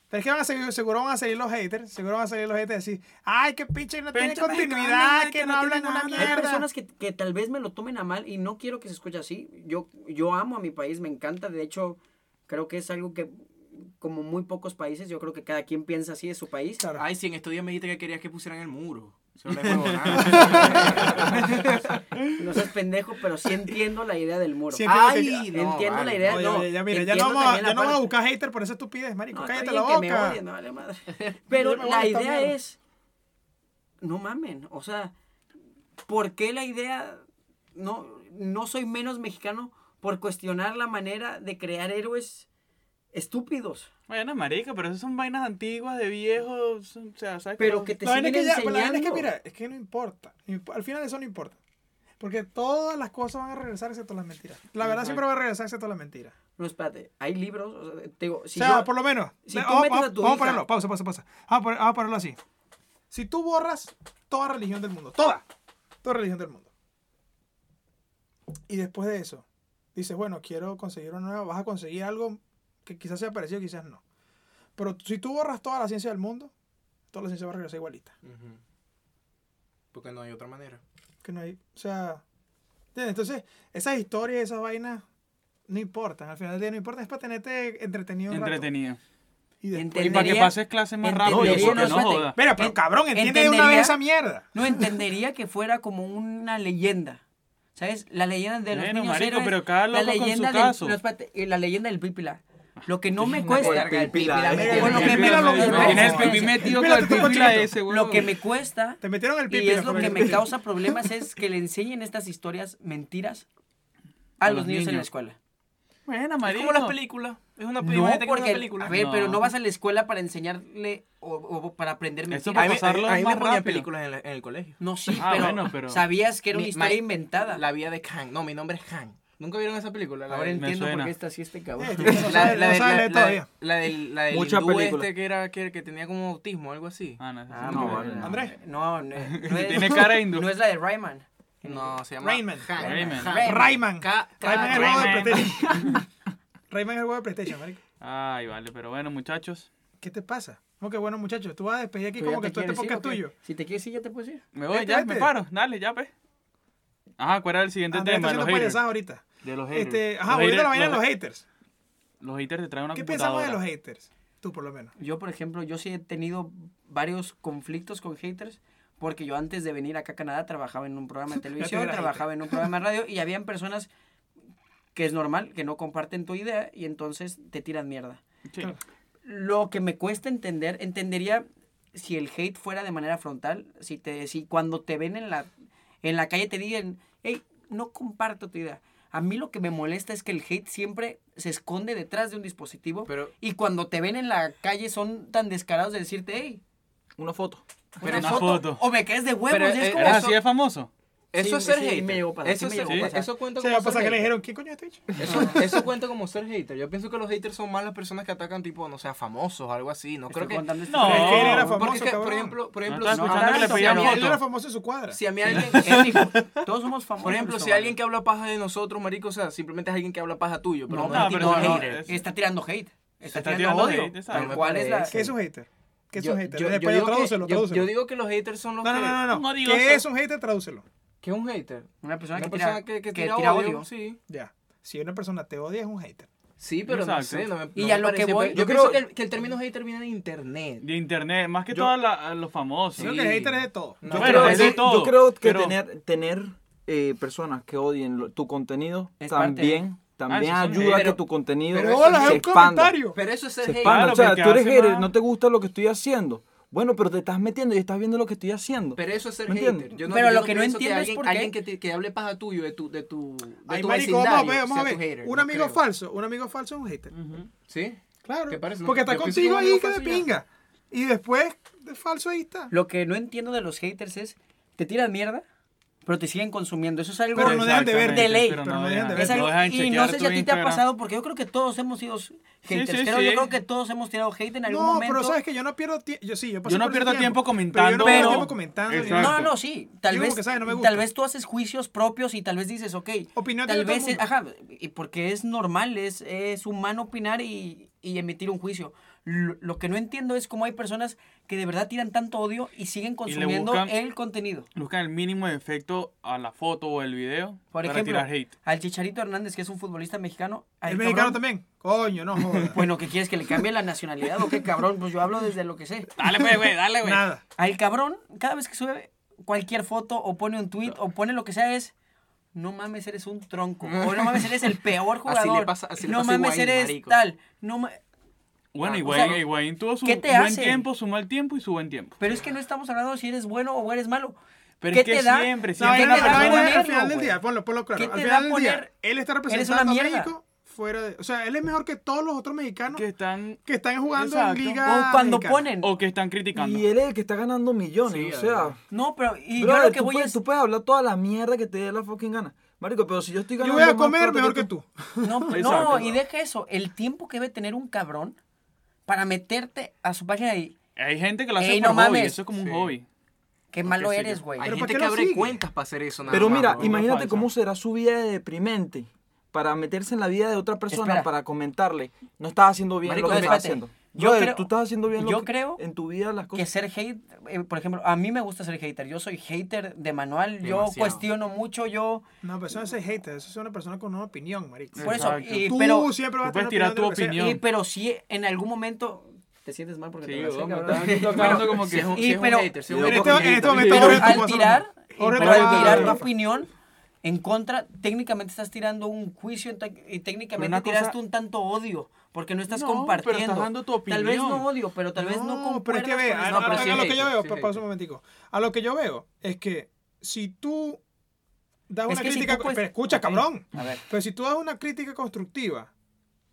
S2: Pero es que van a seguir, seguro van a salir los haters, seguro van a salir los haters y decir, ay, qué pinche, no tiene
S1: Pinche
S2: continuidad,
S1: mexicana,
S2: que, no hablan
S1: tiene
S2: una
S1: nada. Hay
S2: mierda.
S1: personas que, que tal vez me lo tomen a mal y no quiero que se escuche así. Yo, yo amo a mi país, me encanta. De hecho, creo que es algo que, como muy pocos países, yo creo que cada quien piensa así de su país.
S2: Claro.
S6: Pues, Ay, si en estos días me dijiste que querías que pusieran el muro. Eso no es huevonada.
S1: No seas pendejo, pero sí entiendo la idea del muro.
S2: Sí entiendo que-
S6: Ay, no,
S1: entiendo
S6: vale.
S1: la idea.
S2: Oye,
S1: no,
S2: oye, ya, mira, ya no
S1: entiendo
S2: vamos, a,
S1: también la
S2: ya no vamos a
S1: parte-
S2: buscar hater por esa estupidez, marico.
S1: No, está
S2: Cállate
S1: bien
S2: la
S1: que me
S2: boca.
S1: odien, me vale madre. Pero
S2: *laughs* Yo me voy
S1: la
S2: a esta
S1: idea
S2: mierda.
S1: es, no mamen, o sea, ¿por qué la idea, no, no soy menos mexicano por cuestionar la manera de crear héroes estúpidos,
S3: Bueno, marica, pero esas son vainas antiguas de viejos. O sea, ¿sabes
S1: pero
S3: cómo?
S1: que te
S2: La vaina
S1: siguen
S2: es que ya- pero
S1: enseñando?
S2: la vaina es que mira, es que no importa. No imp- Al final eso no importa. Porque todas las cosas van a regresar excepto las mentiras. La verdad
S3: Exacto.
S2: siempre va a regresar excepto las mentiras.
S1: No, espérate, hay libros, o sea, te digo, si
S2: o sea,
S1: yo-
S2: por lo menos.
S1: si
S2: ve-
S1: tú
S2: vamos,
S1: metes a
S2: vamos-
S1: tu
S2: vamos a
S1: hija-
S2: ponerlo, pausa, pausa, pausa. Vamos a, poner- vamos a ponerlo así. Si tú borras toda religión del mundo, toda, toda religión del mundo, y después de eso dices, bueno, quiero conseguir una nueva, vas a conseguir algo que quizás sea parecido, quizás no. Pero si tú borras toda la ciencia del mundo, toda la ciencia va a regresar igualita.
S6: Ujú. Porque no hay otra manera.
S2: Que no hay, o sea, ¿entiendes? entonces esas historias, esas vainas no importan. Al final del día no importan, es para tenerte entretenido. Un rato.
S3: Entretenido.
S2: Y después-
S3: Y para que
S1: Entendería-
S3: pases clases más rápido,
S1: entendería-
S3: porque no
S1: espérate.
S3: joda.
S2: Mira, pero
S1: En-
S2: cabrón, entiende de una
S1: entendería-
S2: vez esa mierda.
S1: no entendería que fuera como una leyenda. ¿Sabes? La leyenda de los
S3: Bueno,
S1: niños
S3: marico,
S1: héroes,
S3: pero cada
S1: la
S3: loco con su
S1: leyenda del,
S3: caso.
S1: no, espérate, y la leyenda del pípila. Lo que no me cuesta...
S4: El pipila,
S1: Mira,
S4: eh.
S1: bueno,
S2: El
S1: que me-
S2: pipila lo-
S1: espérate,
S2: lo-
S3: Tienes el
S1: espérate,
S3: pipí metido con
S2: Mira,
S3: el
S2: tú,
S3: pipí la
S2: cochino.
S3: ese, güey.
S1: Lo que me cuesta
S2: Te metieron el pipi.
S1: y es lo que me
S2: *laughs*
S1: causa problemas es que le enseñen estas historias mentiras a,
S3: A
S1: los
S3: los
S1: niños, en la
S3: niños.
S1: escuela.
S3: Bueno, marico.
S6: Como las películas. Es una
S1: No,
S6: película.
S1: porque, a ver, pero
S3: No.
S1: no vas a la escuela para enseñarle o, o para aprender
S3: Esto
S1: mentiras.
S3: para pasarlo
S6: a mí
S3: más
S6: me ponían
S3: rápido.
S6: películas en, la- en el colegio.
S1: No, sí,
S3: Ah,
S1: pero,
S3: bueno, pero-
S1: sabías que era una
S6: Mi-
S1: historia
S6: my-
S1: inventada.
S6: La vida de Hank. No, mi nombre es Hank. ¿Nunca vieron esa película? La
S1: Ahora
S6: del-
S3: Me
S1: entiendo por
S3: suena.
S1: qué está así este cabrón. *laughs*
S2: no sabe- no
S6: del-
S2: sabe leer
S6: la,
S2: todavía.
S6: la del, la del
S4: Mucha
S6: hindú
S4: película.
S6: este que, era, que, que tenía como autismo o algo así.
S3: Ah, no, ese
S1: Ah,
S3: sí
S4: no,
S3: me-
S4: vale.
S2: Andrés.
S1: No, no, *laughs* no es,
S3: Tiene cara de hindú.
S1: no es la de Rayman. Eh,
S6: No, se llama
S2: Rayman.
S6: Hank.
S3: Rayman.
S6: Hank.
S1: Rayman.
S2: Ah, Rayman.
S6: Ca-
S2: Rayman es el
S6: Rayman.
S2: juego de PlayStation. *laughs* Rayman es el juego de PlayStation, marico.
S3: Ay, vale, pero bueno, muchachos.
S2: ¿Qué te pasa? Como que bueno, muchachos, tú vas a despedir aquí como que todo este podcast es tuyo.
S1: Si te quieres ir, ya te puedes ir.
S3: Me voy,
S2: Vete,
S3: ya, me
S2: vete.
S3: paro. Dale, ya, pues. Ajá, ¿cuál era el siguiente
S2: Andrés está
S3: tema? De
S2: haciendo
S3: los haters.
S2: payasadas ahorita.
S3: De los haters.
S2: Este,
S3: Los
S2: ajá, volviendo a la
S3: haters-
S2: vaina de los haters.
S3: Los haters te traen una
S2: ¿Qué pensamos
S3: computadora.
S2: de los haters? Tú, por lo menos.
S1: Yo, por ejemplo, yo sí he tenido varios conflictos con haters porque yo antes de venir acá a Canadá trabajaba en un programa
S2: *laughs*
S1: de televisión,
S2: era hater.
S1: trabajaba en un programa de radio y habían personas que es normal, que no comparten tu idea y entonces te tiran mierda.
S3: Sí.
S1: Lo que me cuesta entender, entendería si el hate fuera de manera frontal, si, te, si cuando te ven en la, en la calle te digan, hey, no comparto tu idea. A mí lo que me molesta es que el hate siempre se esconde detrás de un dispositivo
S6: Pero
S1: y cuando te ven en la calle son tan descarados de decirte, hey,
S4: Una foto.
S1: Pero
S3: una
S1: una foto.
S3: foto.
S1: O me caes de huevos.
S6: Pero,
S1: ya es
S6: eh,
S1: como-
S3: ¿Era
S6: eso-
S3: así de famoso?
S6: Eso
S1: Sí,
S6: es ser
S1: sí, me
S6: hater.
S1: llegó a pasar,
S6: Eso
S1: sí
S6: es
S1: me
S6: ser-
S1: llegó a pasar.
S6: eso cuenta
S2: Se
S6: como
S2: va a
S6: ser
S2: pasar que le
S6: hater.
S2: dijeron, ¿qué coño es este bicho?
S6: Eso, eso cuenta como ser hater. Yo pienso que los haters son más las personas que atacan, tipo, no sé, a famosos o algo así. No
S1: Estoy
S6: creo que.
S1: contando esta
S3: No.
S1: historia.
S2: Es que él era famoso,
S6: Porque, es que, por
S2: cabrón.
S6: ejemplo, por
S3: No
S6: ejemplo
S3: estaba
S6: si-
S1: escuchando
S6: ah,
S1: que le
S6: si
S3: pedían
S6: a mí
S2: Él
S3: foto.
S6: alguien-
S2: era famoso en su cuadra.
S6: Si a
S3: *laughs*
S6: mí alguien. *laughs*
S1: Todos somos famosos.
S6: Por ejemplo, si
S1: Cristóbal.
S6: alguien que habla paja de nosotros, marico, o sea, simplemente es alguien que habla paja tuyo. Pero
S1: No,
S6: no,
S1: pero,
S3: no,
S6: es
S1: tipo
S3: pero no,
S1: hater.
S3: es-
S1: Está tirando hate. Está, tirando,
S3: Está tirando
S1: odio.
S3: hate, esa
S1: tal
S6: vaina.
S1: cual es la...
S6: Sí.
S2: ¿Qué es un hater? ¿Qué es
S6: Yo-
S2: un hater?
S6: yo- yo
S2: Después
S6: digo que-
S2: tradúcelo,
S6: yo-
S2: tradúcelo.
S6: Yo digo que los haters son los
S2: No,
S6: que.
S2: no, no, no, no.
S3: No digo
S2: ¿Qué
S3: eso.
S2: es un hater? Tradúcelo.
S6: ¿Qué es un hater?
S1: Una persona
S6: Una
S1: que,
S6: persona
S1: tira,
S6: que, que
S1: que
S6: tira,
S1: tira
S6: odio.
S1: odio.
S6: Sí.
S2: Ya. Si una persona te odia, es un hater.
S6: Sí, pero no
S3: Exacto.
S6: sé. No me,
S1: Y
S6: no
S1: a
S6: me
S1: lo que
S6: parece,
S1: voy-
S6: pues,
S1: yo
S6: Yo pienso
S1: creo-
S6: que el, que el término hater viene de internet.
S3: De internet, más que
S2: Yo-
S3: todo a los famosos.
S2: Creo que el hater es de todo.
S6: No.
S4: Yo
S3: Bueno,
S4: creo,
S3: es de
S4: que-
S3: todo,
S4: yo creo que
S3: pero-
S4: tener, tener eh, personas que odien lo- tu contenido
S1: Es parte
S4: también, también
S3: Ah, eso sí.
S4: ayuda a
S6: Pero-
S4: que tu contenido
S2: Pero
S4: se
S2: hola, es un
S4: expanda.
S2: comentario.
S6: Pero eso es
S4: Se
S6: ser hater.
S4: expanda.
S3: Claro,
S4: o sea,
S3: porque
S4: tú eres
S3: hace
S4: hater,
S3: más-
S4: no te gusta lo que estoy haciendo. Bueno, pero te estás metiendo y estás viendo lo que estoy haciendo.
S6: Pero eso es ser
S4: ¿Me entiendes?
S6: hater. Yo no,
S1: Pero
S6: yo
S1: lo que no
S6: pienso
S1: entiendo es
S6: alguien,
S1: por qué-
S6: alguien que, te- que hable paja tuyo de tu de tu de
S2: Ay, marico,
S6: tu
S2: vamos a ver,
S6: vecindario
S2: vamos a
S6: sea tu
S2: ver.
S6: hater,
S2: Un
S6: no
S2: amigo
S6: creo.
S2: falso, un amigo falso es un hater.
S6: ¿Sí?
S2: Claro.
S6: ¿Te parece? No,
S2: Porque está
S6: yo pienso que
S2: contigo
S6: un amigo
S2: ahí que de
S6: falso ya.
S2: pinga. Y después, de falso ahí está.
S1: Lo que no entiendo de los haters es, te tiran mierda, pero te siguen consumiendo. Eso es algo...
S2: Pero no dejan de ver.
S3: Exactamente,
S1: De ley.
S3: pero
S2: Pero no
S3: no
S2: dejan de
S3: dejan
S2: ver.
S1: Es algo-
S3: no dejan
S1: y no
S3: chequear
S1: sé si
S3: tu
S1: a ti te ha
S3: Instagram.
S1: pasado, porque yo creo que todos hemos sido haters.
S3: sí,
S1: creo- Yo
S3: sí.
S1: creo que todos hemos tirado hate en algún
S2: no,
S1: momento.
S2: pero sabes que yo no pierdo tiempo. Yo sí, yo pasé
S3: Yo no
S2: por ese
S3: pierdo
S2: Pero yo no
S3: tiempo comentando.
S2: pierdo
S1: Pero-
S2: tiempo comentando. ni
S3: Exacto.
S2: nada.
S1: No, no, no, sí. Tal
S2: Digo
S1: vez,
S2: porque, ¿sabes? No me gusta.
S1: tal vez tú haces juicios propios y tal vez dices, ok.
S2: Opinión
S1: tal
S2: tiene todo el
S1: vez, es-
S2: mundo.
S1: ajá, y porque es normal, es, es humano opinar y, y emitir un juicio. Lo, lo que no entiendo es cómo hay personas que de verdad tiran tanto odio y siguen consumiendo
S3: buscan-
S1: el contenido.
S3: Buscan el mínimo efecto a la foto o el video
S1: Por
S3: para
S1: ejemplo,
S3: tirar hate.
S1: al Chicharito Hernández, que es un futbolista mexicano. ay,
S2: El
S1: cabrón,
S2: mexicano también. Coño, no jodas.
S1: Bueno, ¿qué quieres que le cambie la nacionalidad o qué cabrón? Pues yo hablo desde lo que sé.
S3: Dale, pues, güey, dale, güey.
S2: Nada.
S1: Al cabrón, cada vez que sube cualquier foto o pone un tweet o pone lo que sea es, no mames, eres un tronco. O no mames, eres el peor
S6: Así le
S1: jugador.
S6: pasa- así le
S1: no
S6: pasa a
S1: mames,
S6: Higuaín,
S1: eres
S6: marico.
S1: tal. No ma-
S3: Bueno,
S6: Ah,
S3: Higuaín,
S1: o sea,
S3: Higuaín tuvo su
S1: ¿qué te
S3: buen
S1: hace?
S3: tiempo, su mal tiempo y su buen tiempo.
S1: Pero es que no estamos hablando de si eres bueno o eres malo.
S3: Pero
S1: ¿Qué
S3: es que
S1: te da?
S3: siempre,
S2: No,
S3: siempre.
S1: ¿Qué
S2: no,
S1: te
S2: pero
S1: da
S2: no, no,
S1: ponerlo,
S2: al final del
S1: güey?
S2: día, ponlo, ponlo claro.
S1: ¿Qué
S2: Al
S1: te
S2: final
S1: da
S2: del día,
S1: poner-
S2: él está
S1: una
S2: representando a
S1: mierda.
S2: México fuera de. O sea, él es mejor que todos los otros mexicanos
S3: que están
S2: que están jugando
S3: Exacto.
S2: en liga.
S1: O cuando
S2: mexicana.
S1: ponen.
S3: o que están criticando.
S4: Y él es el que está ganando millones.
S6: Sí,
S4: o sea,
S1: No, pero y
S4: brother,
S1: yo lo que
S4: tú,
S1: voy
S4: puedes,
S1: es...
S4: tú puedes hablar toda la mierda que te dé la fucking gana. Marico, pero si yo estoy
S2: Yo
S4: ganando.
S2: voy a
S4: más
S2: comer
S4: plata
S2: mejor que tú.
S3: *laughs*
S1: No, pues, no,
S3: Exacto.
S1: y deja eso. El tiempo que debe tener un cabrón para meterte a su página y
S3: Hay gente que lo hace
S1: Ey,
S3: por
S1: no
S3: hobby,
S1: mames.
S3: eso es como un
S6: Sí.
S3: hobby.
S1: qué malo
S3: sé yo.
S1: eres, güey.
S6: Hay
S2: Pero ¿para
S6: gente
S2: qué
S6: que
S2: lo
S6: abre
S2: sigue?
S6: cuentas para hacer eso. nada
S4: Pero
S6: más,
S4: mira,
S6: bro.
S3: y-
S4: imagínate
S3: falsa.
S4: cómo será su vida de deprimente para meterse en la vida de otra persona
S1: Espera.
S4: para comentarle, no estás haciendo bien
S1: Marico,
S4: lo que estás
S1: espérate.
S4: haciendo.
S1: Yo
S4: Brother,
S1: creo-
S4: tú estás haciendo bien lo
S1: yo
S4: que-
S1: creo
S4: en tu vida las
S1: que
S4: cosas.
S1: ser hate, eh, por ejemplo, a mí me gusta ser hater. Yo soy hater de manual,
S6: Demasiado.
S1: yo cuestiono mucho, yo
S2: No, pero eso no es ser hater, eso es una persona con una opinión, marico.
S1: por eso
S3: Exacto.
S1: y,
S2: tú
S1: pero
S2: siempre
S3: tú
S2: vas a tener
S3: puedes tirar tu
S2: opinión de lo que sea.
S3: opinión.
S1: y- pero si en algún momento te sientes mal porque
S3: Sí,
S1: te lo
S3: vamos,
S1: cabrón.
S6: *laughs*
S3: estaba aquí
S1: Pero-
S3: tocando como
S6: Si es un,
S1: y-
S6: si es un
S1: pero-
S6: hater, si es un
S4: Yo
S2: En
S6: hater,
S2: este, en este
S6: hater.
S2: momento,
S1: pero
S2: Jorge, tú
S1: al
S2: vas a-
S1: tirar, pero
S2: Jorge, tú vas
S1: al
S2: a-
S1: tirar tu opinión en contra, técnicamente estás tirando un juicio ente- y técnicamente
S3: una cosa-
S1: tiraste un tanto odio porque no estás
S3: No, pero estás
S1: compartiendo.
S3: dando tu
S1: Tal vez
S3: opinión.
S1: no odio, pero tal vez no concuerdas
S2: pero es que ve,
S1: con
S2: a,
S1: eso.
S2: a-
S6: No, pero
S2: a-
S6: sí
S2: a
S6: es
S2: lo que yo
S6: hater,
S2: veo,
S6: sí
S2: pa-
S6: es
S2: pausa un momentico. A lo que yo veo es que si tú das
S1: Es
S2: una
S1: que si
S2: crítica,
S1: tú, pues-
S2: pero escucha,
S1: ok,
S2: cabrón.
S1: A ver.
S2: Pero si tú das una crítica constructiva,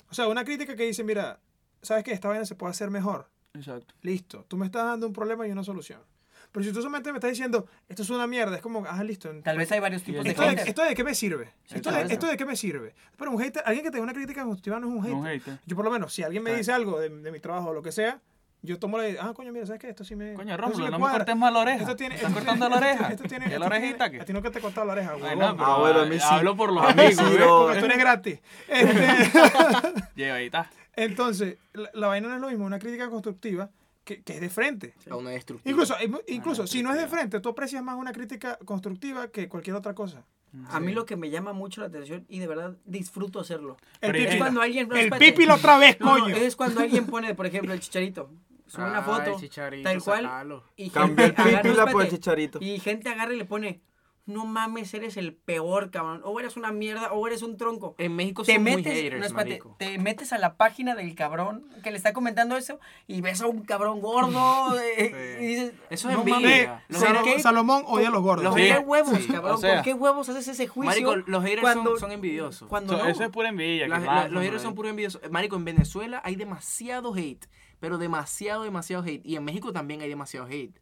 S2: o sea, una crítica que dice, mira, sabes que esta vaina se puede hacer mejor.
S3: Exacto.
S2: Listo, tú me estás dando un problema y una solución. Pero si tú solamente me estás diciendo, esto es una mierda, es como, ah, listo.
S1: Tal vez hay varios tipos de
S2: ¿Esto de,
S1: hater.
S2: esto de qué me sirve?
S1: Sí,
S2: Esto
S1: claro.
S2: de, esto de qué me sirve? Pero un hater, alguien que te dé una crítica constructiva no es un hater.
S3: No hater.
S2: Yo por lo menos, si alguien me dice algo de, de mi trabajo o lo que sea, yo tomo la ah, coño, mira, ¿sabes qué? Esto sí me
S3: Coño,
S2: esto sí
S3: Rómulo,
S2: me
S3: no me
S2: cuadra.
S3: cortes más la oreja.
S2: Esto tiene,
S3: Estás
S2: esto
S3: cortando
S2: tiene-
S3: la
S2: esto-
S3: oreja.
S2: Esto
S3: *laughs*
S2: tiene,
S3: ¿Qué
S2: esto
S3: la orejita
S2: tiene-
S3: que?
S2: A ti no que te he cortado la oreja,
S3: Ay,
S2: huevón.
S3: no, pero *laughs*
S4: Ah, bueno, a mí
S3: eh,
S4: sí.
S3: Hablo por
S2: *laughs*
S3: los
S4: A mí
S3: amigos.
S4: sí,
S3: güey.
S4: bro.
S2: Porque tú eres
S3: *laughs*
S2: gratis. Este, *laughs*
S3: Lleva ahí está.
S2: entonces, la, la vaina no es lo mismo, una crítica constructiva que, que es de frente.
S6: A una destructiva.
S2: Incluso, incluso si no es de frente, tú aprecias más una crítica constructiva que cualquier otra cosa.
S1: A mí lo que me llama mucho la atención y de verdad disfruto hacerlo.
S2: El
S3: Pero es
S2: pipi,
S1: cuando alguien- no,
S2: el
S1: espérate.
S2: pipi la otra vez,
S1: No, no,
S2: coño.
S1: es cuando
S2: *laughs*
S1: alguien pone, por ejemplo, el chicharito. Sube una
S6: Ay,
S1: foto,
S6: Chicharito,
S1: tal cual.
S6: sacalo.
S1: Y
S4: Cambió el
S1: gente agarra-
S4: pípila
S1: no,
S4: por el
S1: espérate,
S4: chicharito.
S1: Y gente agarra y le pone, no mames, eres el peor, cabrón. O eres una mierda, o eres un tronco.
S6: En México
S1: Te
S6: son muy
S1: metes,
S6: haters,
S1: no, espérate,
S6: marico.
S1: te metes a la página del cabrón que le está comentando eso y ves a un cabrón
S6: *laughs*
S1: gordo eh,
S6: Sí.
S1: y dices,
S6: Eso es
S1: no
S6: envidia.
S1: mames,
S2: Eh,
S6: Mira,
S1: ¿por
S6: los
S2: Salo-
S1: qué?
S2: Salomón odia a los gordos.
S1: ¿Con
S3: Sí.
S1: qué huevos,
S6: Sí,
S1: cabrón?
S3: o sea.
S1: ¿Con qué huevos haces ese juicio?
S6: Marico, los haters son, son envidiosos.
S1: Cuando
S3: So,
S1: no.
S3: Eso es pura envidia. que
S6: Las- la-
S3: lanzan,
S6: los haters son
S3: marico.
S6: puros envidiosos. Eh, Marico, en Venezuela hay demasiado hate, pero demasiado, demasiado hate. Y en México también hay demasiado hate.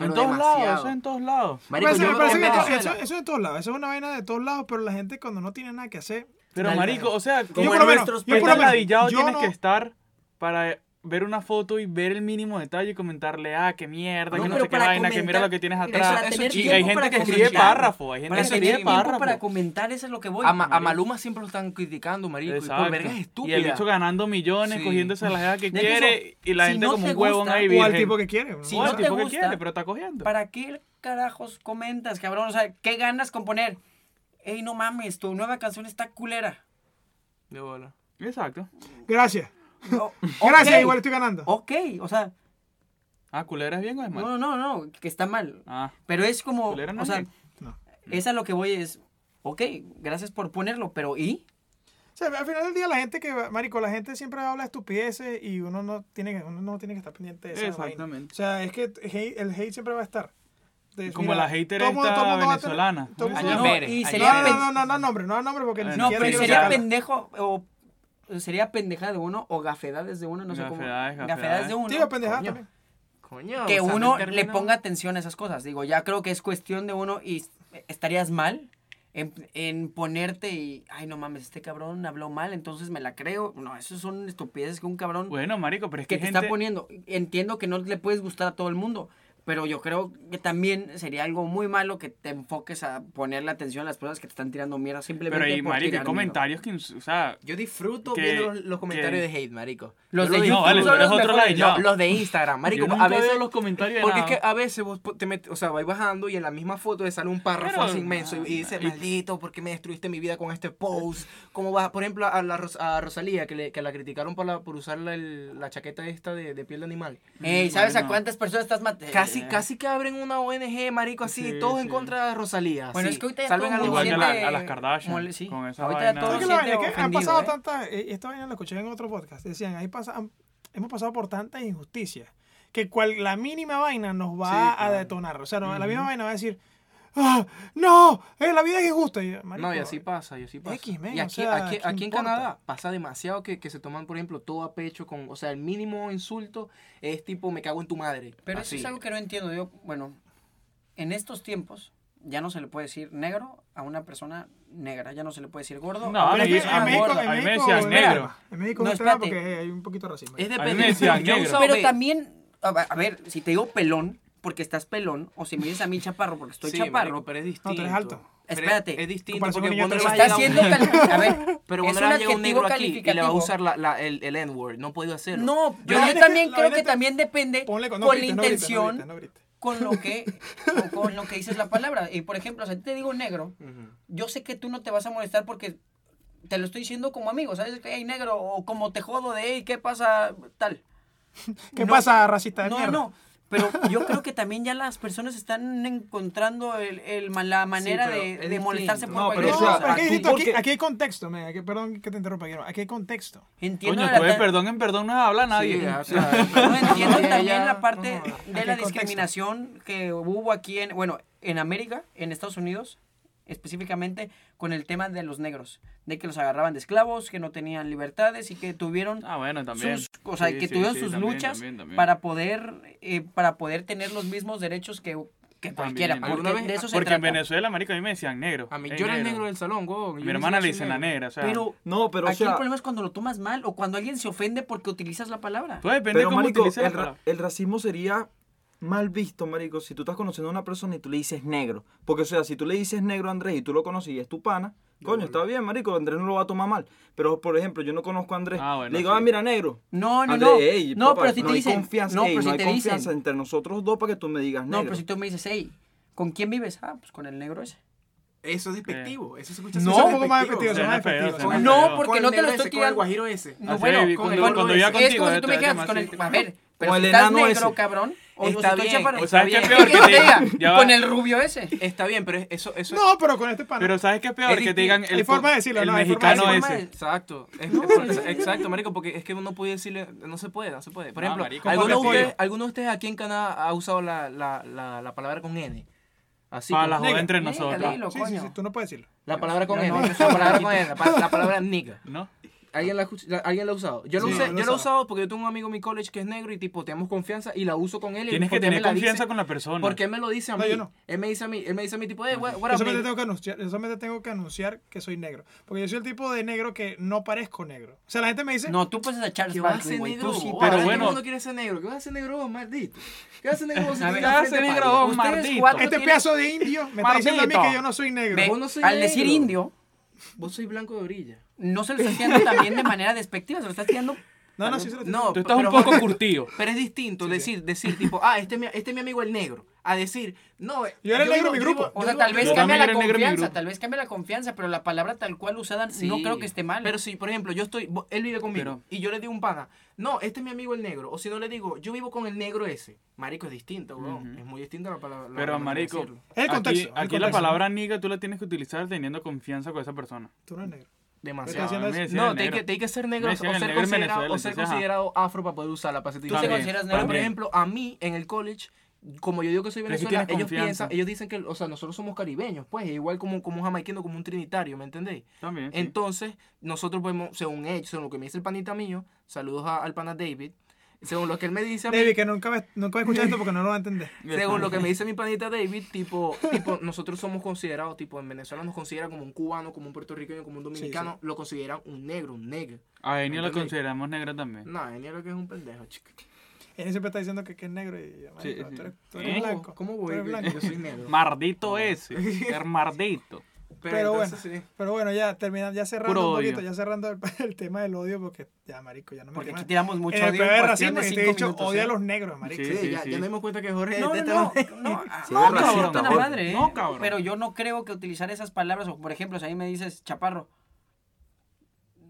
S3: En
S6: Pero
S3: todos lados,
S6: demasiado.
S3: eso en todos lados.
S6: Marico,
S2: Parece-
S6: yo
S2: me parece
S6: en
S2: que to-
S6: Venezuela-
S2: eso, eso es de todos lados, eso es una vaina de todos lados, pero la gente cuando no tiene nada que hacer.
S3: Pero
S1: Dale,
S3: marico, o sea,
S2: Yo
S3: como
S2: por lo menos,
S1: nuestros
S2: yo por lo
S3: tan
S2: menos,
S3: ladillado
S2: yo
S3: tienes
S2: no-
S3: que estar para ver una foto y ver el mínimo detalle y comentarle, ah, qué mierda,
S1: No,
S3: que no
S1: pero
S3: sé qué
S1: para
S3: vaina, que mira
S1: comentar-
S3: lo que tienes
S1: Mira,
S3: atrás.
S1: para
S6: eso
S1: tener
S6: sí.
S1: tiempo
S3: Hay gente
S1: para
S3: que escribe
S1: comentar.
S3: párrafo, hay gente
S1: Para
S3: que
S6: Eso
S1: tener
S3: escribe
S1: tiempo
S3: párrafo.
S1: para comentar, eso es lo que voy.
S6: a, Ma- a
S3: marico.
S6: Maluma siempre lo están criticando, marico. Y por
S3: Exacto.
S6: vergas
S3: Y el
S6: estúpidas.
S3: bicho ganando millones,
S6: Sí.
S3: cogiéndose a la gente que
S1: Deja eso.
S3: quiere y la
S1: Si
S3: gente
S1: no
S3: como
S1: te
S3: un huevón
S1: gusta,
S3: ahí
S2: o al
S3: virgen.
S2: tipo que quiere. ¿no?
S1: Si
S3: O
S1: no
S3: al
S1: te
S3: tipo que
S1: gusta,
S3: quiere, pero está cogiendo.
S1: ¿Para qué carajos comentas, cabrón? O sea, ¿qué ganas con poner? Ey, no mames, tu nueva canción está culera.
S6: De bola.
S3: Exacto.
S2: Gracias. *laughs*
S1: No,
S2: Gracias,
S1: ok,
S2: igual estoy ganando.
S1: Ok, o sea,
S3: Ah, culera es bien o es mal.
S1: no, no, no, que está mal.
S3: Ah,
S1: Pero es como,
S3: Culera no
S1: o
S3: es
S1: sea,
S3: bien.
S2: No.
S1: es a lo que voy es, ok, gracias por ponerlo, pero ¿y?
S2: O sea, al final del día la gente que, va- marico, la gente siempre habla estupideces y uno no tiene que, uno no tiene que estar pendiente de eso.
S3: Exactamente.
S2: O sea, es que hate- el hate siempre va a estar. Entonces,
S3: Como la hater
S2: todo mundo-
S3: esta
S2: todo mundo va a
S3: venezolana.
S2: tener- todo mundo-
S1: Aña
S6: Aña
S2: no,
S1: Pérez.
S2: no,
S6: Pérez.
S1: y
S6: Aña
S1: sería
S2: no,
S6: Pérez.
S1: pen-
S2: no, no, no, nombre, no, nombre, porque ni
S3: No,
S1: No,
S2: siquiera
S1: pero
S2: quiero
S1: sería
S2: sacarla.
S1: pendejo o sería pendejada de uno o gafedades de uno, no sé cómo.
S3: Gafedades,
S1: Gafedades,
S3: gafedades.
S1: de uno.
S2: Sí, pendejada
S1: Coño.
S2: también.
S6: Coño.
S1: que
S6: o sea,
S1: uno
S6: no
S1: le
S6: termina-
S1: ponga atención a esas cosas. Digo, ya creo que es cuestión de uno y s- estarías mal en, en ponerte y, ay, no mames, este cabrón habló mal, entonces me la creo. No, eso son estupideces que un cabrón
S3: bueno, marico, pero es que,
S1: que te
S3: hay gente...
S1: está poniendo. Entiendo que no le puedes gustar a todo el mundo, pero yo creo que también sería algo muy malo que te enfoques a ponerle atención a las personas que te están tirando mierda simplemente
S3: Pero hay,
S1: por
S3: marico, hay
S1: tirar mierda.
S3: comentarios que, ins- o sea,
S6: Yo disfruto
S3: Que-
S6: viendo los, los comentarios
S3: que-
S6: de hate, marico.
S1: Los
S6: Yo
S1: de
S6: lo
S1: YouTube
S3: No, vale,
S1: son
S3: pero
S1: los
S3: es otro
S1: mejores.
S3: lado.
S6: No, los de
S3: *laughs*
S6: Instagram, marico.
S3: yo nunca
S6: a veces
S3: veo los comentarios de
S6: Porque es
S3: nada.
S6: que
S1: ah,
S6: a veces vos po- te metes, o sea, vas bajando y en la misma foto te sale un párrafo
S3: Pero-
S6: así inmenso y, y dices, maldito, ¿por qué me destruiste mi vida con este post? ¿Cómo vas? Por ejemplo, a, la, Ros- a Rosalía, que, le- que la criticaron por, la, por usar la, el- la chaqueta esta de, de piel de animal.
S1: Ey, ¿sabes a
S3: Bueno.
S1: cuántas personas estás matando?
S6: Casi, casi que abren una ONG, marico, así,
S3: Sí,
S6: todos en
S3: sí.
S6: contra de Rosalía.
S1: Bueno,
S6: así.
S1: es que ahorita ya
S6: Salven
S1: todo
S6: a
S1: el
S6: los
S1: mundo
S3: Igual que a
S6: animales.
S3: la-
S1: siente-
S3: a las Kardashian,
S1: mole- sí.
S3: con esa
S1: Ahorita
S3: vaina.
S1: todo
S2: ¿Sabes
S1: el mundo
S2: qué es la vaina?
S1: siente
S2: Es que han
S1: ofendido,
S2: pasado
S1: ¿eh?
S2: tantas, eh, esta vaina la escuché en otro podcast, decían, ahí pasa, han- hemos pasado por tantas injusticias, que cual, la mínima vaina nos va a detonar, o sea, no, la misma vaina va a decir, "Ah, no, eh, la vida es injusta. Y yo,
S6: No, y
S2: marico,
S6: así pasa, y así pasa.
S2: X, men,
S6: y
S2: o
S6: aquí,
S2: sea,
S6: aquí,
S2: ¿qué
S6: aquí en
S2: importa?
S6: Canadá pasa demasiado que, que se toman, por ejemplo, todo a pecho con, o sea, el mínimo insulto es tipo, me cago en tu madre.
S1: Pero
S6: así.
S1: eso es algo que no entiendo. Yo, bueno, en estos tiempos ya no se le puede decir negro a una persona negra, ya no se le puede decir gordo.
S3: No,
S1: a una
S2: Pero es que
S3: Ahora
S1: persona
S2: en
S3: me
S2: México,
S1: gorda.
S2: en México
S3: a mí me decían
S2: es un tema.
S3: negro.
S2: En México
S1: No,
S2: es un tema
S1: espérate.
S2: porque hay un poquito de racismo.
S6: Es
S2: ahí.
S3: me
S6: depende.
S3: decían
S6: Yo
S3: negro.
S6: usaba
S1: Pero
S6: B.
S1: también, a ver, a ver, si te digo pelón, porque estás pelón, o si me dices a mí chaparro, porque estoy
S6: Sí,
S1: chaparro.
S6: marico, pero es distinto.
S2: No, tú eres alto.
S6: Pero
S1: Espérate.
S6: Es, es distinto
S2: Comparación
S6: porque
S2: con un niño
S6: vos no le
S2: de
S6: vas
S1: Está
S6: a llegar a
S1: haciendo.
S6: un-
S1: cal- A ver, es
S6: Pero cuando
S1: un
S6: le vas a llegar a un
S1: adjetivo
S6: negro aquí y le vas a
S1: calificativo.
S6: usar la, la- el, el N-word, no puedo hacerlo.
S1: No,
S2: Pero
S1: pero
S2: la
S1: yo
S2: neta-
S1: también
S2: la
S1: creo que
S2: neta-
S1: también depende
S2: Ponle con- no
S1: con la
S2: grites, no grites, no
S1: intención,
S2: grites, no grites.
S1: con lo que o con lo que dices la palabra. Y por ejemplo, si te digo negro,
S6: Ujú.
S1: yo sé que tú no te vas a molestar porque te lo estoy diciendo como amigo, ¿sabes? Que, hey, negro, o como te jodo de, hey, ¿qué pasa? Tal.
S2: ¿Qué
S1: No,
S2: pasa, racista de
S1: No,
S2: mierda?
S1: no. Pero yo creo que también ya las personas están encontrando el, el- la manera
S6: pero
S1: de-
S6: es
S1: de,
S6: distinto.
S1: molestarse por
S4: No,
S1: cualquier
S2: No,
S4: pero o sea,
S1: cosa.
S2: pero es que,
S4: tú
S2: Dito, aquí-
S4: porque-
S2: aquí hay contexto, men, aquí- perdón que te interrumpa, Guillermo, aquí hay contexto.
S1: Entiendo
S3: Coño,
S1: la
S3: tú de
S1: ta-
S3: perdón en perdón no habla
S6: Sí,
S3: nadie.
S6: o sea,
S1: No entiendo
S2: *laughs*
S6: ya,
S1: también
S6: ya,
S1: la parte
S6: no.
S1: de
S2: ¿En
S1: la
S2: qué contexto?
S1: discriminación que hubo aquí en, bueno, en América, en Estados Unidos, específicamente con el tema de los negros, de que los agarraban de esclavos, que no tenían libertades y que tuvieron
S3: Ah, bueno, también.
S1: sus, o sea,
S3: Sí,
S1: que
S3: sí,
S1: tuvieron
S3: sí,
S1: sus
S3: también,
S1: luchas
S3: también, también.
S1: para poder eh, para poder tener los mismos derechos que, que cualquiera,
S3: También.
S1: porque
S6: ¿Alguna vez-
S1: de eso se
S3: Porque en
S1: trata.
S3: Venezuela, marico, a mí me decían negro.
S6: A mí,
S3: Ey,
S6: yo era el negro del salón, güey.
S3: Mi hermana le dicen la negra, o sea.
S1: Pero
S4: No, pero o
S1: aquí el
S4: sea,
S1: problema es cuando lo tomas mal o cuando alguien se ofende porque utilizas la palabra.
S3: Todo depende de
S4: pero
S3: cómo
S4: marico,
S3: utilices la
S4: el, ra-
S3: palabra.
S4: el racismo sería mal visto, marico, si tú estás conociendo a una persona y tú le dices negro. Porque, o sea, si tú le dices negro a Andrés y tú lo conoces y es tu pana, coño, está bien, marico, Andrés no lo va a tomar mal. Pero, por ejemplo, yo no conozco a Andrés.
S3: Ah, bueno,
S4: le digo,
S3: sí.
S4: ah, mira, negro.
S1: No, no,
S4: Andrés,
S1: no.
S4: ey,
S1: no,
S4: papá,
S1: pero si te
S4: hay
S1: dicen,
S4: confianza,
S1: no,
S4: ey,
S1: pero si
S4: hay
S1: te
S4: confianza
S1: dicen,
S4: entre nosotros dos para que tú me digas
S1: No,
S4: negro.
S1: pero si tú me dices, hey, ¿con quién vives? Ah, pues con el negro ese.
S6: Eso es despectivo. Eso se escucha
S2: Eh. No,
S6: así,
S2: un poco más
S6: despectivo.
S2: despectivo,
S3: Suena
S2: son más
S3: feo,
S2: despectivos.
S3: suena
S2: son
S3: feo.
S2: más-
S1: No, porque
S6: Con el
S1: no te lo
S6: negro
S1: estoy
S6: ese, con el
S1: tirando.
S6: guajiro ese.
S1: No,
S3: Así,
S1: bueno,
S3: cuando-
S1: el-
S6: cuando
S1: es
S6: iba
S3: contigo,
S1: como si
S3: te-
S1: tú me
S3: te
S1: quedas
S3: llamas
S1: con el.
S3: así.
S1: A ver, pero
S4: O
S1: si
S4: el
S1: estás
S4: enano
S1: negro,
S4: ese.
S1: cabrón. O
S6: Está
S1: si estoy
S6: bien,
S1: chaparro,
S6: o
S1: está
S6: sea,
S1: bien.
S6: es peor
S1: ¿Qué
S6: que
S1: te
S6: te-
S1: diga?
S3: ya va.
S1: Con el rubio ese.
S6: Está bien, pero eso, eso
S2: No, pero con este pana.
S3: Pero ¿sabes qué es peor?
S6: Es
S3: que te
S6: distinto.
S3: digan
S2: Hay
S3: el, co-
S2: forma de decirlo,
S3: el
S2: no, hay forma de
S3: mexicano
S1: decirlo.
S3: Ah, ese.
S6: Exacto, es- es- exacto, marico, porque es que uno puede decirle, no se puede, no se puede. Por
S3: No,
S6: ejemplo,
S3: marico,
S6: ¿alguno, de
S2: ponle
S6: ustedes,
S2: pollo.
S6: alguno de ustedes aquí en Canadá ha usado la, la, la, la palabra con N? Así,
S3: Para
S6: como-
S3: la joda
S2: Nigga,
S3: entre
S1: nigga,
S3: nosotros.
S1: dilo.
S2: Sí, sí, sí,
S1: coño.
S2: tú no puedes decirlo.
S6: la palabra con
S1: No,
S6: N,
S1: no.
S6: la palabra con N, la, pa- la palabra nigga.
S3: ¿No?
S6: ¿Alguien la, ha escuch- la- ¿Alguien la ha usado? Yo la
S2: Sí,
S6: usé-
S2: yo la
S6: yo la he
S2: usaba.
S6: usado porque yo tengo un amigo en mi college que es negro y tipo, tenemos confianza y la uso con él. y
S3: Tienes que
S6: porque él
S3: tener
S6: me la dice-
S3: confianza con la persona.
S6: Porque él me lo dice a
S2: No,
S6: mí.
S2: yo no.
S6: Él me dice a mí, él me dice a mí tipo, eh, what, what
S2: Yo
S6: up,
S2: solamente,
S6: nigga?"
S2: tengo que anunciar, yo solamente tengo que anunciar que soy negro. Porque yo soy el tipo de negro que no parezco negro. O sea, la gente me dice,
S1: No, tú puedes a Charles
S6: ¿Qué vas a
S1: Barkley,
S6: hacer
S1: güey.
S6: negro?
S1: Tú sí,
S6: vos?
S3: pero
S6: Ahora
S3: bueno.
S6: Todo el mundo quiere ser negro. ¿Qué vas a hacer negro vos, maldito? ¿Qué vas *laughs* a hacer negro vos? si
S1: A ver,
S6: tienes
S1: ¿qué vas a
S6: la frente
S1: hacer negro
S6: pálida?
S3: vos,
S6: Ustedes
S3: maldito?
S6: cuatro
S2: este
S6: tienen-
S2: pedazo de indio me está diciendo a mí
S3: Maldito.
S2: que yo no soy negro.
S1: Ve,
S6: vos no soy
S1: al decir
S6: negro.
S1: indio,
S6: Vos sois blanco de orilla.
S1: no se lo estás tirando también de manera despectiva, se lo estás tirando.
S2: No, no, sí, se lo
S6: No,
S3: Tú estás un
S6: pero-
S3: poco curtido.
S6: Pero es distinto decir, decir tipo, ah, este es mi, este es mi amigo el negro, a decir, no, eh,
S2: Yo era el negro
S6: iba-
S2: de mi
S6: yo
S2: grupo.
S6: iba-
S1: O
S6: yo
S1: sea,
S6: iba-
S1: tal vez
S3: yo
S1: cambia
S3: también
S1: la
S3: era negro en mi
S1: confianza,
S3: grupo.
S1: tal vez cambia la confianza, pero la palabra tal cual usada
S6: Sí.
S1: no creo que esté mal.
S6: Pero si, por ejemplo, yo estoy, bo- él vive conmigo
S3: Pero-
S6: y yo le digo a un pana, no, este es mi amigo el negro, o si no le digo, yo vivo con el negro ese. Marico es distinto, weón.
S3: Ujú.
S6: Es muy distinta la palabra. la
S3: Pero,
S6: manera de
S3: marico,
S6: decirlo.
S2: El contexto,
S3: aquí,
S2: el
S3: aquí la
S2: contexto.
S3: palabra niga tú la tienes que utilizar teniendo confianza con esa persona.
S2: Tú no eres negro.
S6: demasiado.
S2: haciendo
S3: a mí me
S2: eso.
S3: decían
S6: No,
S3: el
S6: te hay, que,
S3: negro.
S6: te hay que ser negro
S3: Me
S6: o
S3: decían el
S6: ser,
S3: negro en
S6: considerado,
S3: Venezuela,
S6: o ser
S3: entonces, ajá.
S6: considerado afro para poder usar la
S1: ¿Tú
S6: pasatilla.
S1: te
S3: También,
S1: consideras
S6: Pero,
S1: negro?
S6: por
S3: también.
S6: ejemplo, a mí, en el college, como yo digo que soy
S3: Pero es que
S6: venezolana,
S3: tienes
S6: ellos
S3: confianza.
S6: piensan, ellos dicen que, o sea, nosotros somos caribeños, pues, igual como, como un jamaiquino, como un trinitario, ¿me entendéis?
S3: También. sí.
S6: Entonces, nosotros podemos, según ellos, según lo que me dice el panita mío, saludos a- al pana David, según lo que él me dice a mí,
S2: David, que nunca va, nunca va a escuchar esto porque no lo va a entender.
S6: según lo que me dice mi panita David, tipo, tipo nosotros somos considerados, tipo, en Venezuela nos consideran como un cubano, como un puertorriqueño, como un dominicano, lo consideran un negro, un negro.
S3: A Enio la
S6: ¿Entendí?
S3: consideramos negra también.
S6: No, ni lo que es un pendejo, chico.
S2: Él siempre está diciendo que, que es negro y yo,
S3: Sí,
S2: marico,
S3: sí.
S2: tú eres, tú
S3: ¿Eh?
S2: eres blanco.
S6: ¿Cómo
S2: tú
S6: voy?
S2: eres blanco.
S6: Yo soy
S3: *laughs*
S6: negro.
S3: Mardito ese. el mardito.
S6: Pero,
S2: *laughs* Pero
S6: entonces,
S2: bueno.
S6: sí.
S2: Pero bueno, ya terminando, ya cerrando
S3: Puro
S2: un
S3: odio.
S2: poquito, ya cerrando el, *laughs* el tema del odio porque ya, marico, ya no me
S1: Porque
S2: quema.
S1: aquí tiramos mucho
S2: En el
S1: odio.
S2: peor de
S1: en cuestión
S2: racismo,
S1: de
S2: y te he
S1: cinco
S2: dicho,
S1: minutos,
S2: odia
S1: ¿eh?
S2: a los negros, marico.
S3: Sí,
S6: Sí,
S3: sí,
S6: ya,
S3: sí.
S6: ya nos dimos cuenta que Jorge este
S1: No, no,
S6: detesta
S1: no,
S6: la-
S1: no, ah.
S6: *laughs*
S4: Sí,
S1: no,
S4: eres
S1: cabrón,
S4: racista,
S1: la
S4: gordo.
S1: madre, ¿eh?
S3: No, cabrón.
S1: Pero yo no creo que utilizar esas palabras, o por ejemplo, si a mí me dices chaparro,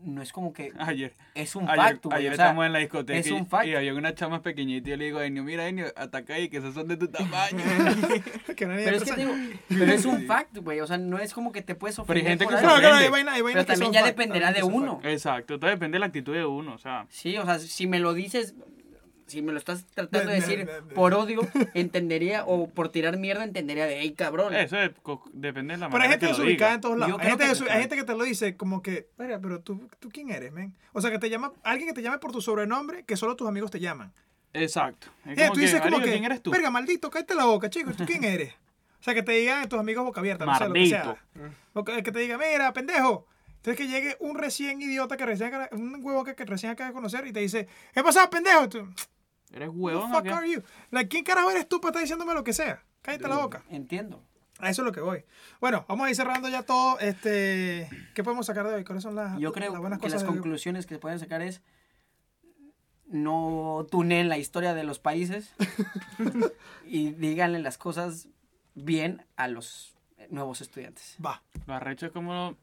S1: no es como que
S3: Ayer.
S1: es un
S3: ayer
S1: facto, güey,
S3: ayer
S1: o sea,
S3: estamos en la discoteca.
S1: es
S3: y-
S1: un fact.
S3: Y había una chama pequeñita y yo le digo a Enio, mira Enio, ataca ahí que esos son de tu tamaño.
S2: *laughs* Que no hay
S1: Pero es que
S2: persona.
S1: te digo, pero es un fact, güey, o sea, no es como que te puedes ofender.
S3: gente
S1: por
S3: que se
S1: algo.
S2: Claro, claro, hay
S3: Depende.
S2: vaina, hay vaina
S1: Pero
S2: que son
S1: también ya
S2: fact,
S1: dependerá de
S2: también que son
S1: uno.
S2: fact.
S3: Exacto. Todo depende de la actitud de uno. O sea,
S1: Sí, o sea, si me lo dices, si me lo estás tratando de
S2: Ve, ve,
S1: decir
S2: ve, ve.
S1: por odio, entendería, o por tirar mierda, entendería de, hey, cabrón.
S3: eso es co- depende de la
S2: Pero hay
S3: manera
S2: gente
S3: que lo
S2: desubicada en
S3: digas.
S2: todos
S1: Yo
S2: lados. Hay
S1: creo
S2: gente,
S1: que-
S2: desu- hay gente que te lo dice como que, "Verga, pero tú, tú quién eres, men. O sea, que te llama, alguien que te llame por tu sobrenombre que solo tus amigos te llaman.
S3: Exacto. Es
S2: Eh,
S3: como
S2: tú
S3: que,
S2: dices como
S3: "Marico,
S2: que,
S3: ¿quién eres tú?
S2: verga, maldito, cállate la boca, chico, ¿tú quién eres? O sea, que te digan tus amigos boca abierta, no sé, lo que sea.
S3: Maldito.
S2: O que, que te diga, mira, pendejo. Entonces que llegue un recién idiota, que recién acaba- un huevo que, que recién acaba de conocer y te dice, ¿qué pasa, pendejo? Y Tú,
S3: ¿Eres
S2: "Who
S3: huevón
S2: the fuck
S3: o qué?"
S2: are you? Like, ¿Quién carajo eres tú para estar diciéndome lo que sea? Cállate la boca.
S1: Entiendo.
S2: A eso es lo que voy. Bueno, vamos a ir cerrando ya todo. Este, ¿Qué podemos sacar de hoy? ¿Cuáles son las,
S1: Yo
S2: las
S1: creo
S2: buenas
S1: que
S2: cosas?
S1: las
S2: de hoy?
S1: conclusiones que se pueden sacar es no tunen la historia de los
S2: *laughs*
S1: países y díganle las cosas bien a los nuevos estudiantes.
S2: Va.
S3: Lo arrecho es como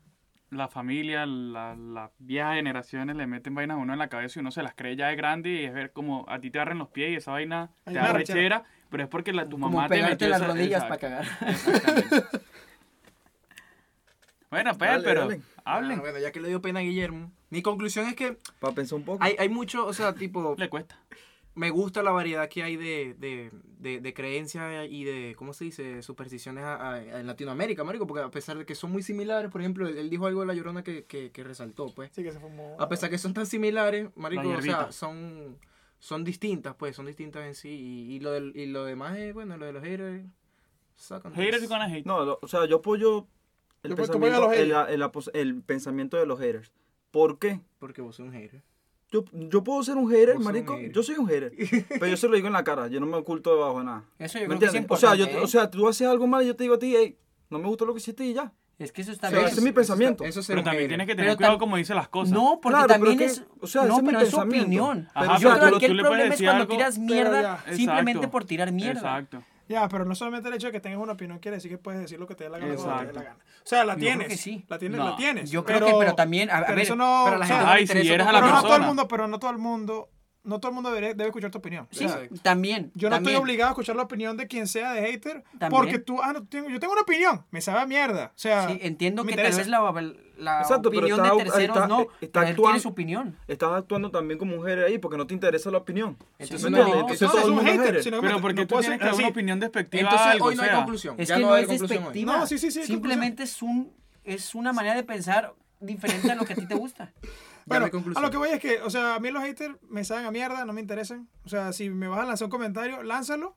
S3: la familia, la- las viejas generaciones le meten vainas a uno en la cabeza y uno se las cree ya de grande y es ver como a ti te arren los pies y esa vaina
S2: Ay,
S3: te
S2: una
S3: da rechera, pero es porque la, tu
S1: Como
S3: mamá te
S1: pegarte
S3: metió
S1: las
S3: esa-
S1: rodillas para
S3: exacto,
S1: cagar.
S3: exactamente. bueno, pues,
S4: Dale,
S3: pero
S4: dale.
S6: Ah,
S3: hablen.
S6: bueno, ya que le dio pena a Guillermo. Mi conclusión es que
S4: Para pensar un poco.
S6: hay, hay mucho, o sea, *laughs* tipo,
S3: Le cuesta.
S6: me gusta la variedad que hay de, de, de, de creencias y de, ¿cómo se dice?, supersticiones a- a- en Latinoamérica, marico, porque a pesar de que son muy similares, por ejemplo, él, él dijo algo de La Llorona que, que, que resaltó, pues.
S2: Sí, que se fumó.
S6: A pesar que son tan similares, marico,
S3: La
S6: o
S3: hierbita.
S6: sea, son, son distintas, pues, son distintas en sí. Y, y lo, del- y lo demás es, bueno, lo de los haters, sacan.
S3: Haters gonna hate.
S4: No, lo- o sea, yo apoyo
S2: Yo
S4: el,
S2: apoyo- tú apoyas a
S4: pensamiento,
S2: los
S4: el, el apos- el pensamiento de los haters. ¿Por qué?
S6: Porque vos sos un hater.
S4: Yo, yo puedo ser un hater,
S6: Vos sos un
S4: marico.
S6: hater.
S4: Yo soy un hater. pero yo se lo digo en la cara. Yo no me oculto debajo de nada.
S1: Eso
S4: ¿Me
S1: yo creo que es
S4: entiendes? O sea, yo,
S1: importante,
S4: te-
S1: ¿eh?
S4: o sea, tú haces algo mal y yo te digo a ti, "Ey, no me gustó lo que hiciste y ya.
S1: es que eso está
S4: o sea,
S1: bien.
S4: ese es mi pensamiento.
S6: Eso es ser
S3: Pero
S6: un
S3: también
S6: hater.
S3: tienes que
S1: Pero
S3: tener cuidado
S1: tam-
S3: como dice las cosas.
S1: No, porque
S4: Claro, pero
S1: también
S4: que-
S1: es.
S4: o sea, ese
S1: no,
S4: es mi
S1: pero es su
S4: pensamiento.
S1: opinión.
S3: Ajá,
S1: yo
S3: pero
S1: creo que
S3: tú-
S1: aquí
S3: tú
S1: el
S3: le puedes
S1: problema es
S3: decir
S1: cuando
S3: algo,
S1: tiras
S2: pero
S1: mierda
S2: ya.
S1: simplemente
S3: Exacto.
S1: por tirar mierda.
S3: Exacto.
S2: Ya, pero no solamente el hecho de que tengas una opinión quiere decir que puedes decir lo que te dé la gana. cuando te dé la
S3: Exacto.
S2: gana. O sea, la
S1: Yo creo
S2: tienes.
S1: que sí.
S2: La tienes, la
S3: No,
S2: tienes.
S1: Yo creo que, pero también. A, a
S2: pero
S1: ver,
S2: eso no.
S6: Pero a la
S2: o
S6: gente
S2: sea,
S6: no le
S3: Ay, si
S6: interesa
S3: eres a
S2: pero
S6: tampoco.
S2: no
S3: persona.
S2: todo el mundo, pero no todo el mundo. No todo el mundo debe, debe escuchar tu opinión.
S1: Sí,
S2: O sea,
S1: sí, también.
S2: yo no
S1: también.
S2: estoy obligado a escuchar la opinión de quien sea de hater.
S1: También.
S2: Porque tú, ah, no, tengo- yo tengo una opinión. Me sabe a mierda. O sea,
S1: Sí, entiendo
S2: Ah, me
S1: que
S2: interesa.
S1: tal vez la, la
S4: Exacto, pero
S1: opinión
S4: está-
S1: de
S4: ahí
S1: terceros
S4: está-
S1: no,
S4: está
S1: pero él tiene
S4: actuando.
S1: su opinión.
S4: Estás actuando también como un hater ahí porque no te interesa la opinión.
S6: Entonces
S4: ¿Me
S6: no,
S4: entiendes?
S1: no,
S4: Entonces
S2: no,
S4: todo
S2: es
S4: el
S2: un
S4: mundo es
S2: hater,
S4: hater.
S2: sino-
S3: Pero
S2: no
S3: porque
S2: puedo
S3: tú tienes
S2: ser
S3: que dar una
S2: así.
S3: opinión despectiva
S6: Entonces
S3: a algo,
S6: hoy no
S3: o
S6: hay
S3: sea,
S6: conclusión.
S1: Es
S6: ya
S1: que
S6: no
S1: no
S6: va a
S1: es
S6: haber conclusión hoy.
S2: No, sí, sí, sí.
S1: Simplemente es un es una manera de pensar diferente a lo que a ti te gusta.
S2: Bueno,
S6: mi conclusión.
S2: a lo que voy es que, o sea, a mí los haters me saben a mierda, no me interesan. O sea, si me vas a lanzar un comentario, lánzalo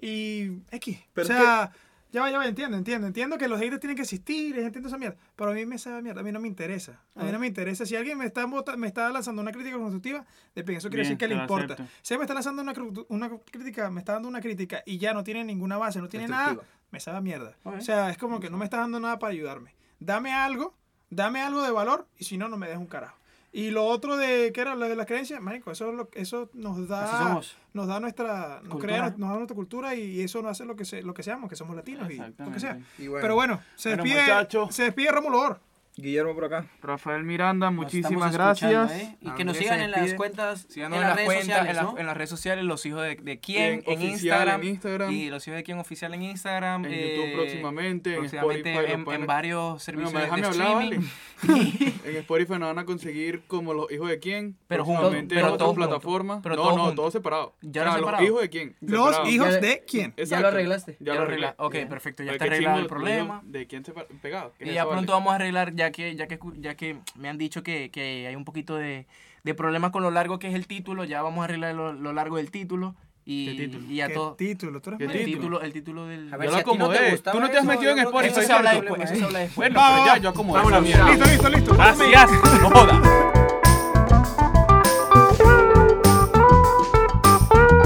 S2: y X.
S4: Pero
S2: o sea, ya va, ya va, entiendo, entiendo. Entiendo que los haters tienen que existir, entiendo esa mierda. Pero a mí me sabe a mierda, a mí no me interesa. A mí no me interesa. Si alguien me está, bota- me está lanzando una crítica constructiva, depende, eso quiere decir
S3: Bien,
S2: que le
S3: te la
S2: importa.
S3: acepto.
S2: Si me está lanzando una, cru- una crítica, me está dando una crítica y ya no tiene ninguna base, no tiene nada,
S6: Constructiva.
S2: me sabe a mierda.
S1: Ok.
S2: O sea, es como que no me está dando nada para ayudarme. Dame algo, dame algo de valor y si no, no me des un carajo. Y lo otro de, ¿qué era? Lo de las creencias, marico, eso, es lo- eso nos da...
S1: Así somos.
S2: Nos da nuestra... Nos,
S1: Cultura.
S2: crea- nos da nuestra cultura y eso nos hace lo que, se- lo que seamos, que somos latinos y lo que sea.
S3: Exactamente.
S6: Y bueno,
S2: Pero bueno, se
S3: Bueno,
S2: despide,
S3: muchachos.
S2: se despide Rómulo Or.
S4: Guillermo por acá.
S3: Rafael Miranda,
S1: Nos
S3: muchísimas
S1: estamos escuchando,
S3: gracias. *laughs*
S1: ¿eh? Y que nos
S6: Andrés
S1: sigan
S6: se
S1: en las
S6: despide.
S1: cuentas, en,
S6: síganos
S1: las redes
S6: cuentas,
S1: sociales,
S6: en, las-
S1: ¿no?
S6: en las redes sociales, los hijos de, de quién
S3: En
S6: en,
S3: oficial,
S6: Instagram,
S3: en Instagram.
S6: Y los hijos de quién oficial en Instagram.
S3: En
S6: eh,
S3: YouTube próximamente, en
S6: próximamente
S3: Spotify lo
S6: en,
S3: pueden-
S6: en varios servicios
S3: Bueno,
S6: de,
S3: déjame
S6: de
S3: hablar,
S6: streaming.
S3: En Spotify nos van a conseguir como los hijos de quién.
S6: Pero
S3: próximamente
S6: juntos, pero
S3: en otras
S6: todos juntos.
S3: plataformas.
S6: Pero
S3: no,
S6: todos
S3: no,
S6: juntos.
S3: todo separado.
S6: Ya
S3: O sea,
S6: lo
S3: los
S6: separado.
S3: hijos de quién.
S2: Los
S3: separado.
S2: hijos
S1: Ya-
S2: de quién.
S1: Ya lo arreglaste.
S3: Ya lo arreglé.
S6: Ok,
S1: Bien.
S6: perfecto, ya
S3: Oye,
S6: está
S3: qué
S6: arreglado el
S3: chingo, los hijos
S6: problema.
S3: ¿De quién se pegado?
S6: Y ya pronto vamos a arreglar, ya que, ya que, escu- ya que me han dicho que, que hay un poquito de, de problema con lo largo que es el título, ya vamos a arreglar lo, lo largo del título. Y,
S3: ¿Qué título?
S6: y a
S2: ¿Qué
S6: todo.
S2: título? ¿Tú eres
S3: ¿Qué
S6: El
S2: marico.
S3: título?
S6: título, el título del.
S1: A ver,
S3: Yo
S1: si
S3: lo
S1: a ti no te
S3: acomodé.
S1: gustaba
S3: Tú no te has
S1: eso,
S3: metido
S1: yo
S3: en
S1: creo que
S3: Spotify,
S1: ese
S6: eso
S1: es
S6: se habla
S1: el
S6: después,
S1: problema,
S6: eso se
S1: ¿eh?
S6: habla después.
S3: Bueno, pero ya, yo como.
S6: Vámonos,
S3: esa mierda.
S2: Listo, listo, listo.
S3: Gracias, no jodas.